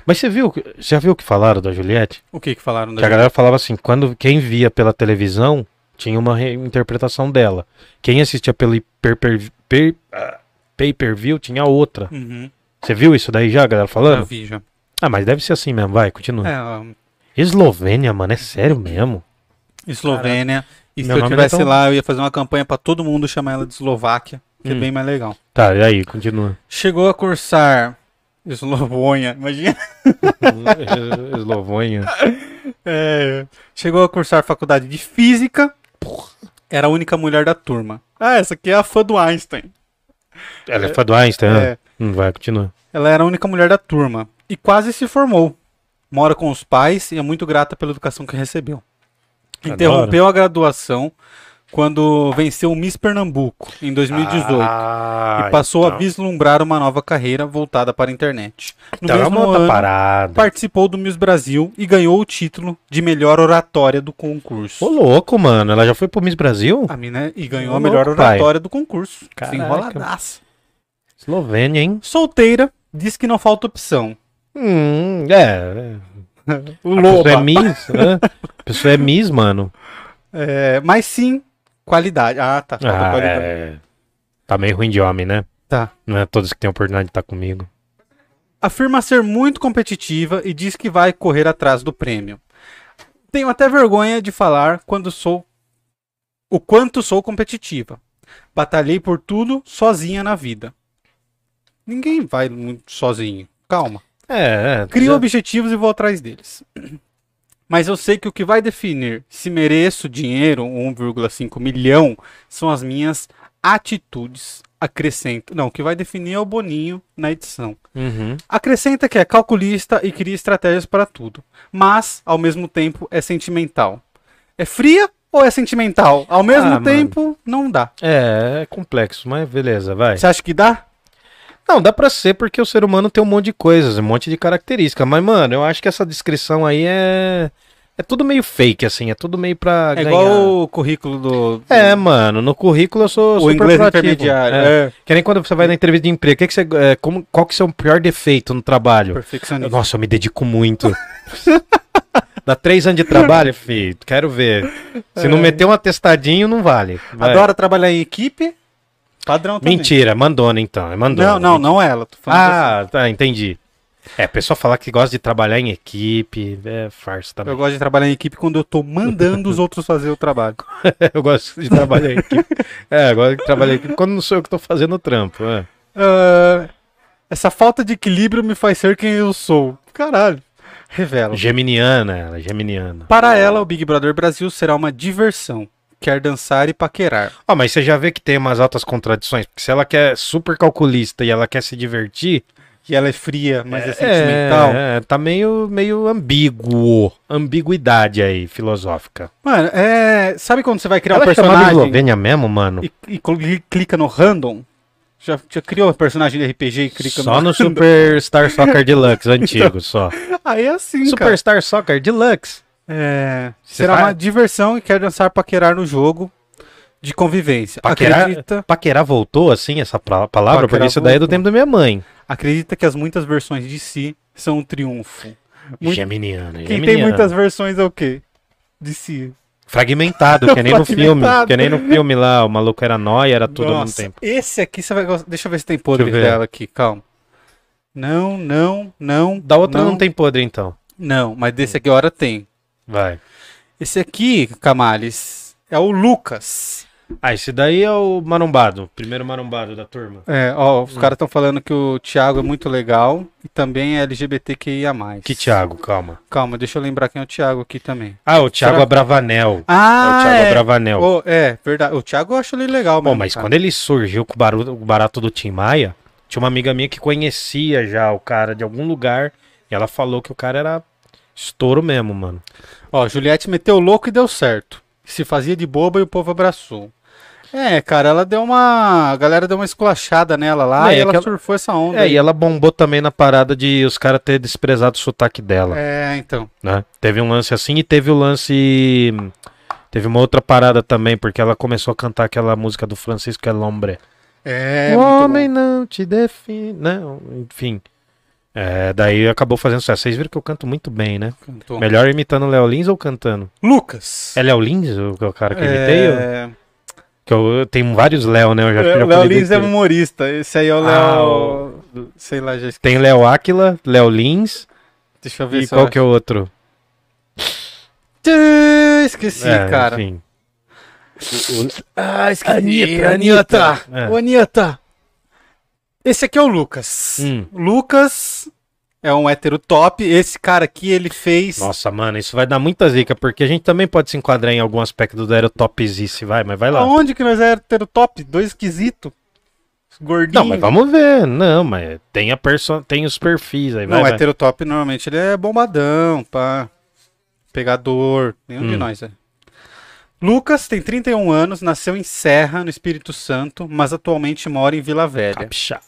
Speaker 2: Mas você viu, que- você já viu o que falaram da Juliette?
Speaker 1: O que que falaram da
Speaker 2: Que a galera falava assim, quando quem via pela televisão tinha uma re- interpretação dela. Quem assistia pelo hiper- per- per- ah, pay-per-view tinha outra.
Speaker 1: Uhum.
Speaker 2: Você viu isso daí já, a galera
Speaker 1: Eu
Speaker 2: falando?
Speaker 1: vi já.
Speaker 2: Ah, mas deve ser assim mesmo, vai, continua.
Speaker 1: É, um,
Speaker 2: Eslovênia, mano, é sério mesmo?
Speaker 1: Eslovênia. E
Speaker 2: Meu
Speaker 1: se eu
Speaker 2: nome é
Speaker 1: tivesse
Speaker 2: tão-
Speaker 1: lá, eu ia fazer uma campanha pra todo mundo chamar ela de Eslováquia, que é
Speaker 2: Hum.
Speaker 1: bem mais legal.
Speaker 2: Tá, e aí, *laughs* continua.
Speaker 1: Chegou a cursar Eslovônia, imagina. *laughs*
Speaker 2: Eslovônia.
Speaker 1: É, Chegou a cursar faculdade de física. Era a única mulher da turma. Ah, essa aqui é a fã do Einstein.
Speaker 2: Ela é fã do Einstein, né?
Speaker 1: É,
Speaker 2: Hum, vai, continua.
Speaker 1: ela era a única mulher da turma. E quase se formou. Mora com os pais e é muito grata pela educação que recebeu.
Speaker 2: Adoro.
Speaker 1: Interrompeu a graduação quando venceu o Miss Pernambuco em 2018.
Speaker 2: Ah,
Speaker 1: e passou
Speaker 2: então.
Speaker 1: a vislumbrar uma nova carreira voltada para a internet. No
Speaker 2: Então é
Speaker 1: mesmo
Speaker 2: uma outra
Speaker 1: ano,
Speaker 2: parada.
Speaker 1: participou do Miss Brasil e ganhou o título de melhor oratória do concurso.
Speaker 2: Ô, louco, mano, ela já foi pro Miss Brasil?
Speaker 1: A mina e ganhou
Speaker 2: Ô,
Speaker 1: a melhor
Speaker 2: louco, pai.
Speaker 1: oratória do concurso.
Speaker 2: Caraca.
Speaker 1: Desenroladaça.
Speaker 2: Eslovênia, hein?
Speaker 1: Solteira, diz que não falta opção.
Speaker 2: Hum, é, é.
Speaker 1: *laughs* O
Speaker 2: A pessoa é Miss, né? A pessoa é Miss, mano.
Speaker 1: É, mas sim, qualidade. Ah, tá. falta
Speaker 2: Ah,
Speaker 1: qualidade.
Speaker 2: é. Tá meio ruim de homem, né?
Speaker 1: Tá.
Speaker 2: Não é todos que têm a oportunidade de estar comigo.
Speaker 1: Afirma ser muito competitiva e diz que vai correr atrás do prêmio. Tenho até vergonha de falar quando sou o quanto sou competitiva. Batalhei por tudo sozinha na vida. Ninguém vai muito sozinho. Calma.
Speaker 2: É, é.
Speaker 1: Crio
Speaker 2: já-
Speaker 1: objetivos e vou atrás deles. Mas eu sei que o que vai definir se mereço dinheiro, 1,5 milhão, são as minhas atitudes. Acrescento. Não, o que vai definir é o Boninho na edição.
Speaker 2: Uhum.
Speaker 1: Acrescenta que é calculista e cria estratégias para tudo, mas ao mesmo tempo é sentimental. É fria ou é sentimental? Ao mesmo
Speaker 2: Ah, mano.
Speaker 1: tempo, não dá.
Speaker 2: É, é complexo, mas beleza, vai.
Speaker 1: Você acha que dá?
Speaker 2: Não, dá pra ser porque o ser humano tem um monte de coisas, um monte de características. Mas, mano, eu acho que essa descrição aí é. É tudo meio fake, assim. É tudo meio pra.
Speaker 1: É
Speaker 2: ganhar.
Speaker 1: igual o currículo do, do-
Speaker 2: É, mano, no currículo eu sou
Speaker 1: o inglês
Speaker 2: proativo.
Speaker 1: intermediário.
Speaker 2: É.
Speaker 1: É.
Speaker 2: Que nem quando você vai na entrevista de emprego, que que você, é, como, qual que é o seu pior defeito no trabalho? Eu,
Speaker 1: Perfeccionista.
Speaker 2: Nossa, eu me dedico muito. *laughs* Dá três anos de trabalho, filho. Quero ver. Se
Speaker 1: É.
Speaker 2: não meter um atestadinho, não vale. Vai.
Speaker 1: Adora trabalhar em equipe. Padrão também.
Speaker 2: Mentira, é mandona então. É mandona.
Speaker 1: Não, não, não ela. Tô falando
Speaker 2: Ah, tá, entendi. É, pessoa falar que gosta de trabalhar em equipe, é farsa
Speaker 1: assim. Eu
Speaker 2: também.
Speaker 1: gosto de trabalhar em equipe quando eu tô mandando os outros fazer o trabalho.
Speaker 2: *laughs* Eu, gosto de trabalhar em equipe. É, eu gosto de trabalhar em equipe quando não sou eu que tô fazendo o trampo. é.
Speaker 1: Ah, essa falta de equilíbrio me faz ser quem eu sou. Caralho. Revela.
Speaker 2: Geminiana, ela, é geminiana.
Speaker 1: Para ela, o Big Brother Brasil será uma diversão. Quer dançar e paquerar.
Speaker 2: Ó, Ah, mas você já vê que tem umas altas contradições, porque se ela quer super calculista e ela quer se divertir,
Speaker 1: E ela é fria, mas é,
Speaker 2: é,
Speaker 1: sentimental.
Speaker 2: é, tá meio, meio ambíguo. Ambiguidade aí, filosófica.
Speaker 1: Mano, é. Sabe quando você vai criar
Speaker 2: ela
Speaker 1: um
Speaker 2: chamava
Speaker 1: personagem
Speaker 2: Eslovênia mesmo, mano?
Speaker 1: e, e col- e clica no random? Já, já criou um personagem de RPG e clica
Speaker 2: Só no
Speaker 1: random? *laughs*
Speaker 2: Superstar Soccer Deluxe, antigo só.
Speaker 1: Aí é assim, cara.
Speaker 2: Superstar Soccer Deluxe.
Speaker 1: É,
Speaker 2: Você
Speaker 1: será
Speaker 2: tá-
Speaker 1: uma diversão e quer dançar paquerar no jogo de convivência.
Speaker 2: Paquerar-
Speaker 1: Acredita,
Speaker 2: Paquerar voltou, assim, essa pra- palavra? Porque
Speaker 1: Paquerar
Speaker 2: isso daí é do
Speaker 1: voltou.
Speaker 2: tempo da minha mãe.
Speaker 1: acredita que as muitas versões de si são um triunfo. Muito-
Speaker 2: é Geminiano,
Speaker 1: Quem tem muitas versões é o quê? De si.
Speaker 2: Fragmentado, que nem no filme.
Speaker 1: *laughs* Fragmentado.
Speaker 2: Que nem no filme lá, o maluco era nóia, era tudo ao mesmo
Speaker 1: Nossa,
Speaker 2: tempo.
Speaker 1: Esse aqui você vai gostar. Deixa eu ver se tem podre
Speaker 2: Deixa eu ver.
Speaker 1: dela aqui, calma. Não, não, não.
Speaker 2: Da outra não,
Speaker 1: não
Speaker 2: tem podre, então.
Speaker 1: Não, mas desse aqui hora tem.
Speaker 2: Vai.
Speaker 1: Esse aqui, Camales, é o Lucas.
Speaker 2: Ah, esse daí é o marombado, o primeiro marombado da turma.
Speaker 1: É, ó,
Speaker 2: Hum.
Speaker 1: os caras estão falando que o Thiago é muito legal e também é LGBTQIA.
Speaker 2: Que Thiago, calma.
Speaker 1: Calma, deixa eu lembrar quem é o Thiago aqui também.
Speaker 2: Ah, o Thiago
Speaker 1: Será-
Speaker 2: Abravanel. É o
Speaker 1: Ah,
Speaker 2: Thiago
Speaker 1: é.
Speaker 2: Abravanel.
Speaker 1: Ô, é, verdade. O Thiago eu acho ele legal,
Speaker 2: Bom,
Speaker 1: mesmo,
Speaker 2: mas
Speaker 1: cara.
Speaker 2: quando ele surgiu com o, barulho, o barato do Tim Maia, tinha uma amiga minha que conhecia já o cara de algum lugar e ela falou que o cara era estouro mesmo, mano.
Speaker 1: Ó, Juliette meteu louco e deu certo. Se fazia de boba e o povo abraçou. É, cara, ela deu uma. A galera deu uma esculachada nela lá
Speaker 2: É,
Speaker 1: e
Speaker 2: é
Speaker 1: ela
Speaker 2: que ela-
Speaker 1: surfou essa onda.
Speaker 2: É,
Speaker 1: aí.
Speaker 2: e ela bombou também na parada de os caras ter desprezado o sotaque dela,
Speaker 1: É, então.
Speaker 2: né? Teve um lance assim e teve o lance. Teve uma outra parada também, porque ela começou a cantar aquela música do Francisco Elombre.
Speaker 1: É,
Speaker 2: o
Speaker 1: muito bom.
Speaker 2: Um homem não te define. Não, enfim. É, daí acabou fazendo sucesso. Vocês viram que eu canto muito bem, né?
Speaker 1: Cantou.
Speaker 2: Melhor imitando o Léo Lins ou cantando?
Speaker 1: Lucas.
Speaker 2: É Léo Lins o, o cara que eu imitei? Eu-
Speaker 1: É,
Speaker 2: Que eu, eu tenho vários Léo, né? Eu já,
Speaker 1: é,
Speaker 2: já
Speaker 1: o Léo
Speaker 2: apelidei
Speaker 1: Lins é
Speaker 2: tudo.
Speaker 1: humorista. Esse aí é o Léo.
Speaker 2: Ah,
Speaker 1: Sei lá, já esqueci.
Speaker 2: Tem Léo Áquila, Léo Lins
Speaker 1: Deixa eu ver
Speaker 2: e
Speaker 1: se
Speaker 2: qual
Speaker 1: eu
Speaker 2: que é o outro?
Speaker 1: Tchê, Esqueci,
Speaker 2: É,
Speaker 1: cara.
Speaker 2: enfim.
Speaker 1: Ah, esqueci.
Speaker 2: Anitta.
Speaker 1: Anitta.
Speaker 2: É.
Speaker 1: Ô, Anitta. Esse aqui é o Lucas.
Speaker 2: Hum.
Speaker 1: Lucas é um hétero top. Esse cara aqui, ele fez.
Speaker 2: Nossa, mano, isso vai dar muita zica, porque a gente também pode se enquadrar em algum aspecto do Aerotopizice, vai, mas vai lá.
Speaker 1: Aonde que nós é hétero top? Dois esquisito. Gordinho.
Speaker 2: Não, mas vamos ver. Não, mas tem a perso... tem os perfis aí, vai.
Speaker 1: Não,
Speaker 2: vai.
Speaker 1: hétero top normalmente ele é bombadão, pá. Pegador. Nenhum de
Speaker 2: Hum.
Speaker 1: nós é. Lucas tem 31 anos, nasceu em Serra, no Espírito Santo, mas atualmente mora em Vila Velha.
Speaker 2: Capixaba.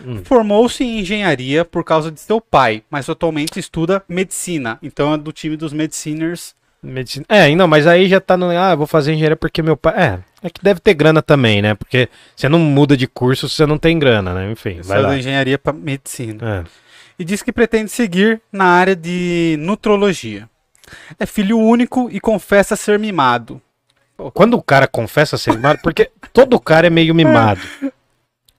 Speaker 2: Hum.
Speaker 1: Formou-se em engenharia por causa de seu pai, mas atualmente estuda medicina. Então é do time dos mediciners.
Speaker 2: Medicina. É, não, mas aí já tá no. Ah, eu vou fazer engenharia porque meu pai. É, é que deve ter grana também, né? Porque você não muda de curso se você não tem grana, né? Enfim, vai
Speaker 1: Saiu
Speaker 2: lá.
Speaker 1: da engenharia para medicina.
Speaker 2: É.
Speaker 1: E diz que pretende seguir na área de nutrologia. É filho único e confessa ser mimado.
Speaker 2: É. Quando o cara confessa ser mimado, porque todo cara é
Speaker 1: *laughs*
Speaker 2: meio mimado.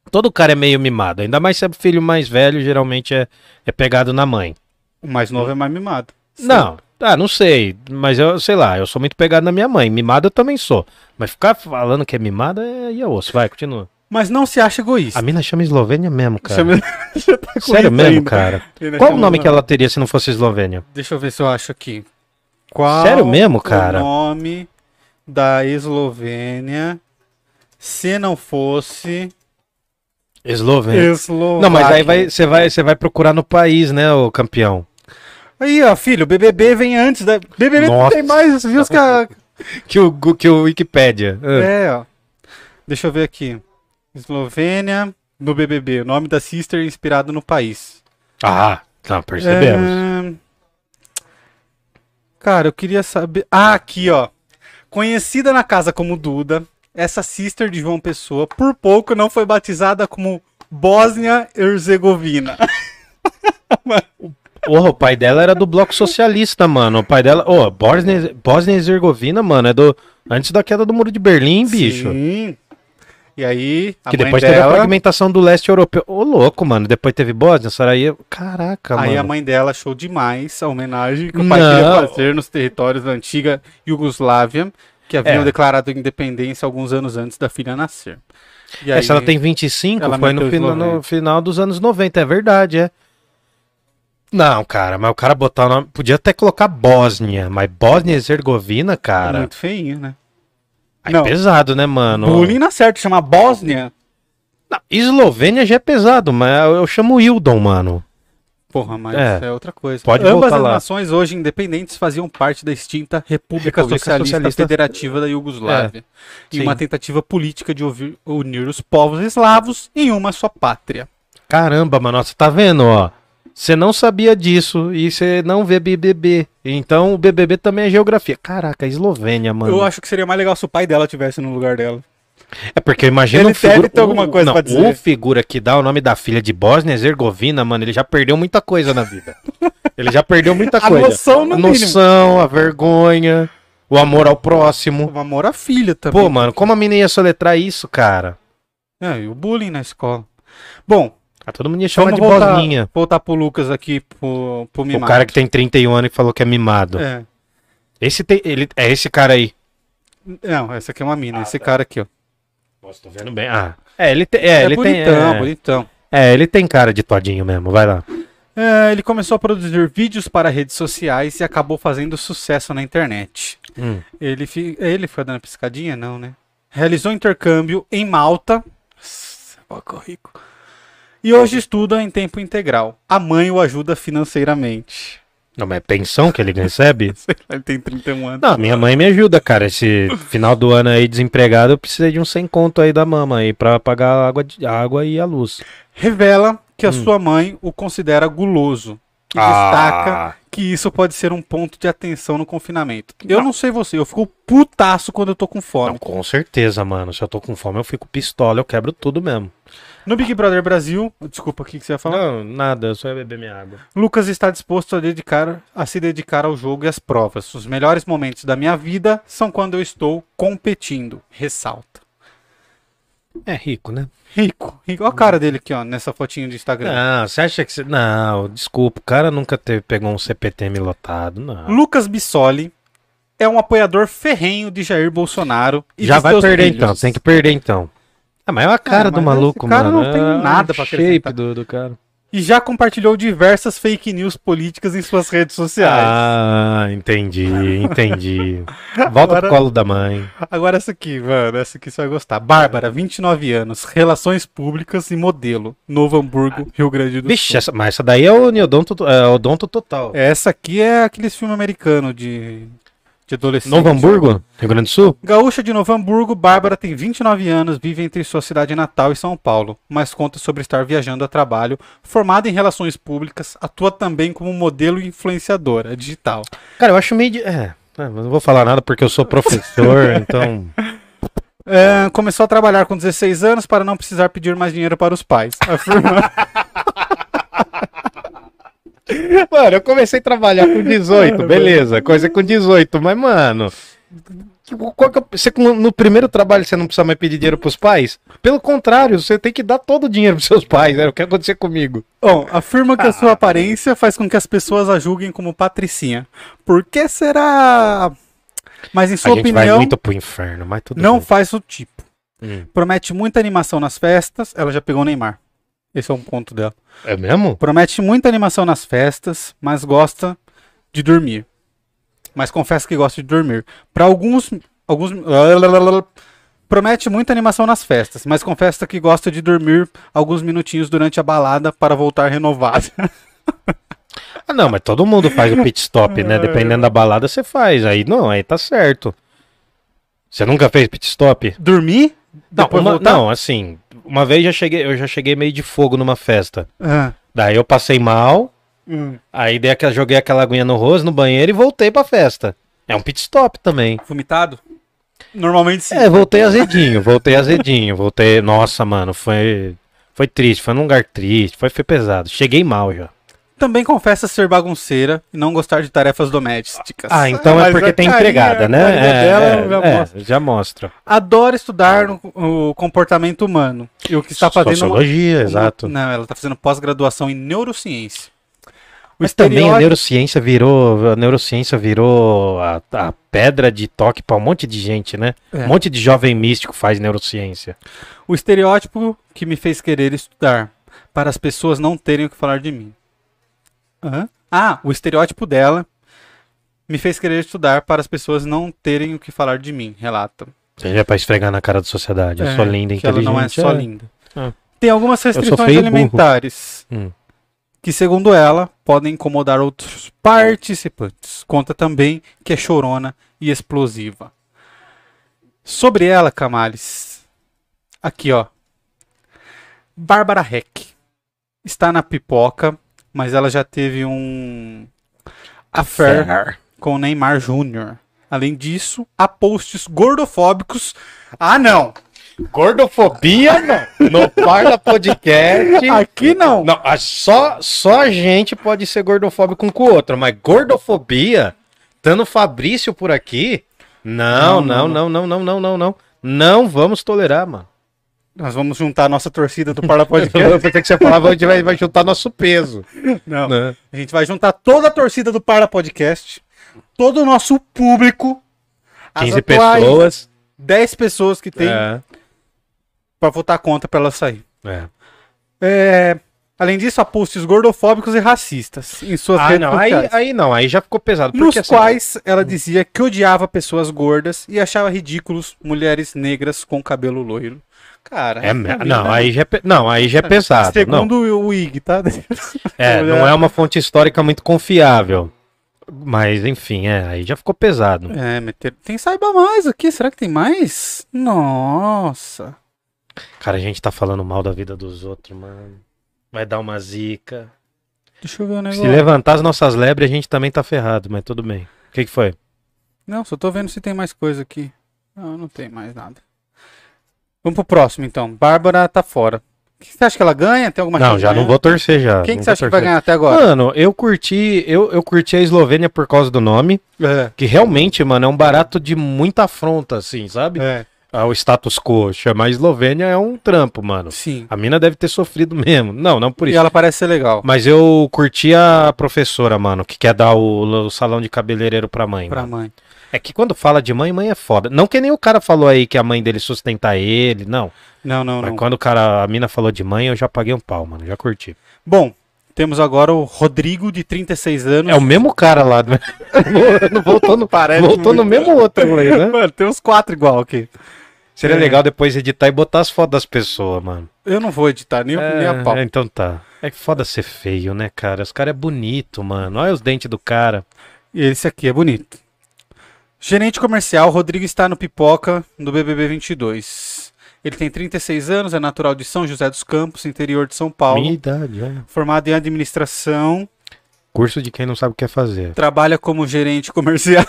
Speaker 2: Todo cara é meio mimado. Ainda mais se é filho mais velho, geralmente é, é pegado na mãe.
Speaker 1: O mais novo é mais mimado.
Speaker 2: Não, ah, não sei. Mas eu sei lá, eu sou muito pegado na minha mãe. Mimado eu também sou. Mas ficar falando que é mimado é aí é osso. Vai, continua.
Speaker 1: Mas não se acha egoísta.
Speaker 2: A mina chama Eslovênia mesmo, cara.
Speaker 1: Chama- Já tá com
Speaker 2: Sério
Speaker 1: isso
Speaker 2: mesmo,
Speaker 1: ainda.
Speaker 2: cara.
Speaker 1: Ele
Speaker 2: Qual o
Speaker 1: chama-
Speaker 2: nome que ela teria se não fosse Eslovênia?
Speaker 1: Deixa eu ver se eu acho aqui. Qual
Speaker 2: Sério mesmo, cara?
Speaker 1: o nome da Eslovênia se não fosse
Speaker 2: Eslovênia.
Speaker 1: Eslováquia?
Speaker 2: Não, mas aí vai, você, vai, você vai procurar no país, né, ô campeão?
Speaker 1: Aí, ó, filho, o BBB vem antes da... BBB
Speaker 2: Tá Nossa. tá
Speaker 1: tem mais views que a...
Speaker 2: Que o, Gu- que o Wikipédia. Ah.
Speaker 1: É, ó. Deixa eu ver aqui. Eslovênia no BBB. O nome da sister inspirado no país.
Speaker 2: Ah, tá, percebemos.
Speaker 1: É, Cara, eu queria saber. Ah, aqui, ó. Conhecida na casa como Duda, essa sister de João Pessoa, por pouco não foi batizada como Bósnia-Herzegovina.
Speaker 2: Porra, o pai dela era do Bloco Socialista, mano. O pai dela. Ô, Bósnia Bósnia e Herzegovina, mano, é do. Antes da queda do Muro de Berlim, bicho.
Speaker 1: Sim. E aí, a
Speaker 2: Que
Speaker 1: mãe
Speaker 2: depois teve a
Speaker 1: dela.
Speaker 2: fragmentação do leste europeu. Ô, louco, mano. Depois teve Bósnia, Sarajevo. Caraca,
Speaker 1: Aí
Speaker 2: mano.
Speaker 1: a mãe dela achou demais a homenagem que o pai
Speaker 2: Não.
Speaker 1: queria fazer nos territórios da antiga Iugoslávia, que haviam
Speaker 2: É.
Speaker 1: declarado independência alguns anos antes da filha nascer. E
Speaker 2: Essa ela tem 25,
Speaker 1: Ela
Speaker 2: foi no,
Speaker 1: meteu
Speaker 2: fina- no
Speaker 1: Eslovênia.
Speaker 2: final dos anos 90, é verdade, é. Não, cara, mas o cara botar o nome. Podia até colocar Bósnia, mas Bósnia e Herzegovina,
Speaker 1: É
Speaker 2: cara.
Speaker 1: muito feinho, né?
Speaker 2: Aí
Speaker 1: não.
Speaker 2: é pesado, né, mano?
Speaker 1: Bullying na certa, chama Bósnia.
Speaker 2: Não, Eslovênia já é pesado, mas eu chamo Hildon, mano.
Speaker 1: Porra, mas
Speaker 2: É.
Speaker 1: é, outra coisa.
Speaker 2: Pode
Speaker 1: Ambas
Speaker 2: voltar
Speaker 1: as
Speaker 2: lá.
Speaker 1: nações hoje independentes faziam parte da extinta República,
Speaker 2: República
Speaker 1: Socialista,
Speaker 2: Socialista. É.
Speaker 1: Federativa da Iugoslávia. em
Speaker 2: sim.
Speaker 1: uma tentativa política de ouvir- unir os povos eslavos em uma só pátria.
Speaker 2: Caramba, mano, nossa, tá vendo, ó? Você não sabia disso e você não vê BBB. Então o BBB também é geografia. Caraca, Eslovênia, mano.
Speaker 1: Eu acho que seria mais legal se o pai dela tivesse no lugar dela.
Speaker 2: É porque eu imagino
Speaker 1: Ele
Speaker 2: o figura...
Speaker 1: deve ter alguma
Speaker 2: o-
Speaker 1: coisa
Speaker 2: não,
Speaker 1: pra dizer.
Speaker 2: O figura que dá o nome da filha de Bósnia e Herzegovina, mano, ele já perdeu muita coisa na
Speaker 1: *laughs*
Speaker 2: vida. Ele já perdeu muita
Speaker 1: A
Speaker 2: coisa.
Speaker 1: noção, no
Speaker 2: a noção, a vergonha, o amor ao próximo.
Speaker 1: O amor à filha também.
Speaker 2: Pô, mano, como a menina ia soletrar isso, cara?
Speaker 1: É, e o bullying na escola. Bom,
Speaker 2: Ah, todo mundo ia chamar
Speaker 1: Vamos
Speaker 2: de
Speaker 1: voltar.
Speaker 2: Bosninha.
Speaker 1: voltar pro Lucas aqui, pro, pro
Speaker 2: O
Speaker 1: mimado.
Speaker 2: cara que tem 31 anos e falou que é mimado.
Speaker 1: É.
Speaker 2: Esse tem, ele, é esse cara aí.
Speaker 1: Não, essa aqui é uma mina.
Speaker 2: Ah,
Speaker 1: esse
Speaker 2: tá.
Speaker 1: cara aqui, ó.
Speaker 2: Nossa, tô vendo bem. Ah. É, ele tem. É, ele
Speaker 1: bonitão,
Speaker 2: tem. É,
Speaker 1: bonitão.
Speaker 2: é, ele tem cara de todinho mesmo, vai lá.
Speaker 1: É, ele começou a produzir vídeos para redes sociais e acabou fazendo sucesso na internet.
Speaker 2: Hum.
Speaker 1: Ele, fi... ele foi dando piscadinha? Não, né? Realizou intercâmbio em Malta. Nossa, boca rico. E hoje estuda em tempo integral. A mãe o ajuda financeiramente.
Speaker 2: Não, mas é pensão que ele
Speaker 1: *laughs*
Speaker 2: recebe?
Speaker 1: Sei lá, ele tem 31 anos.
Speaker 2: Não, minha mãe me ajuda, cara. Esse final do ano aí desempregado, eu precisei de um sem conto aí da mama aí pra pagar a água, de- a água e a luz.
Speaker 1: Revela que a sua mãe o considera guloso. E
Speaker 2: Ah.
Speaker 1: destaca que isso pode ser um ponto de atenção no confinamento. Eu não, sei você, eu fico putaço quando eu tô com
Speaker 2: Ah, Não,
Speaker 1: fome.
Speaker 2: com certeza, mano. Se eu tô com fome, eu fico pistola, eu quebro tudo mesmo.
Speaker 1: No Big Brother Brasil, desculpa, o que, que você ia falar?
Speaker 2: Não, nada, eu só ia beber minha água.
Speaker 1: Lucas está disposto a, dedicar- a se dedicar ao jogo e às provas. Os melhores momentos da minha vida são quando eu estou competindo. Ressalta.
Speaker 2: É rico, né?
Speaker 1: Rico, rico. Olha a cara dele aqui, ó, nessa fotinho de Instagram.
Speaker 2: Não, você acha que você. Não, desculpa, o cara nunca teve, pegou um CPTM lotado, não.
Speaker 1: Lucas Bissoli é um apoiador ferrenho de Jair Bolsonaro. E
Speaker 2: Já
Speaker 1: de
Speaker 2: vai
Speaker 1: seus
Speaker 2: perder
Speaker 1: filhos.
Speaker 2: então, tem que perder então. Ah, mas é a cara
Speaker 1: Cara,
Speaker 2: do
Speaker 1: mas
Speaker 2: maluco,
Speaker 1: esse cara
Speaker 2: mano.
Speaker 1: não tem
Speaker 2: É o
Speaker 1: nada pra
Speaker 2: shape
Speaker 1: acrescentar.
Speaker 2: do, do cara.
Speaker 1: E já compartilhou diversas fake news políticas em suas redes sociais.
Speaker 2: Ah, entendi, *laughs* entendi. Volta
Speaker 1: Agora-
Speaker 2: pro colo da mãe.
Speaker 1: Agora essa aqui, mano, essa aqui você vai gostar. Bárbara, 29 anos, relações públicas e modelo, Novo Hamburgo, Rio Grande do
Speaker 2: Vixe,
Speaker 1: Sul.
Speaker 2: essa, mas essa daí é o neodonto, é, o odonto total.
Speaker 1: Essa aqui é aqueles filmes americanos de, de adolescente.
Speaker 2: Novo Hamburgo, Rio Grande do Sul?
Speaker 1: Gaúcha de Novo Hamburgo, Bárbara tem 29 anos, vive entre sua cidade natal e São Paulo, mas conta sobre estar viajando a trabalho, formada em relações públicas, atua também como modelo e influenciadora digital.
Speaker 2: Cara, eu acho meio. De... É, é, mas não vou falar nada porque eu sou professor, *laughs* então.
Speaker 1: É, começou a trabalhar com 16 anos para não precisar pedir mais dinheiro para os pais.
Speaker 2: *laughs*
Speaker 1: Afirma...
Speaker 2: Mano, eu comecei a trabalhar com 18, beleza, coisa com 18, mas mano. qual que é o- você, com- no primeiro trabalho você não precisa mais pedir dinheiro pros pais? Pelo contrário, você tem que dar todo o dinheiro pros seus pais, era o que aconteceu comigo.
Speaker 1: Bom, afirma que a
Speaker 2: Ah, tá.
Speaker 1: sua aparência faz com que as pessoas a julguem como patricinha. Por que será? Mas em sua
Speaker 2: a gente vai
Speaker 1: opinião,
Speaker 2: muito pro inferno, mas tudo
Speaker 1: não
Speaker 2: bem.
Speaker 1: faz o tipo.
Speaker 2: Hum.
Speaker 1: Promete muita animação nas festas. Ela já pegou o Neymar. Esse é um ponto dela.
Speaker 2: É mesmo?
Speaker 1: Promete muita animação nas festas, mas gosta de dormir. Mas confessa que gosta de dormir. Para alguns. alguns *laughs* promete muita animação nas festas, mas confessa que gosta de dormir alguns minutinhos durante a balada para voltar renovada.
Speaker 2: Ah, não, mas todo mundo faz o pit stop, *laughs* né? Dependendo da balada, você faz. Aí não, aí tá certo. Você nunca fez pit stop?
Speaker 1: *laughs* Dormir?
Speaker 2: Não,
Speaker 1: Depois
Speaker 2: uma-
Speaker 1: voltar?
Speaker 2: não, assim, uma vez já cheguei, eu já cheguei meio de fogo numa festa.
Speaker 1: Ah,
Speaker 2: Daí eu passei mal,
Speaker 1: hum.
Speaker 2: Aí dei aquela, joguei aquela aguinha no rosto, no banheiro e voltei pra festa. É um pit stop também.
Speaker 1: Vomitado? Normalmente sim.
Speaker 2: É, voltei azedinho, voltei azedinho, voltei. Nossa, mano, foi foi triste, foi num lugar triste, foi, foi pesado. Cheguei mal já.
Speaker 1: Também confessa ser bagunceira e não gostar de tarefas domésticas.
Speaker 2: Ah, então é
Speaker 1: Mas
Speaker 2: porque
Speaker 1: a
Speaker 2: tem
Speaker 1: carinha,
Speaker 2: empregada,
Speaker 1: a
Speaker 2: né?
Speaker 1: carinha
Speaker 2: É,
Speaker 1: dela
Speaker 2: é,
Speaker 1: já
Speaker 2: é,
Speaker 1: mostra.
Speaker 2: já mostra.
Speaker 1: Adora estudar no- o comportamento humano. E o que está tá fazendo. uma-
Speaker 2: Sociologia,
Speaker 1: uma-
Speaker 2: exato.
Speaker 1: Não, ela está fazendo pós-graduação em neurociência. O
Speaker 2: Mas também a
Speaker 1: estereótipo-
Speaker 2: neurociência virou, a neurociência virou a, a pedra de toque pra um monte de gente, né?
Speaker 1: É.
Speaker 2: Um monte de jovem místico faz neurociência.
Speaker 1: O estereótipo que me fez querer estudar. Para as pessoas não terem o que falar de mim. Hã? Ah, o estereótipo dela me fez querer estudar para as pessoas não terem o que falar de mim, relata.
Speaker 2: Seja é pra esfregar na cara da sociedade. Eu
Speaker 1: É,
Speaker 2: sou linda,
Speaker 1: que ela
Speaker 2: inteligente.
Speaker 1: não é só
Speaker 2: é.
Speaker 1: linda.
Speaker 2: É.
Speaker 1: Tem algumas
Speaker 2: sou
Speaker 1: restrições
Speaker 2: feio e burro.
Speaker 1: alimentares
Speaker 2: Hum.
Speaker 1: que, segundo ela, podem incomodar outros participantes. Conta também que é chorona e explosiva. Sobre ela, Camales, aqui ó, Bárbara Heck está na pipoca, mas ela já teve um affair com o Neymar Júnior. Além disso, há posts gordofóbicos. Ah, não!
Speaker 2: Gordofobia não. No Parla Podcast.
Speaker 1: Aqui não!
Speaker 2: Não, a- só, só a gente pode ser gordofóbico um com o outro, mas gordofobia, tando Fabrício por aqui. Não, não,
Speaker 1: Não,
Speaker 2: não, não, não, não, não, não. Não vamos tolerar, mano.
Speaker 1: Nós vamos juntar a nossa torcida do Parla Podcast.
Speaker 2: Eu pensei que você falava, a gente vai, vai juntar nosso peso.
Speaker 1: *laughs*
Speaker 2: né?
Speaker 1: Não. A gente vai juntar toda a torcida do Parla Podcast, todo o nosso público, as
Speaker 2: 15
Speaker 1: atuais
Speaker 2: pessoas.
Speaker 1: 10 pessoas que tem,
Speaker 2: É.
Speaker 1: pra votar contra pra ela sair.
Speaker 2: É.
Speaker 1: É, Além disso, há posts gordofóbicos e racistas em suas
Speaker 2: Ah,
Speaker 1: redes
Speaker 2: não, aí,
Speaker 1: sociais.
Speaker 2: aí não, aí já ficou pesado.
Speaker 1: assim. nos
Speaker 2: porque assim,
Speaker 1: quais ela dizia que odiava pessoas gordas e achava ridículos mulheres negras com cabelo loiro. Cara,
Speaker 2: É, me-
Speaker 1: essa
Speaker 2: não,
Speaker 1: mina-
Speaker 2: aí já é, pe- não, aí já é pesado. não.
Speaker 1: Segundo o IG, tá?
Speaker 2: É,
Speaker 1: né?
Speaker 2: não é uma fonte histórica muito confiável. Mas, enfim, é, aí já ficou pesado.
Speaker 1: É, meter... tem saiba mais aqui, será que tem mais? Nossa.
Speaker 2: Cara, a gente tá falando mal da vida dos outros, mano. Vai dar uma zica.
Speaker 1: Deixa eu ver o
Speaker 2: Se
Speaker 1: negócio.
Speaker 2: levantar as nossas lebres, a gente também tá ferrado, mas tudo bem. O que, que foi?
Speaker 1: Não, só tô vendo se tem mais coisa aqui. Não, não tem mais nada. Vamos pro próximo, então. Bárbara tá fora. O que você acha que ela ganha? Tem alguma
Speaker 2: não,
Speaker 1: chance de
Speaker 2: já não
Speaker 1: ganhar?
Speaker 2: vou torcer já.
Speaker 1: é? Quem que
Speaker 2: não
Speaker 1: você
Speaker 2: vou
Speaker 1: acha que vai
Speaker 2: torcer.
Speaker 1: ganhar até agora?
Speaker 2: Mano, eu curti, eu, eu curti a Eslovênia por causa do nome,
Speaker 1: É,
Speaker 2: que realmente, mano, é um barato de muita afronta, assim, sabe?
Speaker 1: é.
Speaker 2: Ah, o status quo, chamar Eslovênia é um trampo, mano.
Speaker 1: Sim.
Speaker 2: A mina deve ter sofrido mesmo. Não, não Ah, por
Speaker 1: E
Speaker 2: isso.
Speaker 1: ela parece ser legal.
Speaker 2: Mas eu curti a professora, mano, que quer dar o, o salão de cabeleireiro pra mãe.
Speaker 1: Pra
Speaker 2: mano.
Speaker 1: mãe.
Speaker 2: É que quando fala de mãe, mãe é foda. Não que nem o cara falou aí que a mãe dele sustenta ele, não.
Speaker 1: Não, não,
Speaker 2: Mas
Speaker 1: não.
Speaker 2: quando o cara, a mina falou de mãe, eu já paguei um pau, mano. Já curti.
Speaker 1: Bom, temos agora o Rodrigo, de 36 anos.
Speaker 2: É o mesmo cara lá. *laughs* né? voltou no, voltou no mesmo outro,
Speaker 1: *laughs*
Speaker 2: né?
Speaker 1: Mano, tem uns quatro igual aqui.
Speaker 2: Seria
Speaker 1: É.
Speaker 2: legal depois editar e botar as fotos das pessoas, mano.
Speaker 1: Eu não vou editar nem, nem a pau.
Speaker 2: É, então tá. É que foda ser feio, né, cara? Os caras é bonito, mano. Olha os dentes do cara.
Speaker 1: E esse aqui é bonito. Gerente comercial, Rodrigo está no Pipoca do BBB 22. Ele tem 36 anos, é natural de São José dos Campos, interior de São Paulo.
Speaker 2: Minha idade, olha.
Speaker 1: Formado em administração,
Speaker 2: Curso de quem não sabe o que é fazer.
Speaker 1: trabalha como gerente comercial.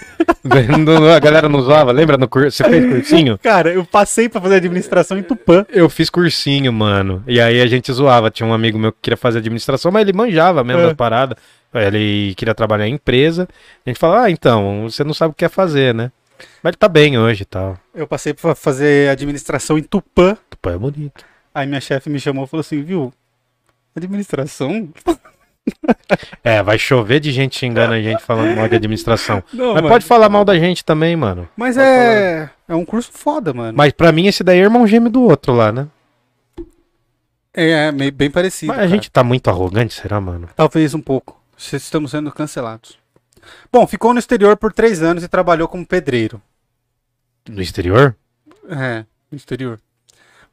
Speaker 1: *laughs*
Speaker 2: a galera *laughs* não usava, lembra no curso? Você fez cursinho?
Speaker 1: Cara, eu passei pra fazer administração em Tupã.
Speaker 2: Eu fiz cursinho, mano. E aí a gente zoava. Tinha um amigo meu que queria fazer administração, mas ele manjava mesmo
Speaker 1: É.
Speaker 2: da parada. Ele queria trabalhar em empresa. A gente falava, ah, então, você não sabe o que é fazer, né? Mas ele tá bem hoje e tal.
Speaker 1: Eu passei pra fazer administração em Tupã.
Speaker 2: Pô, é bonito.
Speaker 1: Aí minha chefe me chamou e falou assim, viu? Administração?
Speaker 2: É, vai chover de gente xingando a gente falando mal de administração.
Speaker 1: Não,
Speaker 2: mas
Speaker 1: mano.
Speaker 2: pode falar mal da gente também, mano.
Speaker 1: Mas é... é um curso foda, mano.
Speaker 2: Mas pra mim esse daí é irmão gêmeo do outro lá, né?
Speaker 1: É, é meio- bem parecido.
Speaker 2: Mas a
Speaker 1: cara.
Speaker 2: gente tá muito arrogante, será, mano?
Speaker 1: Talvez um pouco. Se- Estamos sendo cancelados. Bom, ficou no exterior por três anos e trabalhou como pedreiro.
Speaker 2: No exterior?
Speaker 1: É, no exterior.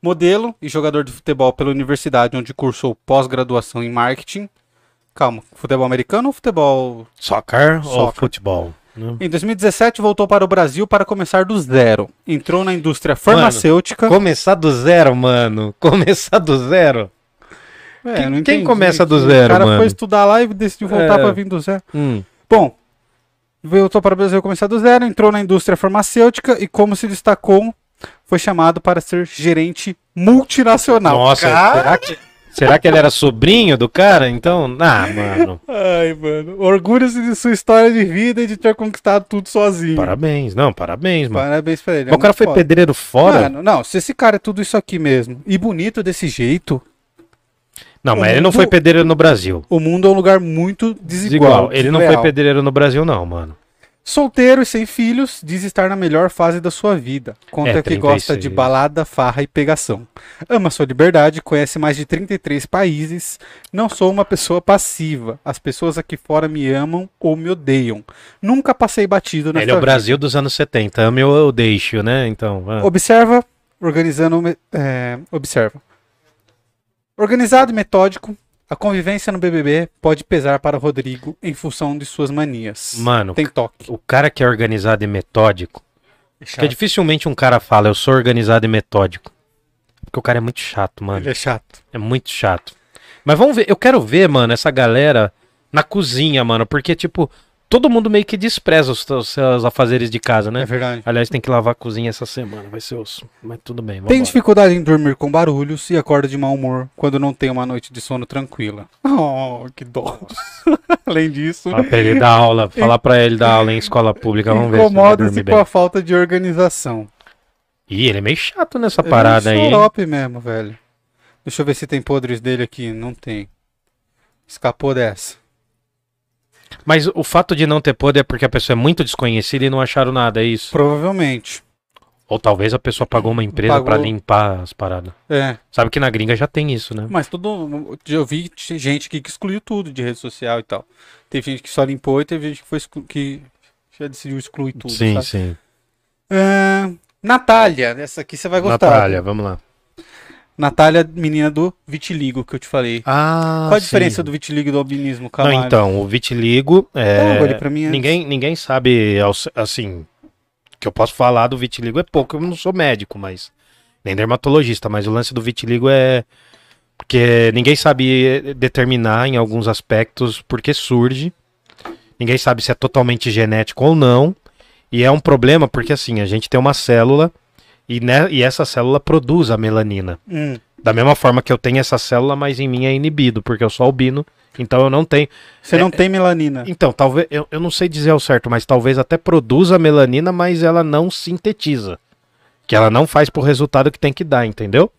Speaker 1: Modelo e jogador de futebol pela universidade onde cursou pós-graduação em marketing. Calma, futebol americano ou futebol.
Speaker 2: Soccer, ou
Speaker 1: Soccer.
Speaker 2: futebol? né?
Speaker 1: Em 2017 voltou para o Brasil para começar do zero. Entrou na indústria farmacêutica.
Speaker 2: Começar do zero, mano. Começar do zero.
Speaker 1: É,
Speaker 2: Quem-
Speaker 1: não
Speaker 2: quem
Speaker 1: entendi
Speaker 2: começa do
Speaker 1: aqui.
Speaker 2: zero,
Speaker 1: O cara
Speaker 2: mano?
Speaker 1: foi estudar lá e decidiu voltar
Speaker 2: É.
Speaker 1: para vir do zero. Bom, voltou para o Brasil começar do zero, entrou na indústria farmacêutica e, como se destacou, foi chamado para ser gerente multinacional.
Speaker 2: Nossa, é.
Speaker 1: Cara-
Speaker 2: será que, será que ele era sobrinho do cara? Então, ah, mano.
Speaker 1: Ai, mano. Orgulho-se de sua história de vida e de ter conquistado tudo sozinho.
Speaker 2: Parabéns, não, parabéns, mano.
Speaker 1: Parabéns pra ele.
Speaker 2: Mas o cara foi
Speaker 1: pedreiro.
Speaker 2: pedreiro fora?
Speaker 1: Mano, não, se esse cara é tudo isso aqui mesmo e bonito desse jeito,
Speaker 2: não, mas
Speaker 1: o
Speaker 2: ele não foi
Speaker 1: mundo-
Speaker 2: pedreiro no Brasil.
Speaker 1: o mundo é um lugar muito desigual.
Speaker 2: Desigual. Ele não foi
Speaker 1: desleal.
Speaker 2: pedreiro no Brasil, não, mano.
Speaker 1: Solteiro e sem filhos, diz estar na melhor fase da sua vida. Conta
Speaker 2: É,
Speaker 1: que gosta
Speaker 2: 36.
Speaker 1: de balada, farra e pegação. Ama sua liberdade, conhece mais de 33 países. Não sou uma pessoa passiva. As pessoas aqui fora me amam ou me odeiam. Nunca passei batido na
Speaker 2: Ele é o Brasil dos anos 70. Ame ou eu deixo, né? Então, ah,
Speaker 1: Observa, organizando, me- é, observa. Organizado e metódico, a convivência no BBB pode pesar para o Rodrigo em função de suas manias.
Speaker 2: Mano,
Speaker 1: tem toque.
Speaker 2: o cara que é organizado e metódico. Porque dificilmente um cara fala, eu sou organizado e metódico. Porque o cara é muito chato, mano.
Speaker 1: Ele é chato.
Speaker 2: É muito chato. Mas vamos ver, eu quero ver, mano, essa galera na cozinha, mano, porque, tipo, todo mundo meio que despreza os seus- seus afazeres de casa, né?
Speaker 1: É verdade.
Speaker 2: Aliás, tem que lavar a cozinha essa semana, vai ser osso. Mas tudo bem,
Speaker 1: Tem
Speaker 2: vambora.
Speaker 1: dificuldade em dormir com barulhos e acorda de mau humor quando não tem uma noite de sono tranquila. Oh, que dó. *laughs* Além disso,
Speaker 2: Fala pra ele dar
Speaker 1: *laughs*
Speaker 2: aula, falar pra ele dar aula em escola pública, vamos ver se ele vai
Speaker 1: incomoda-se
Speaker 2: dormir
Speaker 1: com
Speaker 2: bem.
Speaker 1: a falta de organização.
Speaker 2: Ih, ele é meio chato nessa
Speaker 1: Ele é
Speaker 2: parada aí.
Speaker 1: um
Speaker 2: hein?
Speaker 1: xarope mesmo, velho. Deixa eu ver se tem podres dele aqui. Não tem. Escapou dessa.
Speaker 2: Mas o fato de não ter poder é porque a pessoa é muito desconhecida e não acharam nada, é isso?
Speaker 1: Provavelmente.
Speaker 2: Ou talvez a pessoa pagou uma empresa pra
Speaker 1: Pagou.
Speaker 2: limpar as paradas.
Speaker 1: É.
Speaker 2: Sabe que na gringa já tem isso, né?
Speaker 1: Mas todo. Eu vi gente que excluiu tudo de rede social e tal. Teve gente que só limpou e teve gente que, foi exclu- que já decidiu excluir tudo.
Speaker 2: sim,
Speaker 1: sabe?
Speaker 2: sim.
Speaker 1: Ahn, É, Natália, essa aqui você vai gostar.
Speaker 2: Natália, vamos lá.
Speaker 1: Natália, menina do vitiligo que eu te falei.
Speaker 2: Ah,
Speaker 1: Qual a diferença do vitiligo e do albinismo,
Speaker 2: Não,
Speaker 1: Camargo?
Speaker 2: então, o vitiligo
Speaker 1: Pega ele
Speaker 2: é...
Speaker 1: pra mim antes.
Speaker 2: Ninguém, ninguém sabe, ao- assim, que eu posso falar do vitiligo é pouco, eu não sou médico, mas... Nem dermatologista, mas o lance do vitiligo é... Porque ninguém sabe determinar em alguns aspectos porque surge. Ninguém sabe se é totalmente genético ou não. E é um problema porque, assim, a gente tem uma célula e, né, e essa célula produz a melanina.
Speaker 1: Hum,
Speaker 2: Da mesma forma que eu tenho essa célula, mas em mim é inibido, porque eu sou albino. Então eu não tenho.
Speaker 1: Você
Speaker 2: é-
Speaker 1: não tem melanina.
Speaker 2: Então, talvez. Eu, eu não sei dizer ao certo, mas talvez até produza melanina, mas ela não sintetiza. Que ela não faz pro resultado que tem que dar, entendeu?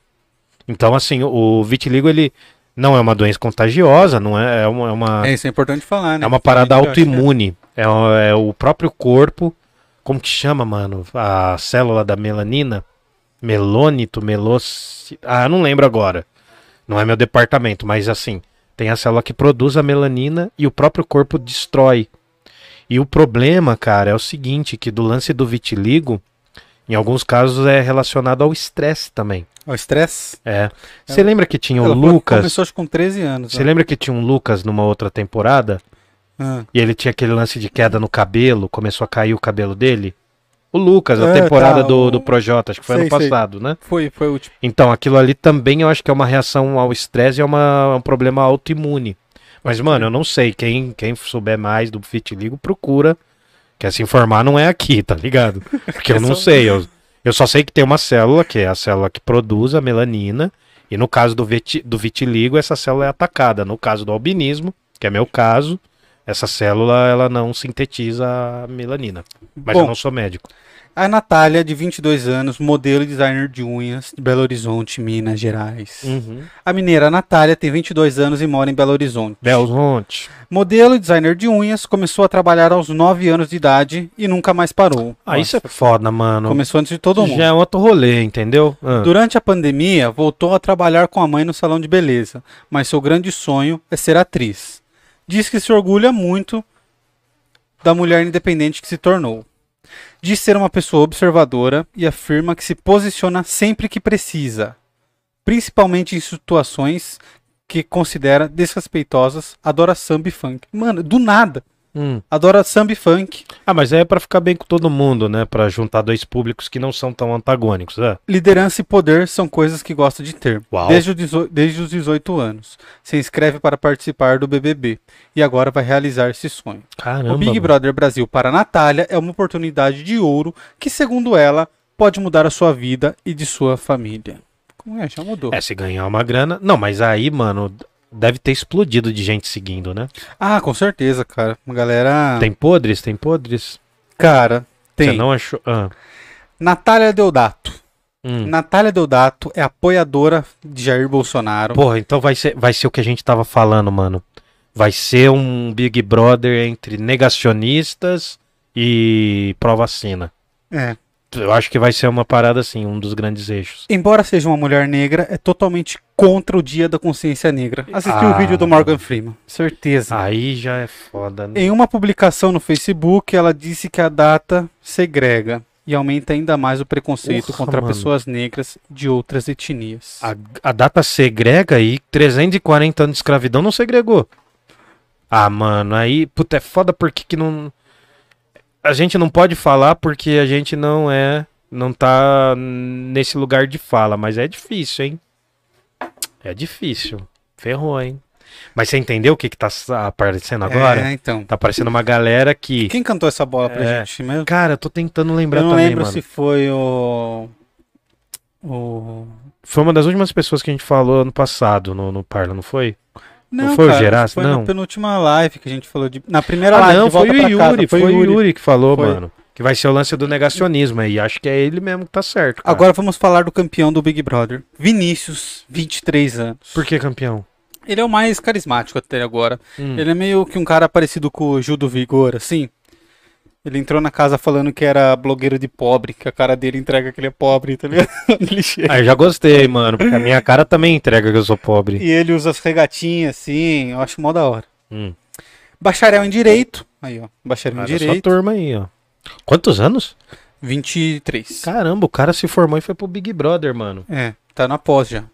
Speaker 2: Então, assim, o vitiligo, ele não é uma doença contagiosa, não é, é uma. É uma,
Speaker 1: É, isso é importante falar, né?
Speaker 2: é uma parada
Speaker 1: Eu acho que é.
Speaker 2: autoimune. É, o- é o próprio corpo. Como que chama, mano? A célula da melanina? Melônito, meloci... Ah, não lembro agora. Não é meu departamento, mas assim, tem a célula que produz a melanina e o próprio corpo destrói. E o problema, cara, é o seguinte, que do lance do vitiligo, em alguns casos é relacionado ao estresse também.
Speaker 1: O né? estresse.
Speaker 2: É. Você lembra que tinha o
Speaker 1: Ela falou que
Speaker 2: Lucas?
Speaker 1: Começou acho que com 13 anos.
Speaker 2: Você
Speaker 1: né?
Speaker 2: lembra que tinha um Lucas numa outra temporada?
Speaker 1: Ah,
Speaker 2: E ele tinha aquele lance de queda no cabelo, começou a cair o cabelo dele. O Lucas, a
Speaker 1: É,
Speaker 2: temporada
Speaker 1: tá,
Speaker 2: do,
Speaker 1: o-
Speaker 2: do Projota, acho que foi ano
Speaker 1: Sei, sei.
Speaker 2: passado, né?
Speaker 1: Foi, foi o último.
Speaker 2: Então, aquilo ali também eu acho que é uma reação ao estresse e é uma- um problema autoimune. Mas, mano, eu não sei. Quem, quem souber mais do Fitligo, procura. Quer se informar, não é aqui, tá ligado? Porque
Speaker 1: *laughs*
Speaker 2: eu
Speaker 1: É
Speaker 2: não
Speaker 1: só-
Speaker 2: sei. Eu, eu só sei que tem uma célula, que é a célula que produz a melanina. E no caso do, viti- do vitiligo, essa célula é atacada. No caso do albinismo, que é meu caso, essa célula ela não sintetiza a melanina. Mas eu
Speaker 1: Bom,
Speaker 2: não sou médico.
Speaker 1: a Natália, de 22 anos, modelo e designer de unhas de Belo Horizonte, Minas Gerais.
Speaker 2: Hum. Uhum.
Speaker 1: A mineira Natália tem 22 anos e mora em Belo Horizonte.
Speaker 2: um Belzonte.
Speaker 1: Modelo e designer de unhas, começou a trabalhar aos 9 anos de idade e nunca mais parou.
Speaker 2: Ah, isso é foda, mano.
Speaker 1: Começou antes de todo mundo.
Speaker 2: Já é outro rolê, entendeu? Ah.
Speaker 1: Durante a pandemia, voltou a trabalhar com a mãe no salão de beleza, mas seu grande sonho é ser atriz. Diz que se orgulha muito da mulher independente que se tornou. Diz ser uma pessoa observadora e afirma que se posiciona sempre que precisa, principalmente em situações que considera desrespeitosas. Adora samba e funk. Mano, do nada.
Speaker 2: Hum.
Speaker 1: Adora samba e funk.
Speaker 2: Ah, mas aí é pra ficar bem com todo mundo, né? Pra juntar dois públicos que não são tão antagônicos, né?
Speaker 1: Liderança e poder são coisas que gosta de ter.
Speaker 2: Uau.
Speaker 1: Desde, o dezo- desde os 18 anos. Se inscreve para participar do BBB. E agora vai realizar esse sonho.
Speaker 2: Caramba.
Speaker 1: o Big
Speaker 2: mano.
Speaker 1: Brother Brasil para a Natália é uma oportunidade de ouro que, segundo ela, pode mudar a sua vida e de sua família. Como é? Já mudou.
Speaker 2: É, se ganhar uma grana. Não, mas aí, mano, deve ter explodido de gente seguindo, né?
Speaker 1: Ah, com certeza, cara. Uma galera.
Speaker 2: Tem podres? Tem podres?
Speaker 1: Cara,
Speaker 2: Você
Speaker 1: Ah. tem.
Speaker 2: não achou. Ah.
Speaker 1: Natália Deodato.
Speaker 2: Hum.
Speaker 1: Natália Deodato é apoiadora de Jair Bolsonaro.
Speaker 2: Porra, então vai ser, vai ser o que a gente tava falando, mano. Vai ser um Big Brother entre negacionistas e pró-vacina.
Speaker 1: É.
Speaker 2: Eu acho que vai ser uma parada assim, um dos grandes eixos.
Speaker 1: Embora seja uma mulher negra, é totalmente contra o Dia da Consciência Negra. Assistiu
Speaker 2: Ah.
Speaker 1: o vídeo do Morgan Freeman. Certeza.
Speaker 2: Aí já é foda, né?
Speaker 1: Em uma publicação no Facebook, ela disse que a data segrega e aumenta ainda mais o preconceito
Speaker 2: Porra,
Speaker 1: contra
Speaker 2: mano.
Speaker 1: pessoas negras de outras etnias.
Speaker 2: A, a data segrega e 340 anos de escravidão não segregou. Ah, mano, aí, puta, é foda porque que não. A gente não pode falar porque a gente não é. Não tá nesse lugar de fala, mas é difícil, hein? É difícil. Ferrou, hein? Mas você entendeu o que, que tá aparecendo agora?
Speaker 1: É, então.
Speaker 2: Tá aparecendo uma galera que.
Speaker 1: Quem cantou essa bola pra
Speaker 2: É.
Speaker 1: gente? Mas eu-
Speaker 2: Cara, eu tô tentando
Speaker 1: eu
Speaker 2: lembrar
Speaker 1: não
Speaker 2: também,
Speaker 1: lembro
Speaker 2: mano.
Speaker 1: se foi o. O.
Speaker 2: Foi uma das últimas pessoas que a gente falou ano passado no, no Parla, não foi?
Speaker 1: Não,
Speaker 2: foi o
Speaker 1: cara,
Speaker 2: Gerassi?
Speaker 1: Foi
Speaker 2: Não.
Speaker 1: na penúltima live que a gente falou de. Na primeira
Speaker 2: Ah,
Speaker 1: live.
Speaker 2: não,
Speaker 1: de volta
Speaker 2: foi o
Speaker 1: pra
Speaker 2: Yuri,
Speaker 1: casa,
Speaker 2: foi o Yuri que falou,
Speaker 1: Foi.
Speaker 2: mano. Que vai ser o lance do negacionismo aí. Acho que é ele mesmo que tá certo. cara.
Speaker 1: Agora vamos falar do campeão do Big Brother. Vinícius, 23 anos.
Speaker 2: Por que campeão?
Speaker 1: Ele é o mais carismático até agora.
Speaker 2: Hum.
Speaker 1: Ele é meio que um cara parecido com o Gil do Vigor, assim. Ele entrou na casa falando que era blogueiro de pobre, que a cara dele entrega que ele é pobre, tá ligado? *laughs* Ele chega.
Speaker 2: Ah, eu já gostei, mano, porque a minha cara também entrega que eu sou pobre.
Speaker 1: E ele usa as regatinhas, assim, eu acho mó da hora.
Speaker 2: Hum.
Speaker 1: Bacharel em Direito. Aí, ó. Bacharel em
Speaker 2: Cara, só
Speaker 1: Direito.
Speaker 2: turma aí, ó. Quantos anos?
Speaker 1: 23.
Speaker 2: Caramba, o cara se formou e foi pro Big Brother, mano.
Speaker 1: É, tá na pós já.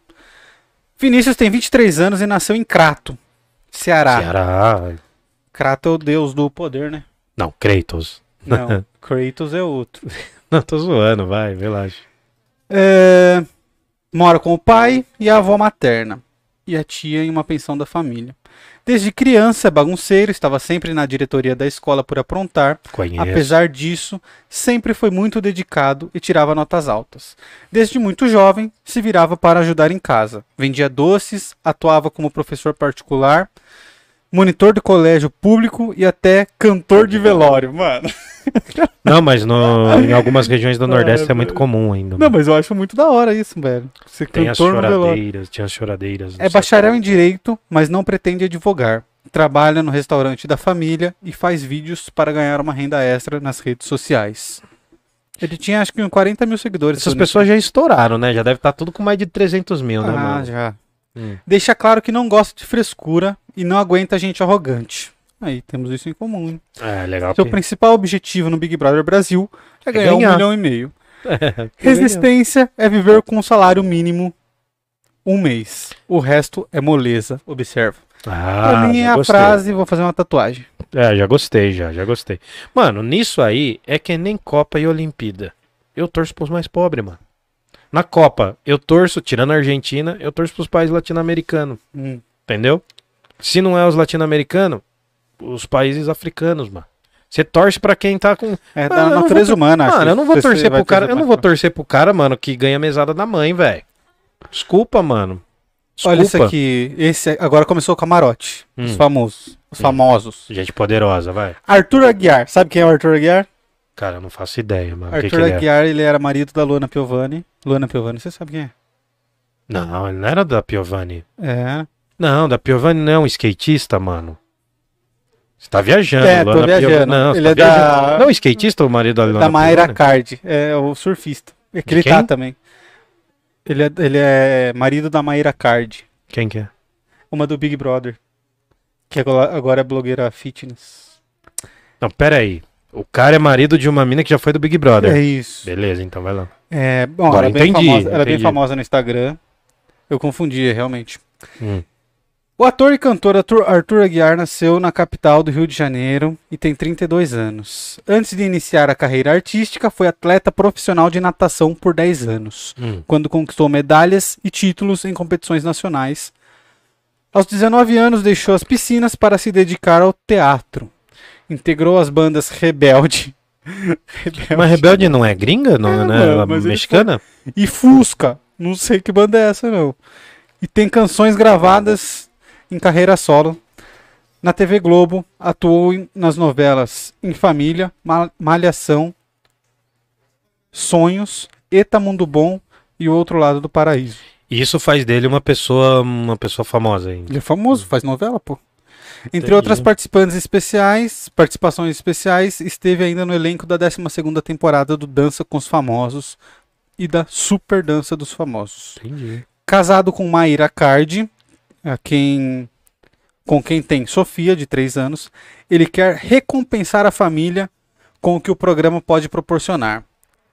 Speaker 1: Vinícius tem 23 anos e nasceu em Crato,
Speaker 2: Ah.
Speaker 1: Ceará.
Speaker 2: Ceará.
Speaker 1: Crato é o deus do poder, né?
Speaker 2: Não, Kratos.
Speaker 1: *laughs* Não, Kratos é outro.
Speaker 2: Não, tô zoando, vai, relaxa.
Speaker 1: É, mora com o pai e a avó materna. E a tia em uma pensão da família. Desde criança, é bagunceiro, estava sempre na diretoria da escola por aprontar.
Speaker 2: Conheço.
Speaker 1: Apesar disso, sempre foi muito dedicado e tirava notas altas. Desde muito jovem, se virava para ajudar em casa. Vendia doces, atuava como professor particular, monitor de colégio público e até cantor de velório, mano.
Speaker 2: Não, mas no- em algumas regiões *laughs* do Nordeste é muito comum ainda.
Speaker 1: Não, mas eu acho muito da hora isso, velho. Ser
Speaker 2: Tem as
Speaker 1: cantor no velório.
Speaker 2: choradeiras, tinha as choradeiras.
Speaker 1: É bacharel em direito, mas não pretende advogar. Trabalha no restaurante da família e faz vídeos para ganhar uma renda extra nas redes sociais. Ele tinha acho que uns 40 mil seguidores.
Speaker 2: Essas
Speaker 1: né?
Speaker 2: pessoas já estouraram, né? Já deve estar tudo com mais de 300 mil, né,
Speaker 1: Ah,
Speaker 2: mano?
Speaker 1: já.
Speaker 2: Hum.
Speaker 1: Deixa claro que não gosta de frescura e não aguenta gente arrogante. Aí temos isso em comum. Hein?
Speaker 2: É, legal.
Speaker 1: Seu
Speaker 2: que-
Speaker 1: principal objetivo no Big Brother Brasil é ganhar,
Speaker 2: ganhar.
Speaker 1: um
Speaker 2: É,
Speaker 1: milhão e meio.
Speaker 2: que legal.
Speaker 1: Resistência é viver com um salário mínimo um mês. O resto é moleza, observa.
Speaker 2: Ah,
Speaker 1: Pra mim é
Speaker 2: já
Speaker 1: a
Speaker 2: gostei.
Speaker 1: frase, vou fazer uma tatuagem.
Speaker 2: É, já gostei, já, já gostei. Mano, nisso aí é que nem Copa e Olimpíada. Eu torço pros mais pobres, mano. Na Copa, eu torço, tirando a Argentina, eu torço pros países latino-americanos,
Speaker 1: Hum.
Speaker 2: entendeu? Se não é os latino-americanos, os países africanos, mano. Você torce pra quem tá com.
Speaker 1: É
Speaker 2: Mano, eu
Speaker 1: da
Speaker 2: não vou
Speaker 1: natureza
Speaker 2: tor-
Speaker 1: humana, acho.
Speaker 2: Mano, eu não vou
Speaker 1: Você
Speaker 2: torcer
Speaker 1: vai
Speaker 2: pro cara. Eu não vou
Speaker 1: torcer.
Speaker 2: torcer pro cara, mano, que ganha mesada da mãe, velho. Desculpa, mano. Desculpa.
Speaker 1: Olha isso aqui. Esse é, agora começou o camarote. Os
Speaker 2: Hum.
Speaker 1: famosos. Os famosos.
Speaker 2: Gente poderosa, vai.
Speaker 1: Arthur Aguiar. Sabe quem é o Arthur Aguiar?
Speaker 2: Cara, eu não faço ideia, mano. O que, que
Speaker 1: Arthur
Speaker 2: ele é?
Speaker 1: Aguiar, ele era marido da Luana Piovani. Luana Piovani, você sabe quem é?
Speaker 2: Não, ele não era da Piovani.
Speaker 1: É.
Speaker 2: Não, da Piovani não, skatista, mano. Você tá viajando,
Speaker 1: É, tô
Speaker 2: Luana Piovani-
Speaker 1: viajando.
Speaker 2: Não, você
Speaker 1: Ele
Speaker 2: tá
Speaker 1: é da-
Speaker 2: viajando. Não, skatista o marido da Luana
Speaker 1: da Mayra
Speaker 2: Piovani?
Speaker 1: Card. É o surfista. É que
Speaker 2: De
Speaker 1: ele tá
Speaker 2: quem?
Speaker 1: também. Ele é, ele é marido da Mayra Card.
Speaker 2: Quem que é?
Speaker 1: Uma do Big Brother. Que agora agora é blogueira fitness.
Speaker 2: Não, pera aí. O cara é marido de uma mina que já foi do Big Brother.
Speaker 1: É isso.
Speaker 2: Beleza, então vai lá.
Speaker 1: É, bom,
Speaker 2: Agora
Speaker 1: ela, é bem
Speaker 2: entendi,
Speaker 1: famosa, ela é bem
Speaker 2: entendi.
Speaker 1: famosa no Instagram. Eu confundi, realmente.
Speaker 2: Hum.
Speaker 1: O ator e cantor Arthur, Arthur Aguiar nasceu na capital do Rio de Janeiro e tem 32 anos. Antes de iniciar a carreira artística, foi atleta profissional de natação por 10 anos,
Speaker 2: Hum.
Speaker 1: quando conquistou medalhas e títulos em competições nacionais. Aos 19 anos, deixou as piscinas para se dedicar ao teatro. Integrou as bandas Rebelde. *laughs* Rebelde.
Speaker 2: Mas Rebelde não é gringa? Não,
Speaker 1: É,
Speaker 2: né?
Speaker 1: mano,
Speaker 2: Ela é
Speaker 1: mas ele
Speaker 2: mexicana?
Speaker 1: e Fusca. Não sei que banda é essa, não. E tem canções gravadas em carreira solo. Na TV Globo, atuou em- nas novelas Em Família, Ma- Malhação, Sonhos, Eta Mundo Bom e O Outro Lado do Paraíso.
Speaker 2: E isso faz dele uma pessoa, uma pessoa famosa ainda.
Speaker 1: Ele é famoso, faz novela, pô. Entre
Speaker 2: Entendi.
Speaker 1: outras participantes especiais, participações especiais, esteve ainda no elenco da 12ª temporada do Dança com os Famosos e da Super Dança dos Famosos.
Speaker 2: Entendi.
Speaker 1: casado com Maíra Cardi, a quem, com quem tem Sofia, de 3 anos. Ele quer recompensar a família com o que o programa pode proporcionar.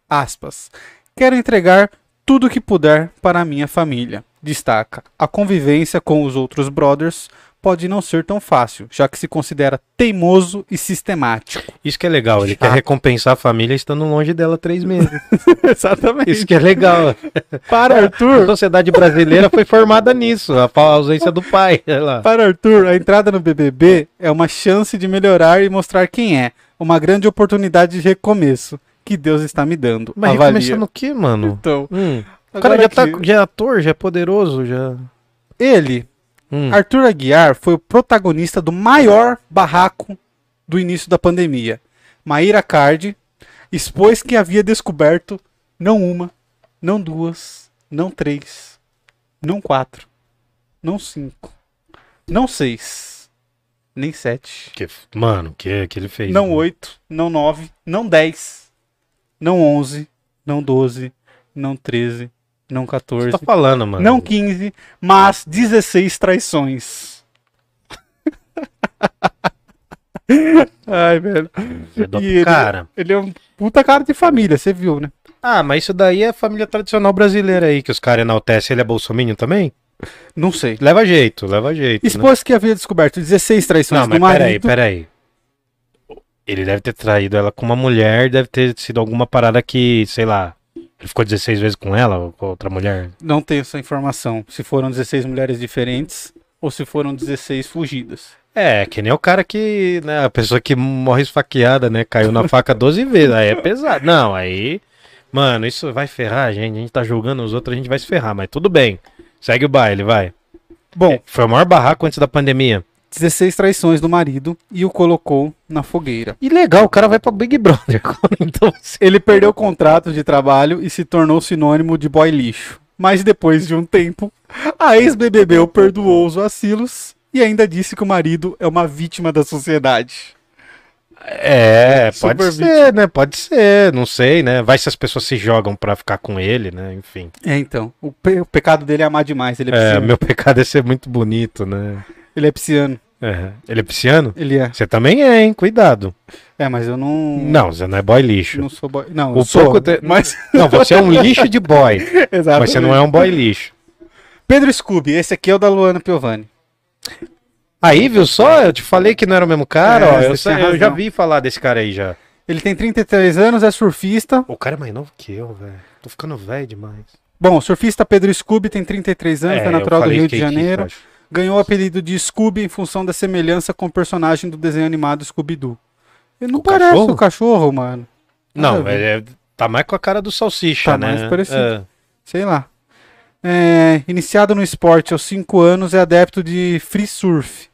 Speaker 1: Aspas. Quero entregar tudo o que puder para a minha família. Destaca a convivência com os outros brothers, pode não ser tão fácil, já que se considera teimoso e
Speaker 2: *laughs*
Speaker 1: sistemático.
Speaker 2: Isso que é legal, ele
Speaker 1: Chato.
Speaker 2: quer recompensar a família estando longe dela
Speaker 1: *laughs*
Speaker 2: três meses.
Speaker 1: Exatamente.
Speaker 2: Isso que é legal. É,
Speaker 1: Para
Speaker 2: A
Speaker 1: Arthur,
Speaker 2: sociedade brasileira foi formada nisso, a fa- ausência do pai. olha lá.
Speaker 1: para Arthur, a entrada no BBB é uma chance de melhorar e mostrar quem é, uma grande oportunidade de recomeço que Deus está me dando.
Speaker 2: Mas
Speaker 1: Avalia.
Speaker 2: recomeçando o quê, mano?
Speaker 1: Então,
Speaker 2: Hum. O
Speaker 1: agora
Speaker 2: cara já, tá,
Speaker 1: aqui,
Speaker 2: já é ator, já é poderoso, já.
Speaker 1: ele,
Speaker 2: Hum.
Speaker 1: Arthur Aguiar, foi o protagonista do maior barraco do início da pandemia. Maíra Cardi expôs que havia descoberto não uma, não duas, não três, não quatro, não cinco, não seis, nem sete.
Speaker 2: Que- mano, que que ele fez?
Speaker 1: Não
Speaker 2: né?
Speaker 1: 8, não 9, não 10, não 11, não 12, não 13, não
Speaker 2: Você
Speaker 1: 14,
Speaker 2: tá falando, mano.
Speaker 1: não 15, mas 16 traições. *laughs* Ai, velho.
Speaker 2: É do-
Speaker 1: E ele-
Speaker 2: Cara.
Speaker 1: Ele é um puta cara de família, você viu, né?
Speaker 2: Ah, mas isso daí é a família tradicional brasileira aí, que os caras enaltecem. Ele é bolsominion também?
Speaker 1: Não sei.
Speaker 2: Leva jeito, leva jeito. né?
Speaker 1: Expôs que havia descoberto 16 traições
Speaker 2: Não,
Speaker 1: do
Speaker 2: mas peraí,
Speaker 1: marido.
Speaker 2: peraí. Ele deve ter traído ela com uma mulher, deve ter sido alguma parada que, sei lá, ele ficou 16 vezes com ela ou com outra mulher.
Speaker 1: Não tenho essa informação. Se foram 16 mulheres diferentes ou se foram 16 fugidas.
Speaker 2: É, que nem o cara que, né, a pessoa que morre esfaqueada, né, caiu na faca 12 vezes, aí é pesado. Não, aí, mano, isso vai ferrar a gente, a gente tá julgando os outros, a gente vai se ferrar, mas tudo bem. Segue o baile, vai.
Speaker 1: Bom,
Speaker 2: Foi o maior barraco antes da pandemia.
Speaker 1: 16 traições do marido e o colocou na fogueira.
Speaker 2: E legal, o cara vai pra Big Brother. *laughs* então, assim,
Speaker 1: Ele perdeu o contrato de trabalho e se tornou sinônimo de boy lixo. Mas depois de um tempo, a ex-BBB o perdoou os vacilos e ainda disse que o marido é uma vítima da sociedade.
Speaker 2: É,
Speaker 1: Super
Speaker 2: pode
Speaker 1: vítima.
Speaker 2: ser, né? Pode ser, não sei, né? Vai se as pessoas se jogam pra ficar com ele, né? Enfim.
Speaker 1: É, então. O, pe- o pecado dele é amar demais. Ele é,
Speaker 2: É,
Speaker 1: pisciano.
Speaker 2: meu *laughs* pecado é ser muito bonito, né?
Speaker 1: Ele é pisciano.
Speaker 2: É. Ele é pisciano?
Speaker 1: Ele é.
Speaker 2: Você também é, hein? Cuidado.
Speaker 1: É, mas eu não.
Speaker 2: Não, você não é boy lixo.
Speaker 1: Não sou boy. Não,
Speaker 2: O
Speaker 1: eu sou. né?
Speaker 2: pouco te-
Speaker 1: Mas. *laughs*
Speaker 2: Não, você é um lixo de boy,
Speaker 1: Exato.
Speaker 2: mas você não é um boy lixo.
Speaker 1: Pedro Scooby, esse aqui é o da Luana Piovani.
Speaker 2: Aí, viu só? Eu te falei que não era o mesmo cara,
Speaker 1: É,
Speaker 2: ó. Eu,
Speaker 1: você
Speaker 2: sei-
Speaker 1: tinha
Speaker 2: eu já
Speaker 1: razão.
Speaker 2: vi falar desse cara aí já.
Speaker 1: Ele tem 33 anos, é surfista,
Speaker 2: O cara é mais novo que eu, velho. Tô ficando velho demais.
Speaker 1: Bom, o surfista Pedro Scooby tem 33 anos, é,
Speaker 2: eu
Speaker 1: natural do
Speaker 2: falei
Speaker 1: Rio de
Speaker 2: que- que-
Speaker 1: Janeiro.
Speaker 2: que-
Speaker 1: Ganhou o apelido de Scooby em função da semelhança com o personagem do desenho animado Scooby-Doo. Ele não
Speaker 2: O
Speaker 1: parece
Speaker 2: cachorro?
Speaker 1: o cachorro, mano. Nada a
Speaker 2: Não,
Speaker 1: ver.
Speaker 2: ele é- tá mais com a cara do salsicha,
Speaker 1: Tá
Speaker 2: né?
Speaker 1: mais parecido.
Speaker 2: É.
Speaker 1: Sei lá. É, iniciado no esporte aos 5 anos, é adepto de free surf.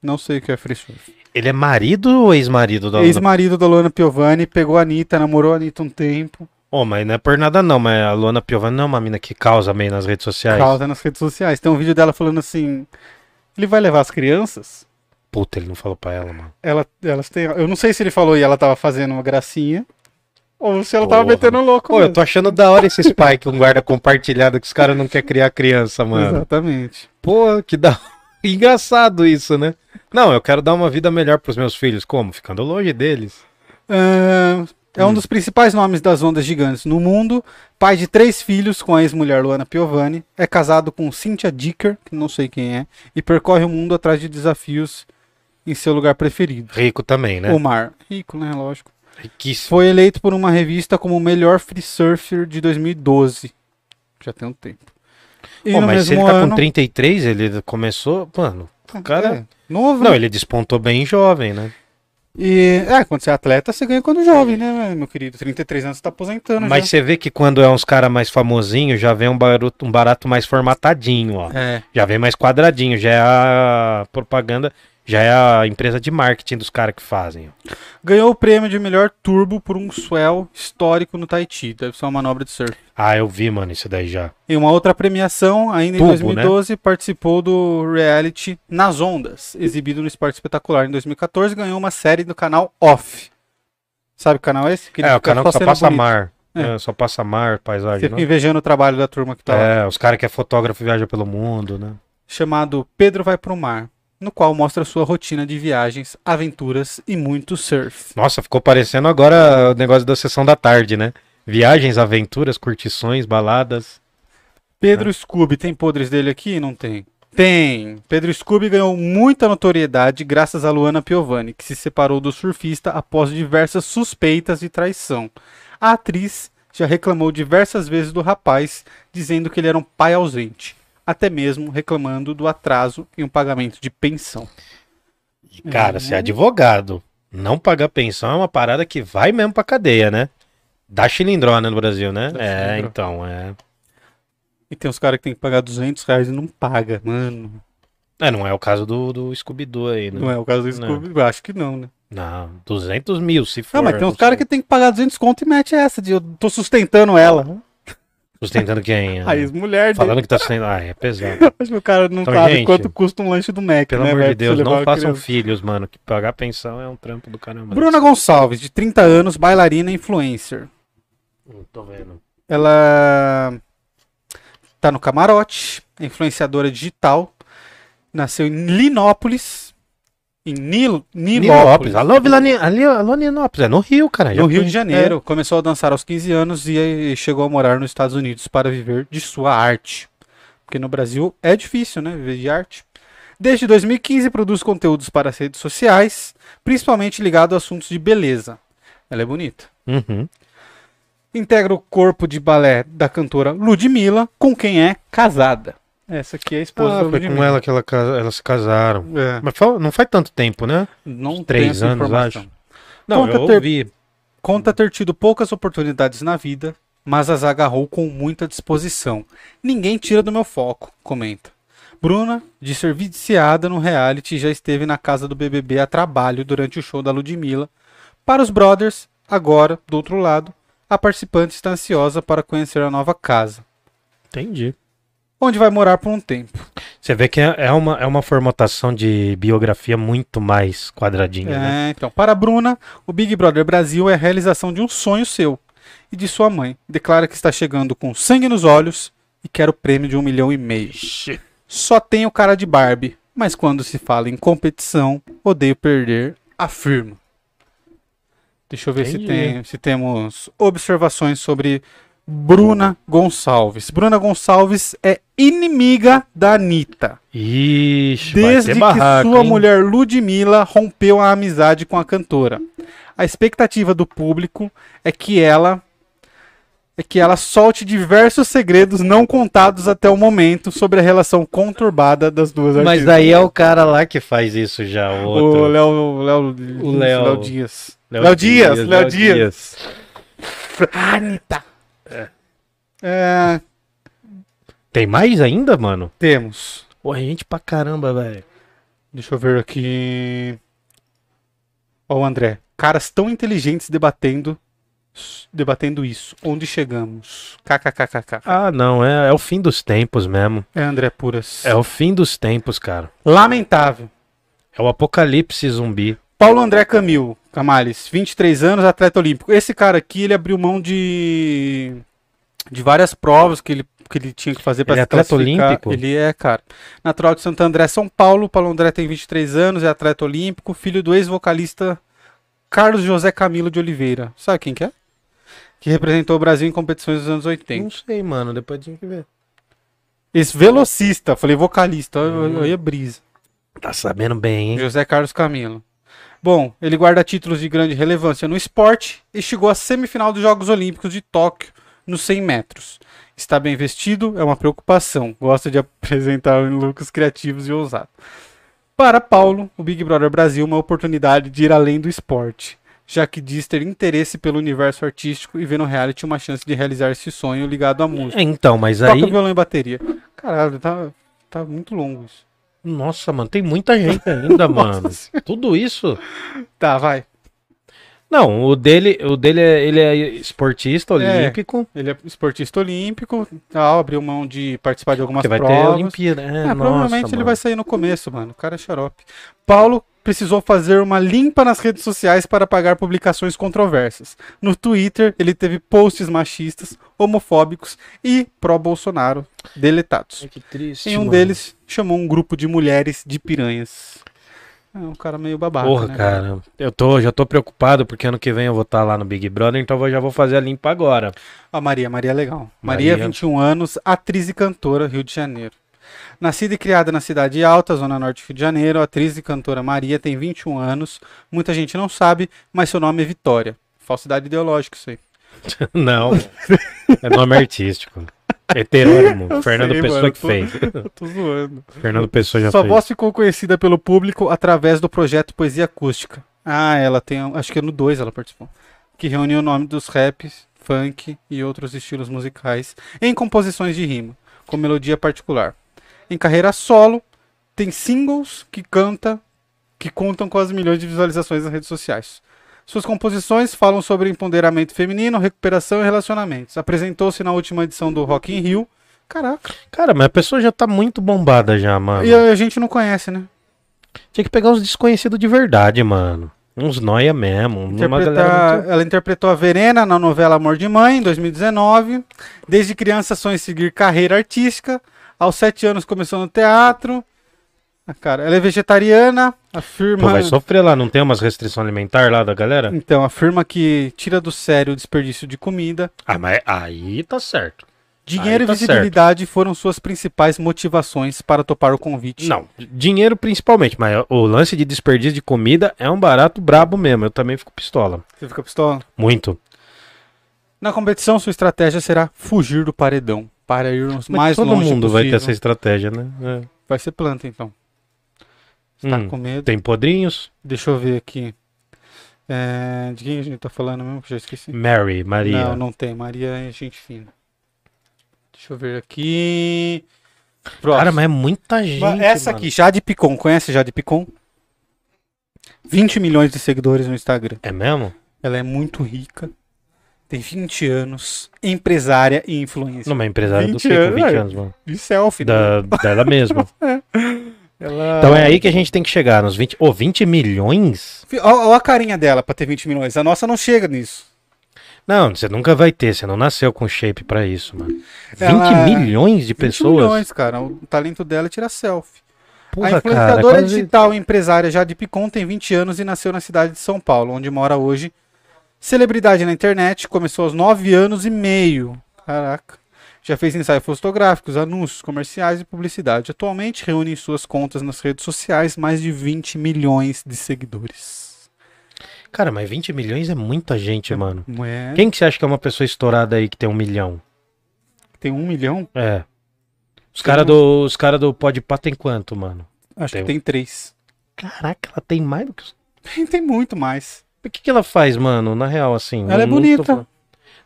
Speaker 1: Não sei o que é free surf.
Speaker 2: Ele é marido ou ex-marido da Luana?
Speaker 1: Ex-marido da Luana Piovani, pegou a Anitta, namorou a Anitta um tempo,
Speaker 2: Ô, mas não é por nada não, mas a Luana Piovani não é uma mina que causa meio nas redes sociais.
Speaker 1: causa nas redes sociais. Tem um vídeo dela falando assim: ele vai levar as crianças?
Speaker 2: Puta, ele não falou pra ela, mano.
Speaker 1: Ela, elas têm. Eu não sei se ele falou e ela tava fazendo uma gracinha. Ou se ela tava
Speaker 2: Porra.
Speaker 1: metendo louco.
Speaker 2: Pô, eu
Speaker 1: mesmo.
Speaker 2: tô achando da hora esse spike, um guarda compartilhado que os caras não querem criar criança, mano.
Speaker 1: Exatamente.
Speaker 2: Pô, que da *laughs* Engraçado isso, né? Não, eu quero dar uma vida melhor pros meus filhos. Como? Ficando longe deles.
Speaker 1: Ah, é
Speaker 2: Hum.
Speaker 1: um dos principais nomes das ondas gigantes no mundo. Pai de três filhos com a ex-mulher Luana Piovani. É casado com Cynthia Dicker, que não sei quem é. E percorre o mundo atrás de desafios em seu lugar preferido.
Speaker 2: Rico também, né?
Speaker 1: O mar. Rico, né? Lógico.
Speaker 2: Riquíssimo.
Speaker 1: Foi eleito por uma revista como o melhor free surfer de 2012. Já tem um tempo. E
Speaker 2: Pô,
Speaker 1: no
Speaker 2: mas se ele
Speaker 1: mesmo
Speaker 2: tá
Speaker 1: ano-
Speaker 2: com 33, ele começou... Mano, o cara...
Speaker 1: É, novo.
Speaker 2: Não, ele despontou bem jovem, né?
Speaker 1: E é, quando você é atleta, você ganha quando jovem, né, meu querido? 33 anos você tá aposentando.
Speaker 2: Mas você vê que quando é uns cara mais famosinho, já vem um barato, um barato mais formatadinho, ó.
Speaker 1: já. É.
Speaker 2: Já vem mais quadradinho, já é a propaganda, já é a empresa de marketing dos caras que fazem. ó.
Speaker 1: Ganhou o prêmio de melhor turbo por um swell histórico no Tahiti. Deve ser uma manobra de surf.
Speaker 2: Ah, eu vi, mano, isso daí já.
Speaker 1: Em uma outra premiação, ainda
Speaker 2: Turbo, né?
Speaker 1: em 2012, participou do reality Nas Ondas, exibido no Esporte Espetacular em 2014, ganhou uma série do canal Off. Sabe que canal é esse? Que ele
Speaker 2: é, o
Speaker 1: fica
Speaker 2: canal que só
Speaker 1: sendo
Speaker 2: passa né?
Speaker 1: bonito.
Speaker 2: mar.
Speaker 1: É.
Speaker 2: É, só passa mar,
Speaker 1: Você
Speaker 2: paisagem.
Speaker 1: fica invejando o trabalho da turma que tá
Speaker 2: não?
Speaker 1: lá.
Speaker 2: É, os caras que é fotógrafo e viaja pelo mundo, né?
Speaker 1: chamado Pedro Vai Pro Mar, no qual mostra sua rotina de viagens, aventuras e muito surf.
Speaker 2: Nossa, ficou parecendo agora o negócio da sessão da tarde, né? Viagens, aventuras, curtições, baladas.
Speaker 1: Pedro Scooby, tem podres dele aqui? Não tem. Tem. Pedro Scooby ganhou muita notoriedade graças a Luana Piovani, que se separou do surfista após diversas suspeitas de traição. A atriz já reclamou diversas vezes do rapaz, dizendo que ele era um pai ausente, até mesmo reclamando do atraso em um pagamento de pensão.
Speaker 2: E, Cara,
Speaker 1: É.
Speaker 2: ser advogado, não pagar pensão é uma parada que vai mesmo pra cadeia, né? Dá chilindrona no Brasil, né?
Speaker 1: Dá
Speaker 2: É,
Speaker 1: chilindró.
Speaker 2: então, é.
Speaker 1: E tem uns caras que tem que pagar 200 reais e não paga, mano.
Speaker 2: É, não é o caso do, do Scooby-Doo aí, né?
Speaker 1: Não é o caso do
Speaker 2: Não.
Speaker 1: Scooby, eu acho que não, né?
Speaker 2: Não, 200 mil, se for.
Speaker 1: Não, mas tem uns
Speaker 2: sei.
Speaker 1: caras que tem que pagar 200 conto e mete essa de eu tô sustentando ela.
Speaker 2: Sustentando
Speaker 1: *laughs*
Speaker 2: quem?
Speaker 1: Aí as mulheres dele.
Speaker 2: Uhum.
Speaker 1: *laughs*
Speaker 2: Falando que tá sustentando. Ah, é pesado.
Speaker 1: Acho que o cara não
Speaker 2: Então,
Speaker 1: sabe
Speaker 2: gente,
Speaker 1: quanto custa um lanche do Mac,
Speaker 2: Pelo
Speaker 1: né,
Speaker 2: amor de
Speaker 1: velho, pra você
Speaker 2: Deus,
Speaker 1: levar
Speaker 2: não
Speaker 1: uma
Speaker 2: façam
Speaker 1: criança.
Speaker 2: filhos, mano. Que pagar pensão é um trampo do caramba.
Speaker 1: Bruna Gonçalves, de 30 anos, bailarina e influencer.
Speaker 2: Não Tô vendo.
Speaker 1: Ela tá no camarote, é influenciadora digital, nasceu em Linópolis, em Nilo, Nilópolis,
Speaker 2: Nilópolis. Alô, Vilani... ali- Alô, Nilópolis. É no Rio, cara. Já
Speaker 1: no Rio
Speaker 2: fui.
Speaker 1: de Janeiro. Começou a dançar aos 15 anos e eh, chegou a morar nos Estados Unidos para viver de sua arte. Porque no Brasil é difícil, né, viver de arte. Desde 2015 produz conteúdos para as redes sociais, principalmente ligado a assuntos de beleza. Ela é bonita.
Speaker 2: É. Uhum.
Speaker 1: integra o corpo de balé da cantora Ludmilla, com quem é casada. Essa aqui é a esposa
Speaker 2: Ah,
Speaker 1: da
Speaker 2: foi com
Speaker 1: Ludmilla.
Speaker 2: ela que ela casa- elas se casaram.
Speaker 1: É,
Speaker 2: Mas fa- não faz tanto tempo, né?
Speaker 1: não
Speaker 2: três
Speaker 1: tem essa
Speaker 2: anos,
Speaker 1: informação.
Speaker 2: Não,
Speaker 1: Conta
Speaker 2: eu
Speaker 1: ter-
Speaker 2: ouvi.
Speaker 1: Conta ter tido poucas oportunidades na vida, mas as agarrou com muita disposição. Ninguém tira do meu foco, comenta. Bruna, de ser viciada no reality, já esteve na casa do BBB a trabalho durante o show da Ludmilla. Para os brothers, agora, do outro lado, a participante está ansiosa para conhecer a nova casa,
Speaker 2: Entendi.
Speaker 1: onde vai morar por um tempo.
Speaker 2: Você vê que é é uma, é uma formatação de biografia muito mais quadradinha, né?
Speaker 1: É, então, para a Bruna, o Big Brother Brasil é a realização de um sonho seu e de sua mãe. Declara que está chegando com sangue nos olhos e quer o prêmio de um milhão e meio. Só tenho cara de Barbie, mas quando se fala em competição, odeio perder, afirma. Deixa eu ver se,
Speaker 2: Entendi.
Speaker 1: tem, se temos observações sobre Bruna Gonçalves. Bruna Gonçalves é inimiga da Anitta.
Speaker 2: Ixi, vai
Speaker 1: Desde
Speaker 2: ter barraco,
Speaker 1: que sua
Speaker 2: hein?
Speaker 1: mulher Ludmilla rompeu a amizade com a cantora. A expectativa do público é que ela é que ela solte diversos segredos não contados até o momento sobre a relação conturbada das duas
Speaker 2: Mas
Speaker 1: artistas.
Speaker 2: daí é o cara lá que faz isso já, o
Speaker 1: o
Speaker 2: outro.
Speaker 1: Léo o Léo o
Speaker 2: Léo-
Speaker 1: Léo Dias. Léo Dias, Léo Dias. Anitta. É,
Speaker 2: Tem mais ainda, mano?
Speaker 1: temos.
Speaker 2: Pô, gente pra caramba, velho.
Speaker 1: Deixa eu ver aqui. Ó, o André. Caras tão inteligentes debatendo debatendo isso. Onde chegamos? KKKKK.
Speaker 2: Ah, não, é, é o fim dos tempos mesmo.
Speaker 1: É André Puras.
Speaker 2: É o fim dos tempos, cara.
Speaker 1: Lamentável.
Speaker 2: É o apocalipse zumbi.
Speaker 1: Paulo André Camil, Camales, 23 anos, atleta olímpico. Esse cara aqui, ele abriu mão de de várias provas que ele, que ele tinha que fazer para
Speaker 2: Ele é
Speaker 1: se
Speaker 2: atleta
Speaker 1: classificar.
Speaker 2: olímpico?
Speaker 1: Ele é, cara. Natural de Santo André, São Paulo. Paulo André tem 23 anos, é atleta olímpico, filho do ex-vocalista Carlos José Camilo de Oliveira. Sabe quem que é? Que representou o Brasil em competições dos anos 80.
Speaker 2: Não sei, mano, depois tinha que ver.
Speaker 1: Esse velocista, falei vocalista, olha a brisa.
Speaker 2: Tá sabendo bem, hein?
Speaker 1: José Carlos Camilo. Bom, ele guarda títulos de grande relevância no esporte e chegou à semifinal dos Jogos Olímpicos de Tóquio nos 100 metros. Está bem vestido, é uma preocupação. Gosta de *laughs* apresentar lucros criativos e ousado. Para Paulo, o Big Brother Brasil é uma oportunidade de ir além do esporte, já que diz ter interesse pelo universo artístico e vê no reality uma chance de realizar esse sonho ligado à música.
Speaker 2: É, Então, mas
Speaker 1: Toca
Speaker 2: aí.
Speaker 1: violão e bateria. Caralho, tá, tá muito longo isso.
Speaker 2: Nossa, mano, tem
Speaker 1: *laughs*
Speaker 2: muita gente ainda, mano. Tudo isso.
Speaker 1: Tá, vai.
Speaker 2: Não, o dele, o dele é, ele é esportista olímpico.
Speaker 1: Ele é esportista olímpico, tal, abriu mão de participar de algumas
Speaker 2: Porque vai ter
Speaker 1: provas.
Speaker 2: Olimpíada.
Speaker 1: É,
Speaker 2: É, nossa,
Speaker 1: provavelmente ele
Speaker 2: mano.
Speaker 1: vai sair no começo, mano. O cara é xarope. Paulo precisou fazer uma limpa nas redes sociais para apagar publicações controversas. No Twitter, ele teve posts machistas, homofóbicos e pró-Bolsonaro deletados.
Speaker 2: Ai, que É triste.
Speaker 1: Em um
Speaker 2: mano.
Speaker 1: deles, chamou um grupo de mulheres de piranhas. É um cara meio babaca,
Speaker 2: Porra,
Speaker 1: né?
Speaker 2: cara. Eu tô, já tô preocupado porque ano que vem eu vou estar lá no Big Brother, então eu já vou fazer a limpa agora. *laughs*
Speaker 1: A Maria, Maria é legal. Maria,
Speaker 2: Maria.
Speaker 1: 21 anos, atriz e cantora, Rio de Janeiro. Nascida e criada na Cidade Alta, Zona Norte do Rio de Janeiro, atriz e cantora Maria tem 21 anos. Muita gente não sabe, mas seu nome é Vitória. Falsidade ideológica, isso aí.
Speaker 2: Não. É nome artístico. Heterônimo.
Speaker 1: Eu
Speaker 2: Fernando
Speaker 1: sei,
Speaker 2: Pessoa
Speaker 1: mano,
Speaker 2: que
Speaker 1: tô-
Speaker 2: fez.
Speaker 1: Eu tô zoando.
Speaker 2: Fernando Pessoa já
Speaker 1: Sua
Speaker 2: fez.
Speaker 1: voz ficou conhecida pelo público através do projeto Poesia Acústica. Ah, ela tem. Acho que é no 2 ela participou. Que reuniu o nome dos raps, funk e outros estilos musicais em composições de rima, com melodia particular. Em carreira solo, tem singles que canta, que contam com as milhões de visualizações nas redes sociais. Suas composições falam sobre empoderamento feminino, recuperação e relacionamentos. Apresentou-se na última edição do Rock in Rio. Caraca.
Speaker 2: Cara, mas a pessoa já tá muito bombada já, mano.
Speaker 1: E a gente não conhece, né?
Speaker 2: Tinha que pegar uns desconhecidos de verdade, mano. Uns noia mesmo. Uma galera
Speaker 1: Interpretar-
Speaker 2: muito...
Speaker 1: Ela interpretou a Verena na novela Amor de Mãe, em 2019. Desde criança sonha em seguir carreira artística. Aos sete anos começou no teatro. Ah, cara, ela é vegetariana, afirma.
Speaker 2: Pô, vai sofrer lá, não tem umas restrições alimentares lá da galera?
Speaker 1: Então, afirma que tira do sério o desperdício de comida.
Speaker 2: Ah, mas aí tá certo.
Speaker 1: Dinheiro
Speaker 2: Aí tá
Speaker 1: e visibilidade foram suas principais motivações para topar o convite.
Speaker 2: Não, dinheiro principalmente, mas o lance de desperdício de comida é um barato brabo mesmo. Eu também fico pistola.
Speaker 1: Você fica pistola?
Speaker 2: Muito.
Speaker 1: Na competição, sua estratégia será fugir do paredão para ir o
Speaker 2: Mas
Speaker 1: mais
Speaker 2: todo
Speaker 1: longe
Speaker 2: mundo vai ter essa
Speaker 1: possível.
Speaker 2: estratégia, né?
Speaker 1: Vai ser planta, então.
Speaker 2: É.
Speaker 1: Tá
Speaker 2: Hum,
Speaker 1: com medo.
Speaker 2: Tem podrinhos?
Speaker 1: Deixa eu ver aqui. É, de quem a gente tá falando mesmo? Que eu já esqueci.
Speaker 2: Mary, Maria.
Speaker 1: Não, não tem. Maria é gente fina. Deixa eu ver aqui. Próximo.
Speaker 2: Cara, mas é muita gente.
Speaker 1: Ma- Essa
Speaker 2: mano.
Speaker 1: aqui, Jade Picon. Conhece Jade Picon? 20 milhões de seguidores no Instagram.
Speaker 2: É mesmo?
Speaker 1: Ela é muito rica. Tem 20 anos. Empresária e influencer.
Speaker 2: Numa empresária do
Speaker 1: 20
Speaker 2: quê? Com 20
Speaker 1: anos,
Speaker 2: anos, mano.
Speaker 1: De selfie, né?
Speaker 2: Da, dela mesma.
Speaker 1: Ela...
Speaker 2: Então é aí que a gente tem que chegar, nos 20. Ô, 20 milhões?
Speaker 1: Olha a carinha dela pra ter 20 milhões. A nossa não chega nisso.
Speaker 2: Não, você nunca vai ter, você não nasceu com shape pra isso, mano. 20
Speaker 1: Ela-
Speaker 2: milhões de
Speaker 1: 20
Speaker 2: pessoas?
Speaker 1: milhões, cara. O talento dela é tirar selfie.
Speaker 2: Porra,
Speaker 1: a
Speaker 2: cara,
Speaker 1: influenciadora
Speaker 2: quase-
Speaker 1: digital e empresária Jade Picon tem 20 anos e nasceu na cidade de São Paulo, onde mora hoje. Celebridade na internet, começou aos 9 anos e meio. Caraca. Já fez ensaios fotográficos, anúncios, comerciais e publicidade. Atualmente reúne em suas contas nas redes sociais mais de 20 milhões de seguidores.
Speaker 2: Cara, mas 20 milhões é muita gente, mano.
Speaker 1: Não é?
Speaker 2: Quem que você acha que é uma pessoa estourada aí que tem um milhão?
Speaker 1: Tem um milhão?
Speaker 2: É. Os caras do, os cara do Podpah tem quanto, mano?
Speaker 1: Acho
Speaker 2: Tem um.
Speaker 1: que tem três. *laughs*
Speaker 2: Caraca, ela tem mais do que os...
Speaker 1: tem muito mais.
Speaker 2: O que, que ela faz, mano? Na real, assim.
Speaker 1: Ela é
Speaker 2: tô
Speaker 1: bonita.
Speaker 2: falando-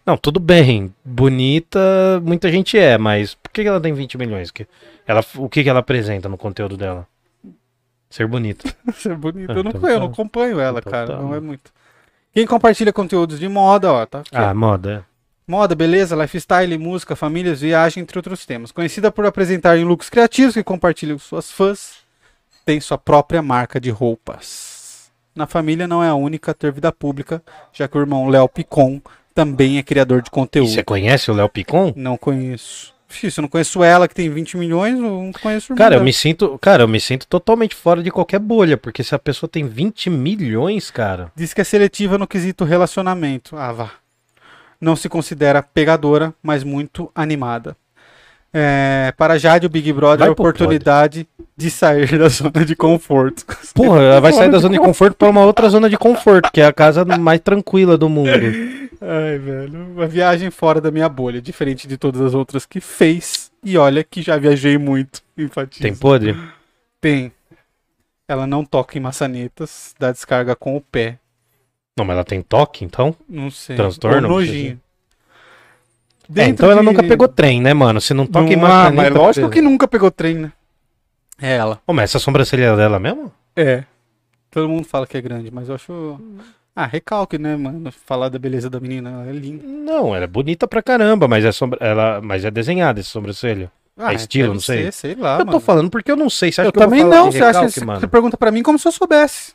Speaker 2: Não, tudo bem. Bonita, muita gente é, mas por que que ela tem 20 milhões? Que ela, o que, que ela apresenta no conteúdo dela? Ser bonita.
Speaker 1: *laughs* Isso é bonito.
Speaker 2: Ah,
Speaker 1: Eu não,
Speaker 2: então
Speaker 1: eu não
Speaker 2: tá.
Speaker 1: acompanho ela,
Speaker 2: Então
Speaker 1: cara.
Speaker 2: tá,
Speaker 1: Não é
Speaker 2: mano.
Speaker 1: muito. Quem compartilha conteúdos de moda, ó, tá aqui, ó.
Speaker 2: Ah, moda.
Speaker 1: Moda, beleza, lifestyle, música, famílias, viagem, entre outros temas. Conhecida por apresentar em looks criativos que compartilha com suas fãs, tem sua própria marca de roupas. Na família não é a única a ter vida pública, já que o irmão Léo Picon também é criador de
Speaker 2: E
Speaker 1: conteúdo.
Speaker 2: você conhece o Léo Picon?
Speaker 1: Não conheço. Ixi, Se eu não conheço ela, que tem 20 milhões, eu não conheço o irmão
Speaker 2: Cara, eu
Speaker 1: dela.
Speaker 2: me sinto, cara, eu me sinto totalmente fora de qualquer bolha, porque se a pessoa tem 20 milhões, cara.
Speaker 1: Diz que é seletiva no quesito relacionamento. Ah, vá. Não se considera pegadora, mas muito animada. É, para Jade, o Big Brother
Speaker 2: Vai
Speaker 1: é a
Speaker 2: pro pod.
Speaker 1: oportunidade de sair *laughs* da zona de conforto.
Speaker 2: Porra, ela vai sair
Speaker 1: Fora
Speaker 2: da
Speaker 1: de
Speaker 2: zona de conforto pra uma
Speaker 1: *laughs*
Speaker 2: outra zona de conforto, que é a casa mais tranquila do mundo.
Speaker 1: Ai, velho. Uma viagem fora da minha bolha, diferente de todas as outras que fez. E olha que já viajei muito. Enfatizo.
Speaker 2: Tem podre?
Speaker 1: Tem. Ela não toca em maçanetas, dá descarga com o pé.
Speaker 2: Não, mas ela tem toque, então?
Speaker 1: Não sei.
Speaker 2: Transtorno,
Speaker 1: Ou
Speaker 2: você
Speaker 1: nojinho.
Speaker 2: É,
Speaker 1: Dentro
Speaker 2: então ela
Speaker 1: de-
Speaker 2: nunca pegou trem, né, mano? Se não toca em
Speaker 1: ah,
Speaker 2: maçaneta...
Speaker 1: mas lógico que nunca pegou trem, né? É ela.
Speaker 2: Ô, mas essa sobrancelha é dela mesmo?
Speaker 1: É. Todo mundo fala que é grande, mas eu acho. Ah, recalque, né, mano? Falar da beleza da menina, ela é linda.
Speaker 2: Não, ela é bonita pra caramba, mas é, sombra... ela... mas é desenhada esse sobrancelho.
Speaker 1: Ah,
Speaker 2: É estilo,
Speaker 1: deve
Speaker 2: não sei.
Speaker 1: ser, Sei lá,
Speaker 2: eu
Speaker 1: Ah, mano.
Speaker 2: tô falando porque eu não sei. Você acha
Speaker 1: Eu
Speaker 2: que eu vou
Speaker 1: também
Speaker 2: falar
Speaker 1: não.
Speaker 2: de
Speaker 1: Você acha
Speaker 2: recalque,
Speaker 1: que você
Speaker 2: mano?
Speaker 1: pergunta pra mim como se eu soubesse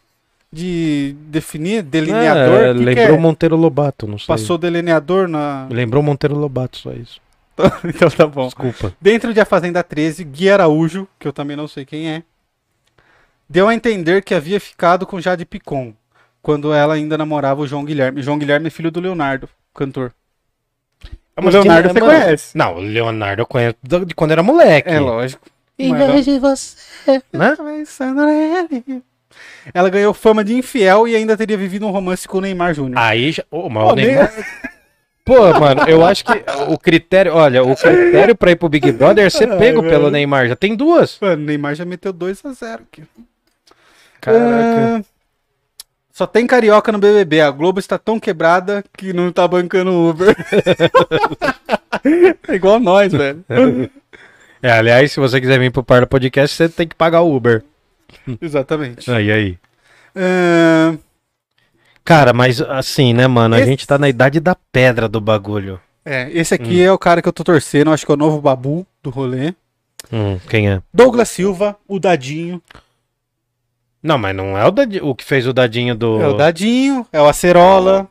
Speaker 1: de definir delineador?
Speaker 2: É,
Speaker 1: que que
Speaker 2: lembrou
Speaker 1: é?
Speaker 2: Monteiro Lobato, não sei.
Speaker 1: Passou delineador na. *laughs*
Speaker 2: Lembrou Monteiro Lobato, só isso.
Speaker 1: então tá bom.
Speaker 2: Desculpa.
Speaker 1: Dentro de A Fazenda 13, Gui Araújo, que eu também não sei quem é, deu a entender que havia ficado com Jade Picon, quando ela ainda namorava o João Guilherme. João Guilherme é filho do Leonardo, cantor. O É, Leonardo você
Speaker 2: né, mano, é
Speaker 1: conhece.
Speaker 2: Não, o Leonardo eu conheço do- de quando era moleque.
Speaker 1: É lógico. Em vez
Speaker 2: de você. Né?
Speaker 1: Pensando nele. né? Ela ganhou fama de infiel e ainda teria vivido um romance com o Neymar Júnior.
Speaker 2: Aí já. Ô, mas
Speaker 1: Pô,
Speaker 2: Ah, o Neymar- Pô, mano, eu acho que o critério. Olha, o critério pra ir pro Big Brother é ser
Speaker 1: Ai,
Speaker 2: pego pelo
Speaker 1: velho.
Speaker 2: Neymar. Já tem duas.
Speaker 1: Mano, o Neymar já meteu 2x0 aqui.
Speaker 2: Caraca.
Speaker 1: Ah, Só tem carioca no BBB. A Globo está tão quebrada que não tá bancando o Uber. *laughs* é igual nós, velho.
Speaker 2: É, aliás, se você quiser vir pro Parla Podcast, você tem que pagar o Uber.
Speaker 1: Exatamente.
Speaker 2: Aí, aí.
Speaker 1: Ah,
Speaker 2: Cara, mas assim, né, mano? A
Speaker 1: Esse-
Speaker 2: gente tá na idade da pedra do bagulho.
Speaker 1: é, esse aqui é o cara que eu tô torcendo. Acho que é o novo babu do rolê.
Speaker 2: Hum, quem é?
Speaker 1: Douglas Silva, o Dadinho.
Speaker 2: Não, mas não é o, dadi- o que fez o dadinho do.
Speaker 1: É o Dadinho, é o Acerola,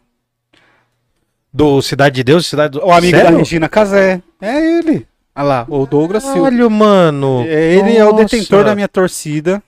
Speaker 2: Do Cidade de Deus, Cidade do.
Speaker 1: o amigo da
Speaker 2: Sério? Ah,
Speaker 1: Regina Casé. É ele. Olha lá, o Douglas Silva.
Speaker 2: Caralho, mano.
Speaker 1: É, Ele é o
Speaker 2: Nossa.
Speaker 1: detentor da minha torcida.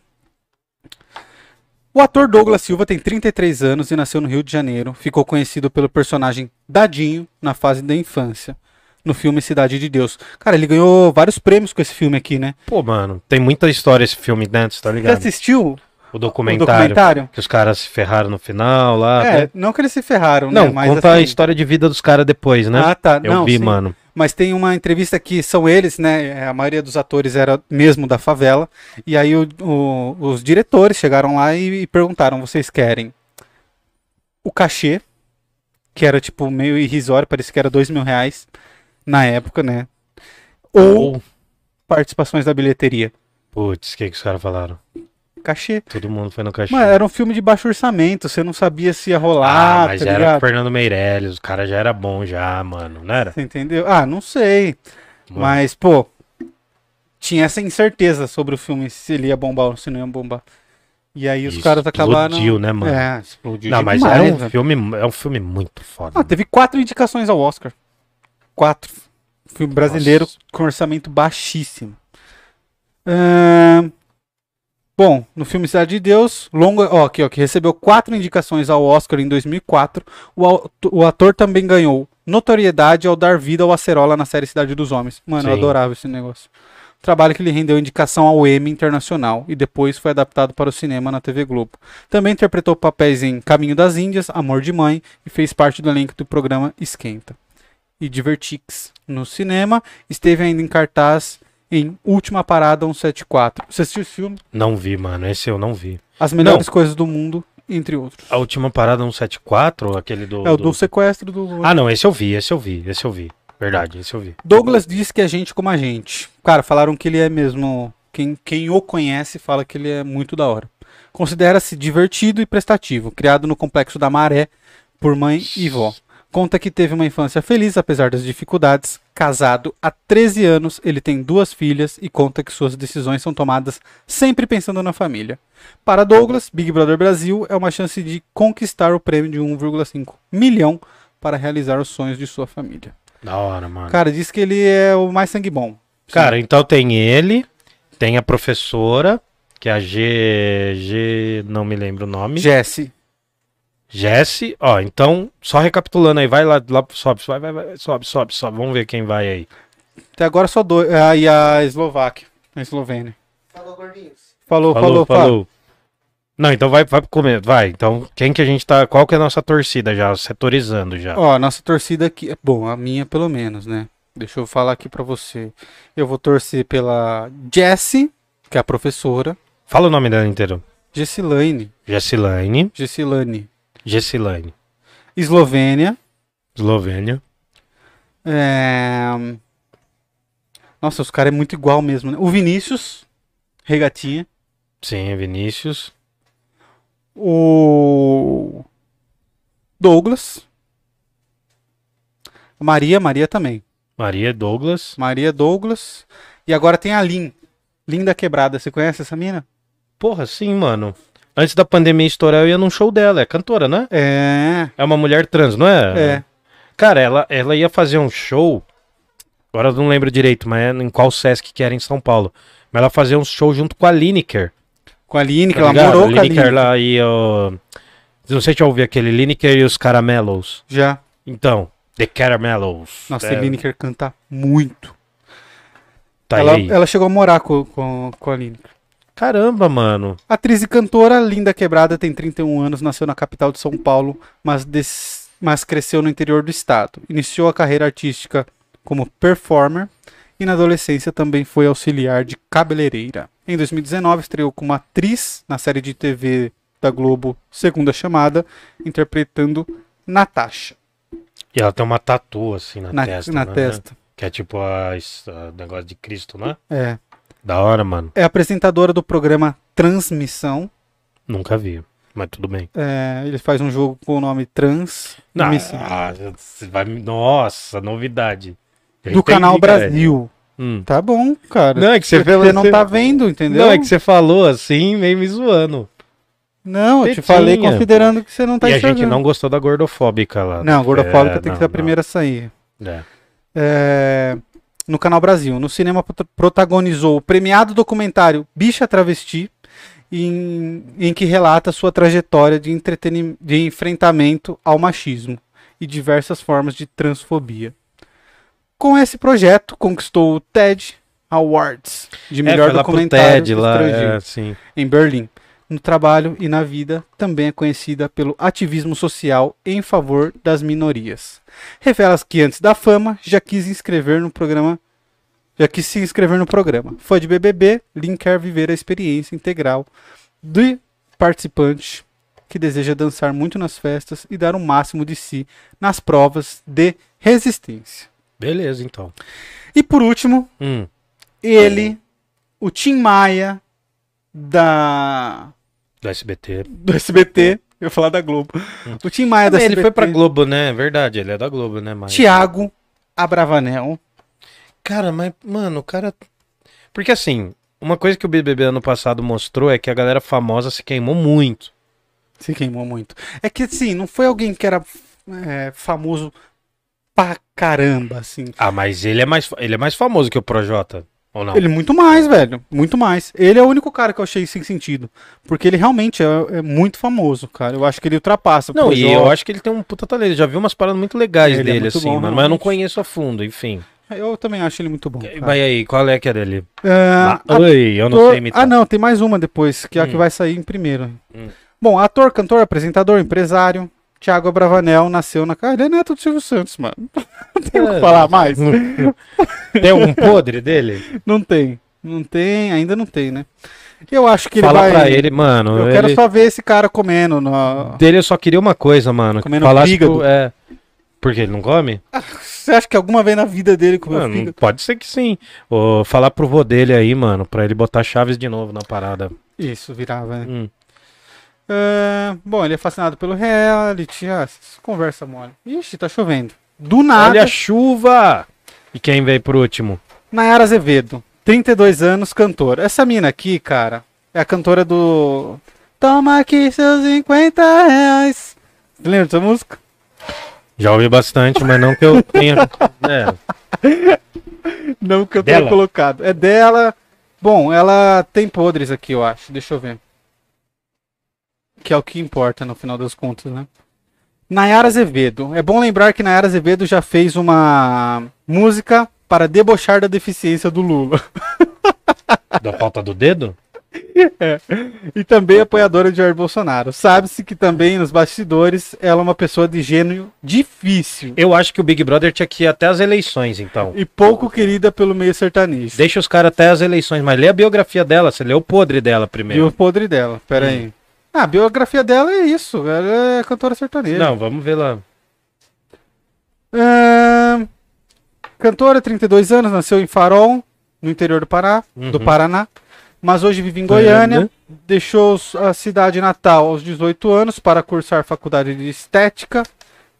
Speaker 1: O ator Douglas Silva tem 33 anos e nasceu no Rio de Janeiro. Ficou conhecido pelo personagem Dadinho na fase da infância, no filme Cidade de Deus. Cara, ele ganhou vários prêmios com esse filme aqui, né?
Speaker 2: Pô, mano, tem muita história esse filme, né? Você tá
Speaker 1: Já
Speaker 2: ligado?
Speaker 1: assistiu
Speaker 2: O
Speaker 1: o
Speaker 2: documentário.
Speaker 1: documentário?
Speaker 2: Que os caras se ferraram no final lá. né?
Speaker 1: É, não que eles se ferraram,
Speaker 2: Não,
Speaker 1: né? Mas,
Speaker 2: conta a
Speaker 1: assim-
Speaker 2: história de vida dos caras depois, né?
Speaker 1: Ah, tá.
Speaker 2: Eu
Speaker 1: não,
Speaker 2: vi,
Speaker 1: sim.
Speaker 2: mano.
Speaker 1: Mas tem uma entrevista que são eles, né? A maioria dos atores era mesmo da favela. E aí o- o- os diretores chegaram lá e, e perguntaram: vocês querem o cachê, que era tipo meio irrisório, parecia que era dois mil reais na época, né? Ou
Speaker 2: Ou-
Speaker 1: participações da bilheteria.
Speaker 2: Putz, o que, que os caras falaram?
Speaker 1: Cachê.
Speaker 2: Todo mundo foi no cachê.
Speaker 1: Mano, era um filme de baixo orçamento, você não sabia se ia rolar,
Speaker 2: ah, mas
Speaker 1: tá
Speaker 2: era
Speaker 1: ligado?
Speaker 2: o Fernando Meirelles, o cara já era bom já, mano, não era?
Speaker 1: Você entendeu? Ah, não sei.
Speaker 2: Mano,
Speaker 1: Mas, pô, tinha essa incerteza sobre o filme, se ele ia bombar ou se não ia bombar. E aí os
Speaker 2: isso
Speaker 1: caras acabaram.
Speaker 2: Explodiu, né, mano?
Speaker 1: É, explodiu.
Speaker 2: não, mas
Speaker 1: demais,
Speaker 2: era um
Speaker 1: velho.
Speaker 2: filme, é um filme muito foda.
Speaker 1: Ah, teve quatro indicações ao Oscar. Quatro. Filme brasileiro
Speaker 2: Nossa.
Speaker 1: com orçamento baixíssimo. Ahn, Bom, no filme Cidade de Deus, longa, ó, aqui, ó, que recebeu quatro indicações ao Oscar em 2004, o, au- o ator também ganhou notoriedade ao dar vida ao Acerola na série Cidade dos Homens. Mano, eu
Speaker 2: Sim.
Speaker 1: adorava esse negócio. Trabalho que lhe rendeu indicação ao Emmy Internacional e depois foi adaptado para o cinema na TV Globo. Também interpretou papéis em Caminho das Índias, Amor de Mãe e fez parte do elenco do programa Esquenta. E Divertix no cinema, esteve ainda em cartaz em Última Parada 174. Você assistiu esse filme?
Speaker 2: Não vi, mano, esse eu não vi.
Speaker 1: As melhores coisas do mundo, entre outros.
Speaker 2: A última parada 174, aquele do...
Speaker 1: é o
Speaker 2: do-
Speaker 1: do sequestro do.
Speaker 2: Ah, não, esse eu vi, esse eu vi, esse eu vi. Verdade, esse eu vi.
Speaker 1: Douglas disse que é gente como a gente. Cara, falaram que ele é mesmo. Quem, quem o conhece fala que ele é muito da hora. Considera-se divertido e prestativo, criado no complexo da Maré por mãe e vó. Conta que teve uma infância feliz, apesar das dificuldades. Casado há 13 anos, ele tem duas filhas e conta que suas decisões são tomadas sempre pensando na família. Para Douglas, Big Brother Brasil é uma chance de conquistar o prêmio de 1,5 milhão para realizar os sonhos de sua família.
Speaker 2: Da hora, mano.
Speaker 1: Cara, diz que ele é o mais sangue bom.
Speaker 2: Cara, então tem ele, tem a professora, que é a G. G. não me lembro o nome.
Speaker 1: Jesse.
Speaker 2: Jesse, ó, então, só recapitulando aí, vai lá, lá sobe, vai, vai, vai, sobe, sobe, sobe. Vamos ver quem vai aí.
Speaker 1: Até agora só dois. Ah, e a Eslováquia. A Eslovênia. Falou, gordinhos. Falou, falou, falou.
Speaker 2: Não, então vai, vai pro começo, vai. Então, quem que a gente tá. Qual que é a nossa torcida já? Setorizando já.
Speaker 1: Ó, nossa torcida aqui. Bom, a minha pelo menos, né? Deixa eu falar aqui pra você. Eu vou torcer pela Jessie, que é a professora.
Speaker 2: Fala o nome dela inteiro.
Speaker 1: Gessilane.
Speaker 2: Jessilane,
Speaker 1: Gessilane.
Speaker 2: Jessilane,
Speaker 1: Eslovênia.
Speaker 2: Eslovênia.
Speaker 1: É... Nossa, os caras é muito igual mesmo, né? O Vinícius, regatinha.
Speaker 2: Sim, Vinícius.
Speaker 1: o Douglas, Maria, Maria também,
Speaker 2: Maria Douglas.
Speaker 1: Maria Douglas, e agora tem a Lin, Linda Quebrada, você conhece essa mina?
Speaker 2: Porra, sim, mano. Antes da pandemia estourar, eu ia num show dela. É cantora, né?
Speaker 1: É,
Speaker 2: É uma mulher trans, não é?
Speaker 1: é,
Speaker 2: Cara, ela, ela ia fazer um show. Agora eu não lembro direito, mas é em qual Sesc que era em São Paulo. Mas ela fazia um show junto com a Lineker.
Speaker 1: com a Aline, que
Speaker 2: tá
Speaker 1: ela
Speaker 2: ligado?
Speaker 1: morou com a
Speaker 2: Lineker
Speaker 1: Aline,
Speaker 2: lá e o. Não sei se já ouvi aquele Lineker e os Caramelos.
Speaker 1: já,
Speaker 2: Então, The Caramelos.
Speaker 1: nossa,
Speaker 2: É,
Speaker 1: a Lineker canta muito.
Speaker 2: Tá
Speaker 1: ela, é
Speaker 2: aí.
Speaker 1: ela chegou a morar com, com, com a Aline.
Speaker 2: Caramba, mano.
Speaker 1: Atriz e cantora, Linda Quebrada tem 31 anos, nasceu na capital de São Paulo, mas, des- mas cresceu no interior do estado. Iniciou a carreira artística como performer e na adolescência também foi auxiliar de cabeleireira. Em 2019, estreou como atriz na série de TV da Globo Segunda Chamada, interpretando Natasha
Speaker 2: E ela tem uma tatu assim na,
Speaker 1: na,
Speaker 2: testa.
Speaker 1: na
Speaker 2: né?
Speaker 1: testa.
Speaker 2: Que é tipo a, a negócio de Cristo, né?
Speaker 1: É.
Speaker 2: Da hora, mano.
Speaker 1: é apresentadora do programa Transmissão.
Speaker 2: Nunca vi. Mas tudo bem.
Speaker 1: É, ele faz um jogo com o nome Trans.
Speaker 2: Não,
Speaker 1: Missão.
Speaker 2: ah, você vai... Nossa, novidade. Eu
Speaker 1: do
Speaker 2: entendi,
Speaker 1: canal
Speaker 2: cara.
Speaker 1: Brasil.
Speaker 2: Hum.
Speaker 1: Tá bom, cara.
Speaker 2: Não, é que você vê-
Speaker 1: Você não
Speaker 2: você-
Speaker 1: tá vendo, entendeu?
Speaker 2: Não, é que você falou assim, meio me zoando.
Speaker 1: Não, eu te
Speaker 2: Tetinha.
Speaker 1: falei considerando que você não tá
Speaker 2: e a
Speaker 1: enxergando.
Speaker 2: gente não gostou da gordofóbica lá.
Speaker 1: Não, gordofóbica
Speaker 2: É,
Speaker 1: tem que
Speaker 2: não,
Speaker 1: ser a
Speaker 2: não.
Speaker 1: primeira a sair.
Speaker 2: É.
Speaker 1: É, No Canal Brasil. No cinema prota- protagonizou o premiado documentário Bicha Travesti, em, em que relata sua trajetória de, entreteni... de enfrentamento ao machismo e diversas formas de transfobia. Com esse projeto, conquistou o TED Awards de
Speaker 2: É,
Speaker 1: melhor
Speaker 2: foi lá pro
Speaker 1: documentário
Speaker 2: TED lá,
Speaker 1: estrangeiro.
Speaker 2: é, sim.
Speaker 1: em Berlim. No trabalho e na vida, também é conhecida pelo ativismo social em favor das minorias. Revela que antes da fama já quis inscrever no programa, já quis se inscrever no programa. Foi de BBB, Lin quer viver a experiência integral do participante que deseja dançar muito nas festas e dar o máximo de si nas provas de resistência.
Speaker 2: Beleza, então.
Speaker 1: E por último,
Speaker 2: Hum.
Speaker 1: ele, o Tim Maia da
Speaker 2: Do SBT.
Speaker 1: do SBT. Eu ia falar da Globo. O Tim Maia da
Speaker 2: ele
Speaker 1: SBT.
Speaker 2: foi pra Globo, né? Verdade, ele é da Globo, né? Mas...
Speaker 1: Tiago Abravanel.
Speaker 2: Cara, mas, mano, o cara. Porque assim, uma coisa que o BBB ano passado mostrou é que a galera famosa se queimou muito.
Speaker 1: Se queimou muito. É que assim, não foi alguém que era é, famoso pra caramba, assim.
Speaker 2: Ah, mas ele é mais, ele é mais famoso que o Projota, ou não?
Speaker 1: Ele muito mais, velho. Muito mais. Ele é o único cara que eu achei sem sentido. Porque ele realmente é, é muito famoso, cara. Eu acho que ele ultrapassa. o
Speaker 2: Não, e
Speaker 1: Projota.
Speaker 2: eu acho que ele tem um puta talento. Já vi umas paradas muito legais
Speaker 1: Ele é
Speaker 2: dele,
Speaker 1: muito
Speaker 2: assim,
Speaker 1: bom,
Speaker 2: mano. Mas eu não
Speaker 1: realmente.
Speaker 2: conheço a fundo, enfim.
Speaker 1: Eu também acho ele muito bom. cara.
Speaker 2: Vai aí, qual é que era ele?
Speaker 1: Ah,
Speaker 2: Ah, Oi, eu não
Speaker 1: Ator-
Speaker 2: sei imitar.
Speaker 1: Ah, não, tem mais uma depois, que é a que
Speaker 2: Hum.
Speaker 1: vai sair em primeiro.
Speaker 2: Hum.
Speaker 1: Bom, ator, cantor, apresentador, empresário. Tiago Abravanel nasceu na. Cara, ele é neto do Silvio Santos, mano. *laughs* Não tem
Speaker 2: É.
Speaker 1: o que falar mais.
Speaker 2: Tem algum podre dele?
Speaker 1: Não tem. Não tem, ainda não tem, né? Eu acho *laughs* que ele
Speaker 2: Fala
Speaker 1: vai.
Speaker 2: pra ele, mano.
Speaker 1: Eu quero
Speaker 2: ele-
Speaker 1: só ver esse cara comendo. na-
Speaker 2: Dele eu só queria uma coisa, mano.
Speaker 1: Comendo
Speaker 2: Falasse
Speaker 1: fígado.
Speaker 2: pro- é... Porque ele não come?
Speaker 1: *laughs* Você acha que alguma vez na vida dele comeu
Speaker 2: Mano,
Speaker 1: fígado?
Speaker 2: pode ser que sim. Ou falar pro vô dele aí, mano, pra ele botar Chaves de novo na parada.
Speaker 1: Isso, virava, né?
Speaker 2: Hum.
Speaker 1: Ah, bom, ele é fascinado pelo reality. Ah, essas conversa mole. Ixi, tá chovendo. Do nada.
Speaker 2: Olha a chuva! E quem veio por último?
Speaker 1: Nayara Azevedo, 32 anos, cantora. Essa mina aqui, cara, é a cantora do. Toma aqui seus 50 reais. Você lembra dessa música?
Speaker 2: Já ouvi bastante, mas não que eu
Speaker 1: *laughs*
Speaker 2: tenha. É,
Speaker 1: Não que eu
Speaker 2: Dela?
Speaker 1: tenha colocado. É dela. Bom, ela tem podres aqui, eu acho. Deixa eu ver. Que é o que importa no final das contas, né? Nayara Azevedo. É bom lembrar que Nayara Azevedo já fez uma música para debochar da deficiência do Lula.
Speaker 2: da falta do dedo?
Speaker 1: E também apoiadora de Jair Bolsonaro. Sabe-se que também nos bastidores ela é uma pessoa de gênio difícil
Speaker 2: Eu acho que o Big Brother tinha que ir até as eleições, então.
Speaker 1: e pouco querida pelo meio sertanejo.
Speaker 2: Deixa os caras até as eleições, mas lê a biografia dela, você lê o podre dela primeiro.
Speaker 1: E o podre dela, pera aí. Ah, a biografia dela é isso, ela é cantora sertaneja.
Speaker 2: Não, vamos ver lá.
Speaker 1: Ahn, Cantora, 32 anos, nasceu em Farol, no interior do Pará,
Speaker 2: Uhum.
Speaker 1: do Paraná, mas hoje vive em Goiânia.
Speaker 2: Uhum.
Speaker 1: Deixou s- a cidade natal aos 18 anos para cursar faculdade de estética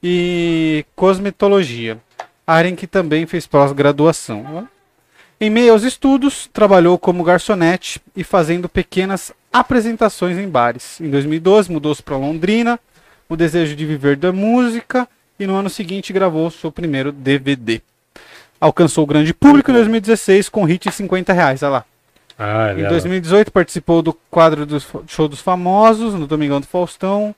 Speaker 1: e cosmetologia, área em que também fez pós-graduação. Ó. Em meio aos estudos, trabalhou como garçonete e fazendo pequenas apresentações em bares. Em 2012, mudou-se para Londrina, o desejo de viver da música, e no ano seguinte gravou seu primeiro DVD. Alcançou o grande público em 2016 com hit R$ 50 reais, olha lá.
Speaker 2: Ah, é
Speaker 1: Em
Speaker 2: dela.
Speaker 1: 2018 participou do quadro do Show dos Famosos, no Domingão do Faustão.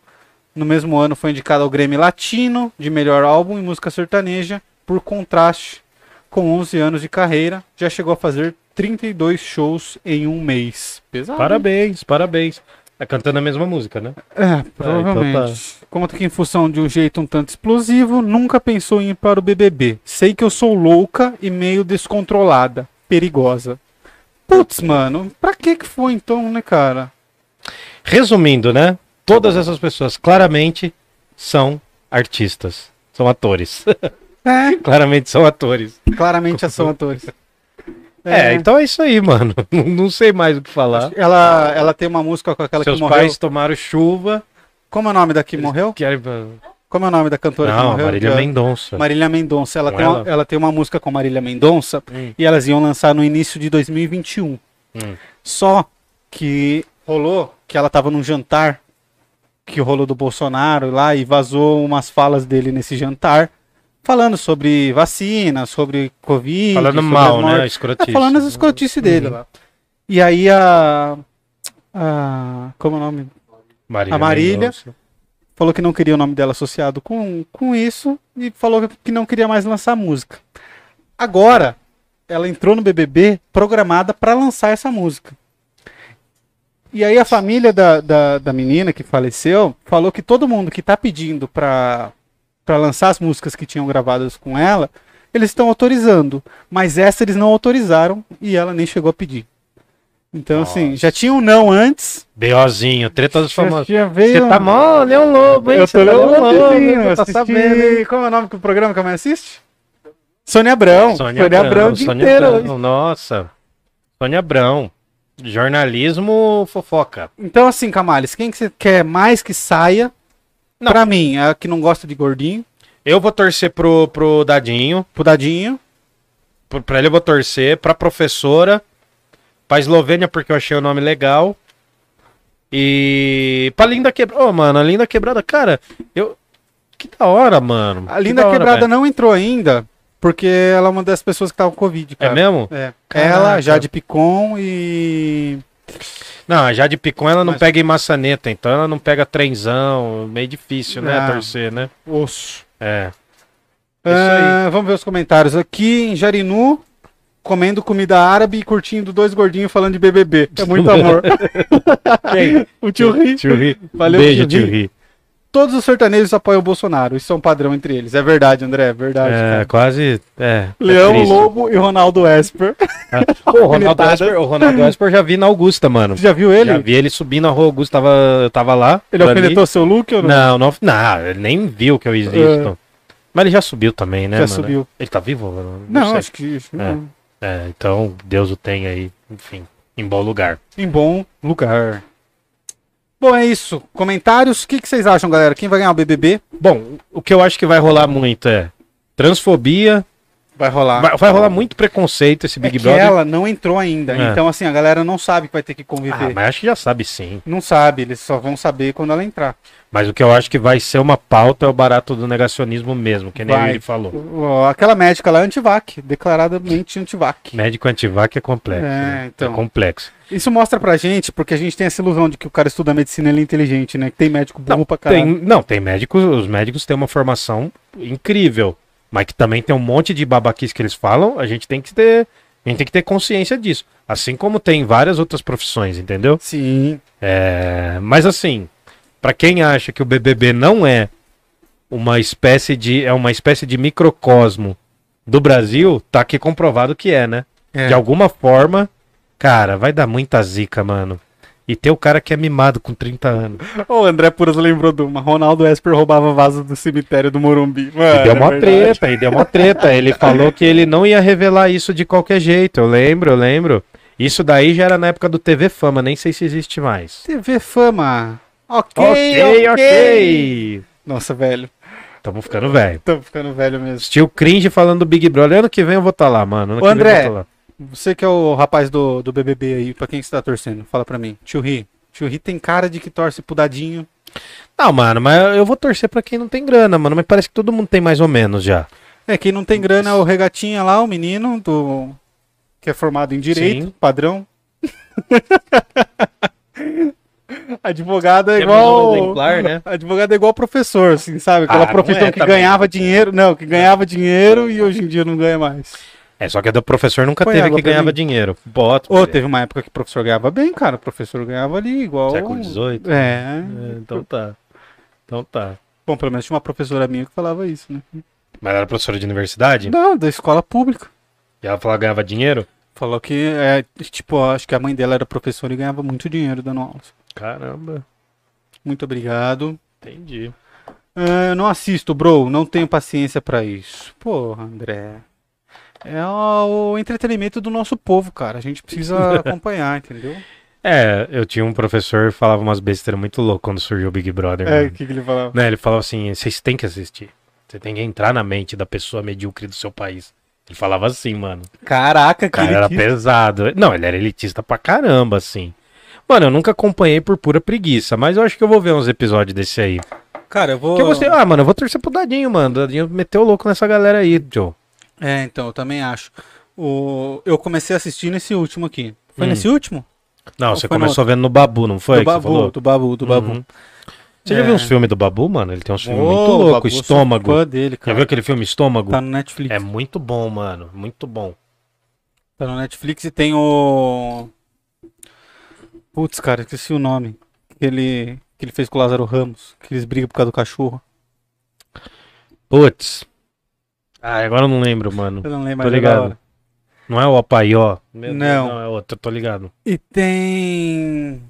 Speaker 1: No mesmo ano foi indicado ao Grêmio Latino de melhor álbum e música sertaneja. Por contraste, com 11 anos de carreira, já chegou a fazer 32 shows em um mês. Pesado.
Speaker 2: Parabéns, parabéns. Tá cantando a mesma música, né?
Speaker 1: É, tá. provavelmente.
Speaker 2: então
Speaker 1: Conta que em função de um jeito um tanto explosivo, nunca pensou em ir para o BBB. Sei que eu sou louca e meio descontrolada, perigosa. Putz, mano, pra que que foi então, né, cara?
Speaker 2: Resumindo, né?
Speaker 1: Tá
Speaker 2: Todas essas pessoas claramente são artistas, são atores. *laughs*
Speaker 1: É,
Speaker 2: claramente são atores.
Speaker 1: claramente são atores.
Speaker 2: É, então é isso aí, mano. *laughs* Não, não sei mais o que falar.
Speaker 1: Ela, ela tem uma música com aquela
Speaker 2: Seus
Speaker 1: que morreu.
Speaker 2: pais tomaram chuva.
Speaker 1: Como é o nome da que morreu?
Speaker 2: Que era...
Speaker 1: Como é o nome da cantora que
Speaker 2: Não,
Speaker 1: morreu?
Speaker 2: Marília
Speaker 1: Já-
Speaker 2: Mendonça.
Speaker 1: Marília Mendonça. Ela
Speaker 2: Com
Speaker 1: tem, uma,
Speaker 2: ela?
Speaker 1: ela tem uma música com Marília Mendonça
Speaker 2: Hum.
Speaker 1: e elas iam lançar no início de 2021.
Speaker 2: Hum.
Speaker 1: Só que rolou que ela tava num jantar que rolou do Bolsonaro lá e vazou umas falas dele nesse jantar falando sobre vacina, sobre Covid.
Speaker 2: Falando
Speaker 1: sobre
Speaker 2: mal,
Speaker 1: a morte.
Speaker 2: né? Escrotice.
Speaker 1: Tá falando as escrotices dele lá. E aí a. a- como é o nome?
Speaker 2: Marília
Speaker 1: A Marília.
Speaker 2: Mendonça.
Speaker 1: Falou que não queria o nome dela associado com, com isso e falou que não queria mais lançar música. Agora, ela entrou no BBB programada para lançar essa música. E aí a família da, da, da menina que faleceu falou que todo mundo que tá pedindo pra, pra lançar as músicas que tinham gravadas com ela, eles estão autorizando. Mas essa eles não autorizaram e ela nem chegou a pedir. Então, assim,
Speaker 2: Nossa.
Speaker 1: já tinha um não antes.
Speaker 2: B.O.zinho, treta dos
Speaker 1: já-
Speaker 2: famosos.
Speaker 1: já
Speaker 2: Você
Speaker 1: veio
Speaker 2: tá mó Leão Lobo, hein?
Speaker 1: eu tô
Speaker 2: Você tá
Speaker 1: lendo
Speaker 2: Leão Lobo, hein?
Speaker 1: um
Speaker 2: Você tá
Speaker 1: assisti...
Speaker 2: sabendo, hein?
Speaker 1: Como é o nome do programa que a mãe assiste? Sônia Abrão. Sônia, Abrão o dia
Speaker 2: Sônia
Speaker 1: inteiro.
Speaker 2: Abrão,
Speaker 1: hoje.
Speaker 2: Nossa. Sônia Abrão. Jornalismo fofoca.
Speaker 1: Então, assim, Camales, quem que você quer mais que saia?
Speaker 2: Não.
Speaker 1: Pra mim, é a que não gosta de gordinho,
Speaker 2: Eu vou torcer pro, pro Dadinho.
Speaker 1: pudadinho.
Speaker 2: pro- Pra ele eu vou torcer. Pra professora. Pra Eslovênia, porque eu achei o nome legal. E. Pra Linda Quebrada. Ô, mano, a Linda Quebrada, cara, eu. Que da hora, mano.
Speaker 1: A
Speaker 2: Que
Speaker 1: Linda
Speaker 2: da hora,
Speaker 1: Quebrada
Speaker 2: velho.
Speaker 1: não entrou ainda, porque ela é uma das pessoas que tava com Covid,
Speaker 2: É
Speaker 1: cara.
Speaker 2: mesmo?
Speaker 1: É.
Speaker 2: Caraca.
Speaker 1: Ela, Jade Picon e.
Speaker 2: Não, a Jade Picon ela não
Speaker 1: Mas-
Speaker 2: pega em maçaneta, então ela não pega trenzão. Meio difícil, né?
Speaker 1: Ah.
Speaker 2: Torcer, né?
Speaker 1: Osso.
Speaker 2: É.
Speaker 1: Ah, vamos ver os comentários aqui. Em Jarinu, comendo comida árabe e curtindo dois gordinhos falando de BBB. É muito amor.
Speaker 2: *laughs* Quem?
Speaker 1: o *laughs* tio Ri.
Speaker 2: Tio Ri.
Speaker 1: Valeu,
Speaker 2: Beijo,
Speaker 1: tio
Speaker 2: tio
Speaker 1: Ri.
Speaker 2: Ri.
Speaker 1: Todos os sertanejos apoiam o Bolsonaro. Isso é um padrão entre eles. É verdade, André. É verdade.
Speaker 2: É,
Speaker 1: cara.
Speaker 2: quase. É.
Speaker 1: Leão,
Speaker 2: triste.
Speaker 1: Lobo e Ronaldo
Speaker 2: *laughs*
Speaker 1: Esper.
Speaker 2: O Ronaldo,
Speaker 1: Alfinetadas.
Speaker 2: Esper, o Ronaldo Esper eu já vi na Augusta, mano.
Speaker 1: Você já viu ele?
Speaker 2: Já vi ele subindo a rua Augusta, tava, eu tava lá.
Speaker 1: Ele
Speaker 2: pra mim.
Speaker 1: alfinetou seu look ou não?
Speaker 2: Não, não, não, ele nem viu que eu existo. Mas ele já subiu também, né,
Speaker 1: É. já
Speaker 2: mano?
Speaker 1: subiu.
Speaker 2: Ele tá vivo? Não,
Speaker 1: Não,
Speaker 2: sei.
Speaker 1: acho que. não.
Speaker 2: É, então, Deus o tenha aí, enfim, em bom lugar.
Speaker 1: Em bom lugar. Bom, é isso. Comentários. O que, que vocês acham, galera? Quem vai ganhar o BBB?
Speaker 2: Bom, o que eu acho que vai rolar muito é transfobia,
Speaker 1: Vai rolar.
Speaker 2: vai, vai rolar muito preconceito esse
Speaker 1: Ah, É
Speaker 2: Big
Speaker 1: que
Speaker 2: Brother.
Speaker 1: ela não entrou ainda.
Speaker 2: É.
Speaker 1: Então, assim, a galera não sabe que vai ter que
Speaker 2: Ah,
Speaker 1: conviver.
Speaker 2: mas acho que já sabe sim.
Speaker 1: Não sabe. Eles só vão saber quando ela entrar.
Speaker 2: Mas o que eu acho que vai ser uma pauta é o barato do negacionismo mesmo, que nem
Speaker 1: Vai.
Speaker 2: ele falou.
Speaker 1: Ó, Aquela médica lá é antivac. Declaradamente antivac.
Speaker 2: Médico antivac é complexo.
Speaker 1: É,
Speaker 2: né?
Speaker 1: então.
Speaker 2: É complexo.
Speaker 1: Isso mostra pra gente, porque a gente tem essa ilusão de que o cara estuda medicina ele é inteligente, né? Que tem médico burro pra
Speaker 2: Tem,
Speaker 1: caralho.
Speaker 2: não, tem médicos, os médicos têm uma formação incrível, mas que também tem um monte de babaquice que eles falam, a gente tem que ter, a gente tem que ter consciência disso. Assim como tem várias outras profissões, entendeu?
Speaker 1: Sim.
Speaker 2: É, mas assim, pra quem acha que o BBB não é uma espécie de é uma espécie de microcosmo do Brasil, tá aqui comprovado que é, né?
Speaker 1: É.
Speaker 2: De alguma forma, cara, vai dar muita zica, mano. E tem o cara que é mimado com 30 anos.
Speaker 1: O André Puras lembrou de uma. Ronaldo Esper roubava vaso do cemitério do Morumbi. Mano,
Speaker 2: E deu
Speaker 1: é
Speaker 2: uma
Speaker 1: verdade.
Speaker 2: treta, e deu uma treta. Ele falou que ele não ia revelar isso de qualquer jeito. Eu lembro, eu lembro. Isso daí já era na época do TV Fama, nem sei se existe mais.
Speaker 1: TV Fama. Ok,
Speaker 2: Ok, ok.
Speaker 1: Nossa, velho.
Speaker 2: Tamo ficando velho.
Speaker 1: Tô ficando velho mesmo.
Speaker 2: Assistiu cringe falando do Big Brother. Ano que vem eu vou estar lá, mano. Ano
Speaker 1: Ô,
Speaker 2: que vem eu
Speaker 1: André.
Speaker 2: vou tá lá.
Speaker 1: Você que é o rapaz do, do BBB aí, pra quem você tá torcendo? Fala pra mim. Tio Ri. Tio Ri tem cara de que torce pro dadinho.
Speaker 2: Não, mano, mas eu vou torcer pra quem não tem grana, mano. Mas parece que todo mundo tem mais ou menos já.
Speaker 1: É, quem não tem grana é o Regatinha lá, o menino do. Que é formado em direito,
Speaker 2: Sim.
Speaker 1: padrão. *laughs* Advogado é
Speaker 2: um
Speaker 1: igual.
Speaker 2: exemplar, né?
Speaker 1: Advogado é igual professor, assim, sabe?
Speaker 2: Ah,
Speaker 1: Aquela
Speaker 2: não
Speaker 1: profissão
Speaker 2: é
Speaker 1: que
Speaker 2: também.
Speaker 1: ganhava dinheiro. Não, que ganhava dinheiro e hoje em dia não ganha mais.
Speaker 2: É, só que a do professor nunca
Speaker 1: Põe
Speaker 2: teve
Speaker 1: água
Speaker 2: que
Speaker 1: pra
Speaker 2: ganhava
Speaker 1: mim.
Speaker 2: dinheiro. Bota.
Speaker 1: Ou teve uma época que o professor ganhava bem, cara. O professor ganhava ali igual.
Speaker 2: Século XVIII.
Speaker 1: É.
Speaker 2: É, então tá. Então tá.
Speaker 1: Bom, pelo menos tinha uma professora minha que falava isso, né?
Speaker 2: Mas era professora de universidade?
Speaker 1: Não, da escola pública.
Speaker 2: E ela falava que ganhava dinheiro?
Speaker 1: Falou que, é, tipo, acho que a mãe dela era professora e ganhava muito dinheiro dando aulas.
Speaker 2: Caramba,
Speaker 1: Muito obrigado.
Speaker 2: entendi.
Speaker 1: Ah, eu não assisto, bro. Não tenho paciência pra isso. Porra, André. É o entretenimento do nosso povo, cara. A gente *laughs* precisa acompanhar, entendeu?
Speaker 2: É, eu tinha um professor que falava umas besteiras muito loucas quando surgiu o Big Brother. mano.
Speaker 1: É, que, ele falava?
Speaker 2: Né, ele falava assim: vocês têm que assistir. Você tem que entrar na mente da pessoa medíocre do seu país. Ele falava assim, mano.
Speaker 1: Caraca,
Speaker 2: O cara era
Speaker 1: que ele
Speaker 2: pesado. Não, ele era elitista pra caramba, assim. Mano, eu nunca acompanhei por pura preguiça, mas eu acho que eu vou ver uns episódios desse aí.
Speaker 1: Cara, eu vou.
Speaker 2: Porque eu gostei. Ah, mano, eu vou torcer pro Dadinho, mano. Dadinho meteu o louco nessa galera aí, Joe.
Speaker 1: É, então, eu também acho. O... Eu comecei a assistir nesse último aqui. Foi
Speaker 2: Hum.
Speaker 1: nesse último?
Speaker 2: Não,
Speaker 1: Ou
Speaker 2: você
Speaker 1: foi no
Speaker 2: começou vendo no Babu, não foi?
Speaker 1: do
Speaker 2: que você falou?
Speaker 1: Babu, do Babu, do Babu.
Speaker 2: Uhum. Você já
Speaker 1: É.
Speaker 2: viu uns filmes do Babu, mano? Ele tem uns filmes muito
Speaker 1: Ô,
Speaker 2: loucos.
Speaker 1: Babu, eu sou
Speaker 2: Estômago.
Speaker 1: fã dele,
Speaker 2: Já
Speaker 1: cara.
Speaker 2: viu aquele filme Estômago?
Speaker 1: Tá no Netflix.
Speaker 2: É muito bom, mano. Muito bom.
Speaker 1: Tá no Netflix e tem o. Putz, cara, esqueci o nome. Que ele, que ele fez com o Lázaro Ramos. Que eles brigam por causa do cachorro.
Speaker 2: Putz. Ah, agora eu não lembro, mano.
Speaker 1: Eu não lembro
Speaker 2: Tô
Speaker 1: mas é da
Speaker 2: ligado.
Speaker 1: hora.
Speaker 2: Não é o Apaió. Meu
Speaker 1: Não.
Speaker 2: Deus, não, é outro, eu tô ligado.
Speaker 1: E tem.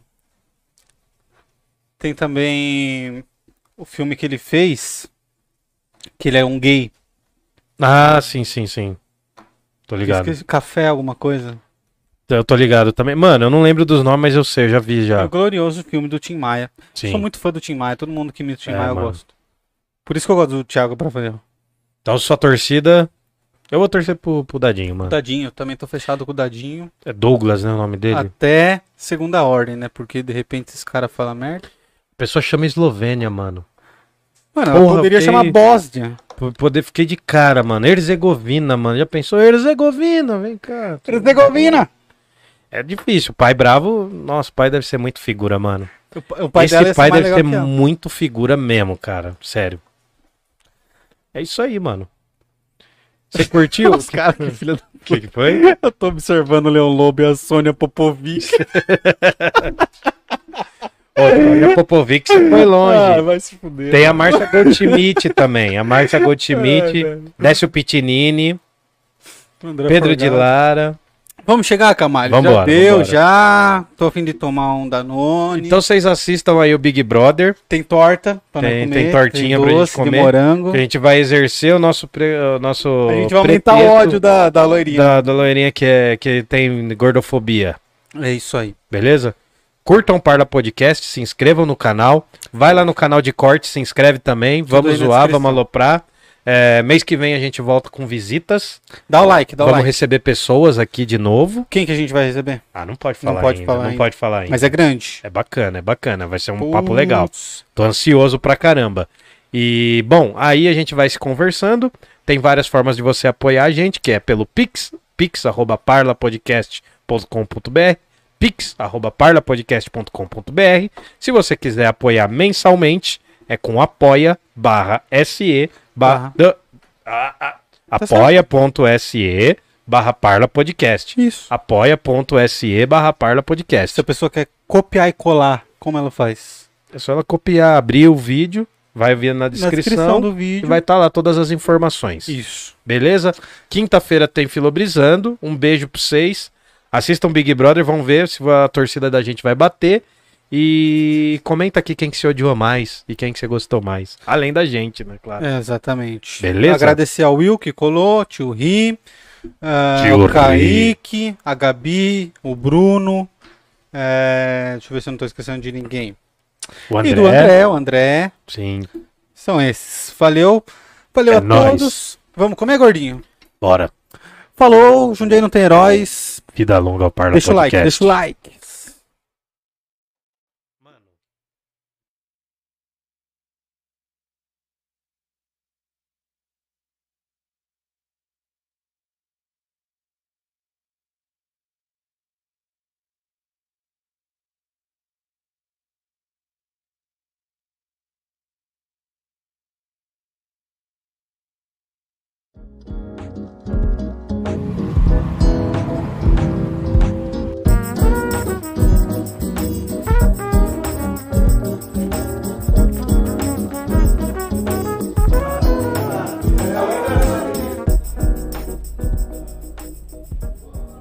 Speaker 1: Tem também o filme que ele fez. Que ele é um gay.
Speaker 2: Ah, sim, sim, sim. Tô ligado.
Speaker 1: Esqueci, café, alguma coisa.
Speaker 2: Eu tô ligado também. Mano, eu não lembro dos nomes, mas eu sei, eu já vi
Speaker 1: É
Speaker 2: já.
Speaker 1: o glorioso filme do Tim Maia.
Speaker 2: Tá. Sim.
Speaker 1: Sou muito fã do Tim Maia. Todo mundo que imita o Tim
Speaker 2: É,
Speaker 1: Maia eu
Speaker 2: mano.
Speaker 1: gosto. Por isso que eu gosto do Thiago Bravanel.
Speaker 2: Então, sua torcida. Eu vou torcer pro, pro Dadinho, mano.
Speaker 1: Dadinho, eu também tô fechado com o Dadinho.
Speaker 2: É Douglas, né? O nome
Speaker 1: Ah.
Speaker 2: dele.
Speaker 1: Até segunda ordem, né? Porque de repente esse cara fala merda.
Speaker 2: A pessoa chama Eslovênia, mano.
Speaker 1: Mano,
Speaker 2: Porra,
Speaker 1: eu poderia
Speaker 2: fiquei-
Speaker 1: chamar Bósnia.
Speaker 2: Por poder, fiquei de cara, mano. Herzegovina, mano. Já pensou? Herzegovina, vem cá.
Speaker 1: Herzegovina!
Speaker 2: É difícil. Pai bravo, nossa, pai deve ser muito figura, mano.
Speaker 1: O pai
Speaker 2: Esse
Speaker 1: dela ia
Speaker 2: pai
Speaker 1: ser mais
Speaker 2: deve
Speaker 1: legal
Speaker 2: ser
Speaker 1: que ela.
Speaker 2: muito figura mesmo, cara. Sério. É isso aí, mano. Você curtiu?
Speaker 1: *laughs* Os caras,
Speaker 2: *laughs*
Speaker 1: que filha da...
Speaker 2: O que, que foi?
Speaker 1: Eu tô observando o Leon Lobo e a Sônia Popovic.
Speaker 2: Ô, Sônia Popovic, você
Speaker 1: *laughs*
Speaker 2: foi
Speaker 1: Ah,
Speaker 2: longe.
Speaker 1: vai se fuder.
Speaker 2: Tem a Márcia Goldschmidt também.
Speaker 1: *laughs*
Speaker 2: A Márcia Goldschmidt,
Speaker 1: velho.
Speaker 2: Décio Pitinini,
Speaker 1: André
Speaker 2: Pedro de
Speaker 1: Forgado.
Speaker 2: Lara.
Speaker 1: Vamos chegar, Camalho? já
Speaker 2: Vambora,
Speaker 1: deu,
Speaker 2: vambora.
Speaker 1: já. Tô a fim de tomar um Danone.
Speaker 2: Então vocês assistam aí o Big Brother.
Speaker 1: tem torta pra não
Speaker 2: Tem-
Speaker 1: comer.
Speaker 2: tem tortinha pra gente
Speaker 1: doce de
Speaker 2: comer.
Speaker 1: morango.
Speaker 2: Que a gente vai exercer o nosso. pre- o nosso
Speaker 1: A gente vai aumentar o
Speaker 2: pretexto
Speaker 1: ódio da, da loirinha.
Speaker 2: da, da loirinha que, é, que tem gordofobia.
Speaker 1: É isso aí.
Speaker 2: Beleza? Curtam o Parla Podcast, se inscrevam no canal. Vai lá no canal de corte, se inscreve também.
Speaker 1: aí
Speaker 2: vamos
Speaker 1: na
Speaker 2: zoar,
Speaker 1: descrição.
Speaker 2: vamos aloprar. É, mês que vem a gente volta com visitas.
Speaker 1: Dá o like, dá o
Speaker 2: vamos
Speaker 1: like.
Speaker 2: receber pessoas aqui de novo.
Speaker 1: Quem que a gente vai receber?
Speaker 2: Ah, não pode
Speaker 1: Não
Speaker 2: falar
Speaker 1: pode
Speaker 2: ainda.
Speaker 1: falar
Speaker 2: não
Speaker 1: ainda.
Speaker 2: pode falar ainda.
Speaker 1: Mas é grande.
Speaker 2: É bacana, é bacana. Vai ser um papo legal.
Speaker 1: Putz.
Speaker 2: Tô ansioso pra caramba. E, bom, aí a gente vai se conversando. Tem várias formas de você apoiar a gente, que é pelo Pix, pix.parlapodcast.com.br, pix.parlapodcast.com.br. Se você quiser apoiar mensalmente, é com apoia barra se barra... Ah, ah,
Speaker 1: certo.
Speaker 2: apoia.se barra parla podcast.
Speaker 1: Isso.
Speaker 2: apoia.se barra parla podcast.
Speaker 1: Se a pessoa quer copiar e colar, como ela faz?
Speaker 2: É só ela copiar, abrir o vídeo, vai ver na descrição,
Speaker 1: do
Speaker 2: e
Speaker 1: vídeo.
Speaker 2: vai estar lá todas as informações.
Speaker 1: Isso.
Speaker 2: Beleza? Quinta-feira tem Filobrizando. Um beijo pra vocês. Assistam Big Brother, vão ver se a torcida da gente vai bater. E comenta aqui quem que se odiou mais e quem que você gostou mais. Além da gente, né? Claro.
Speaker 1: É, exatamente.
Speaker 2: Beleza?
Speaker 1: Agradecer ao Will que colou, tio Ri, ah,
Speaker 2: Tio
Speaker 1: o
Speaker 2: Ri.
Speaker 1: Kaique, a Gabi, o Bruno. eh, deixa eu ver se eu não tô esquecendo de ninguém.
Speaker 2: É. O
Speaker 1: E do André, o André.
Speaker 2: Sim.
Speaker 1: São esses. Valeu. Valeu
Speaker 2: É
Speaker 1: a
Speaker 2: nóis.
Speaker 1: todos. Vamos comer, gordinho.
Speaker 2: Bora.
Speaker 1: Falou, Jundiaí não tem heróis.
Speaker 2: Vida longa ao Parla
Speaker 1: Deixa o like, deixa o like.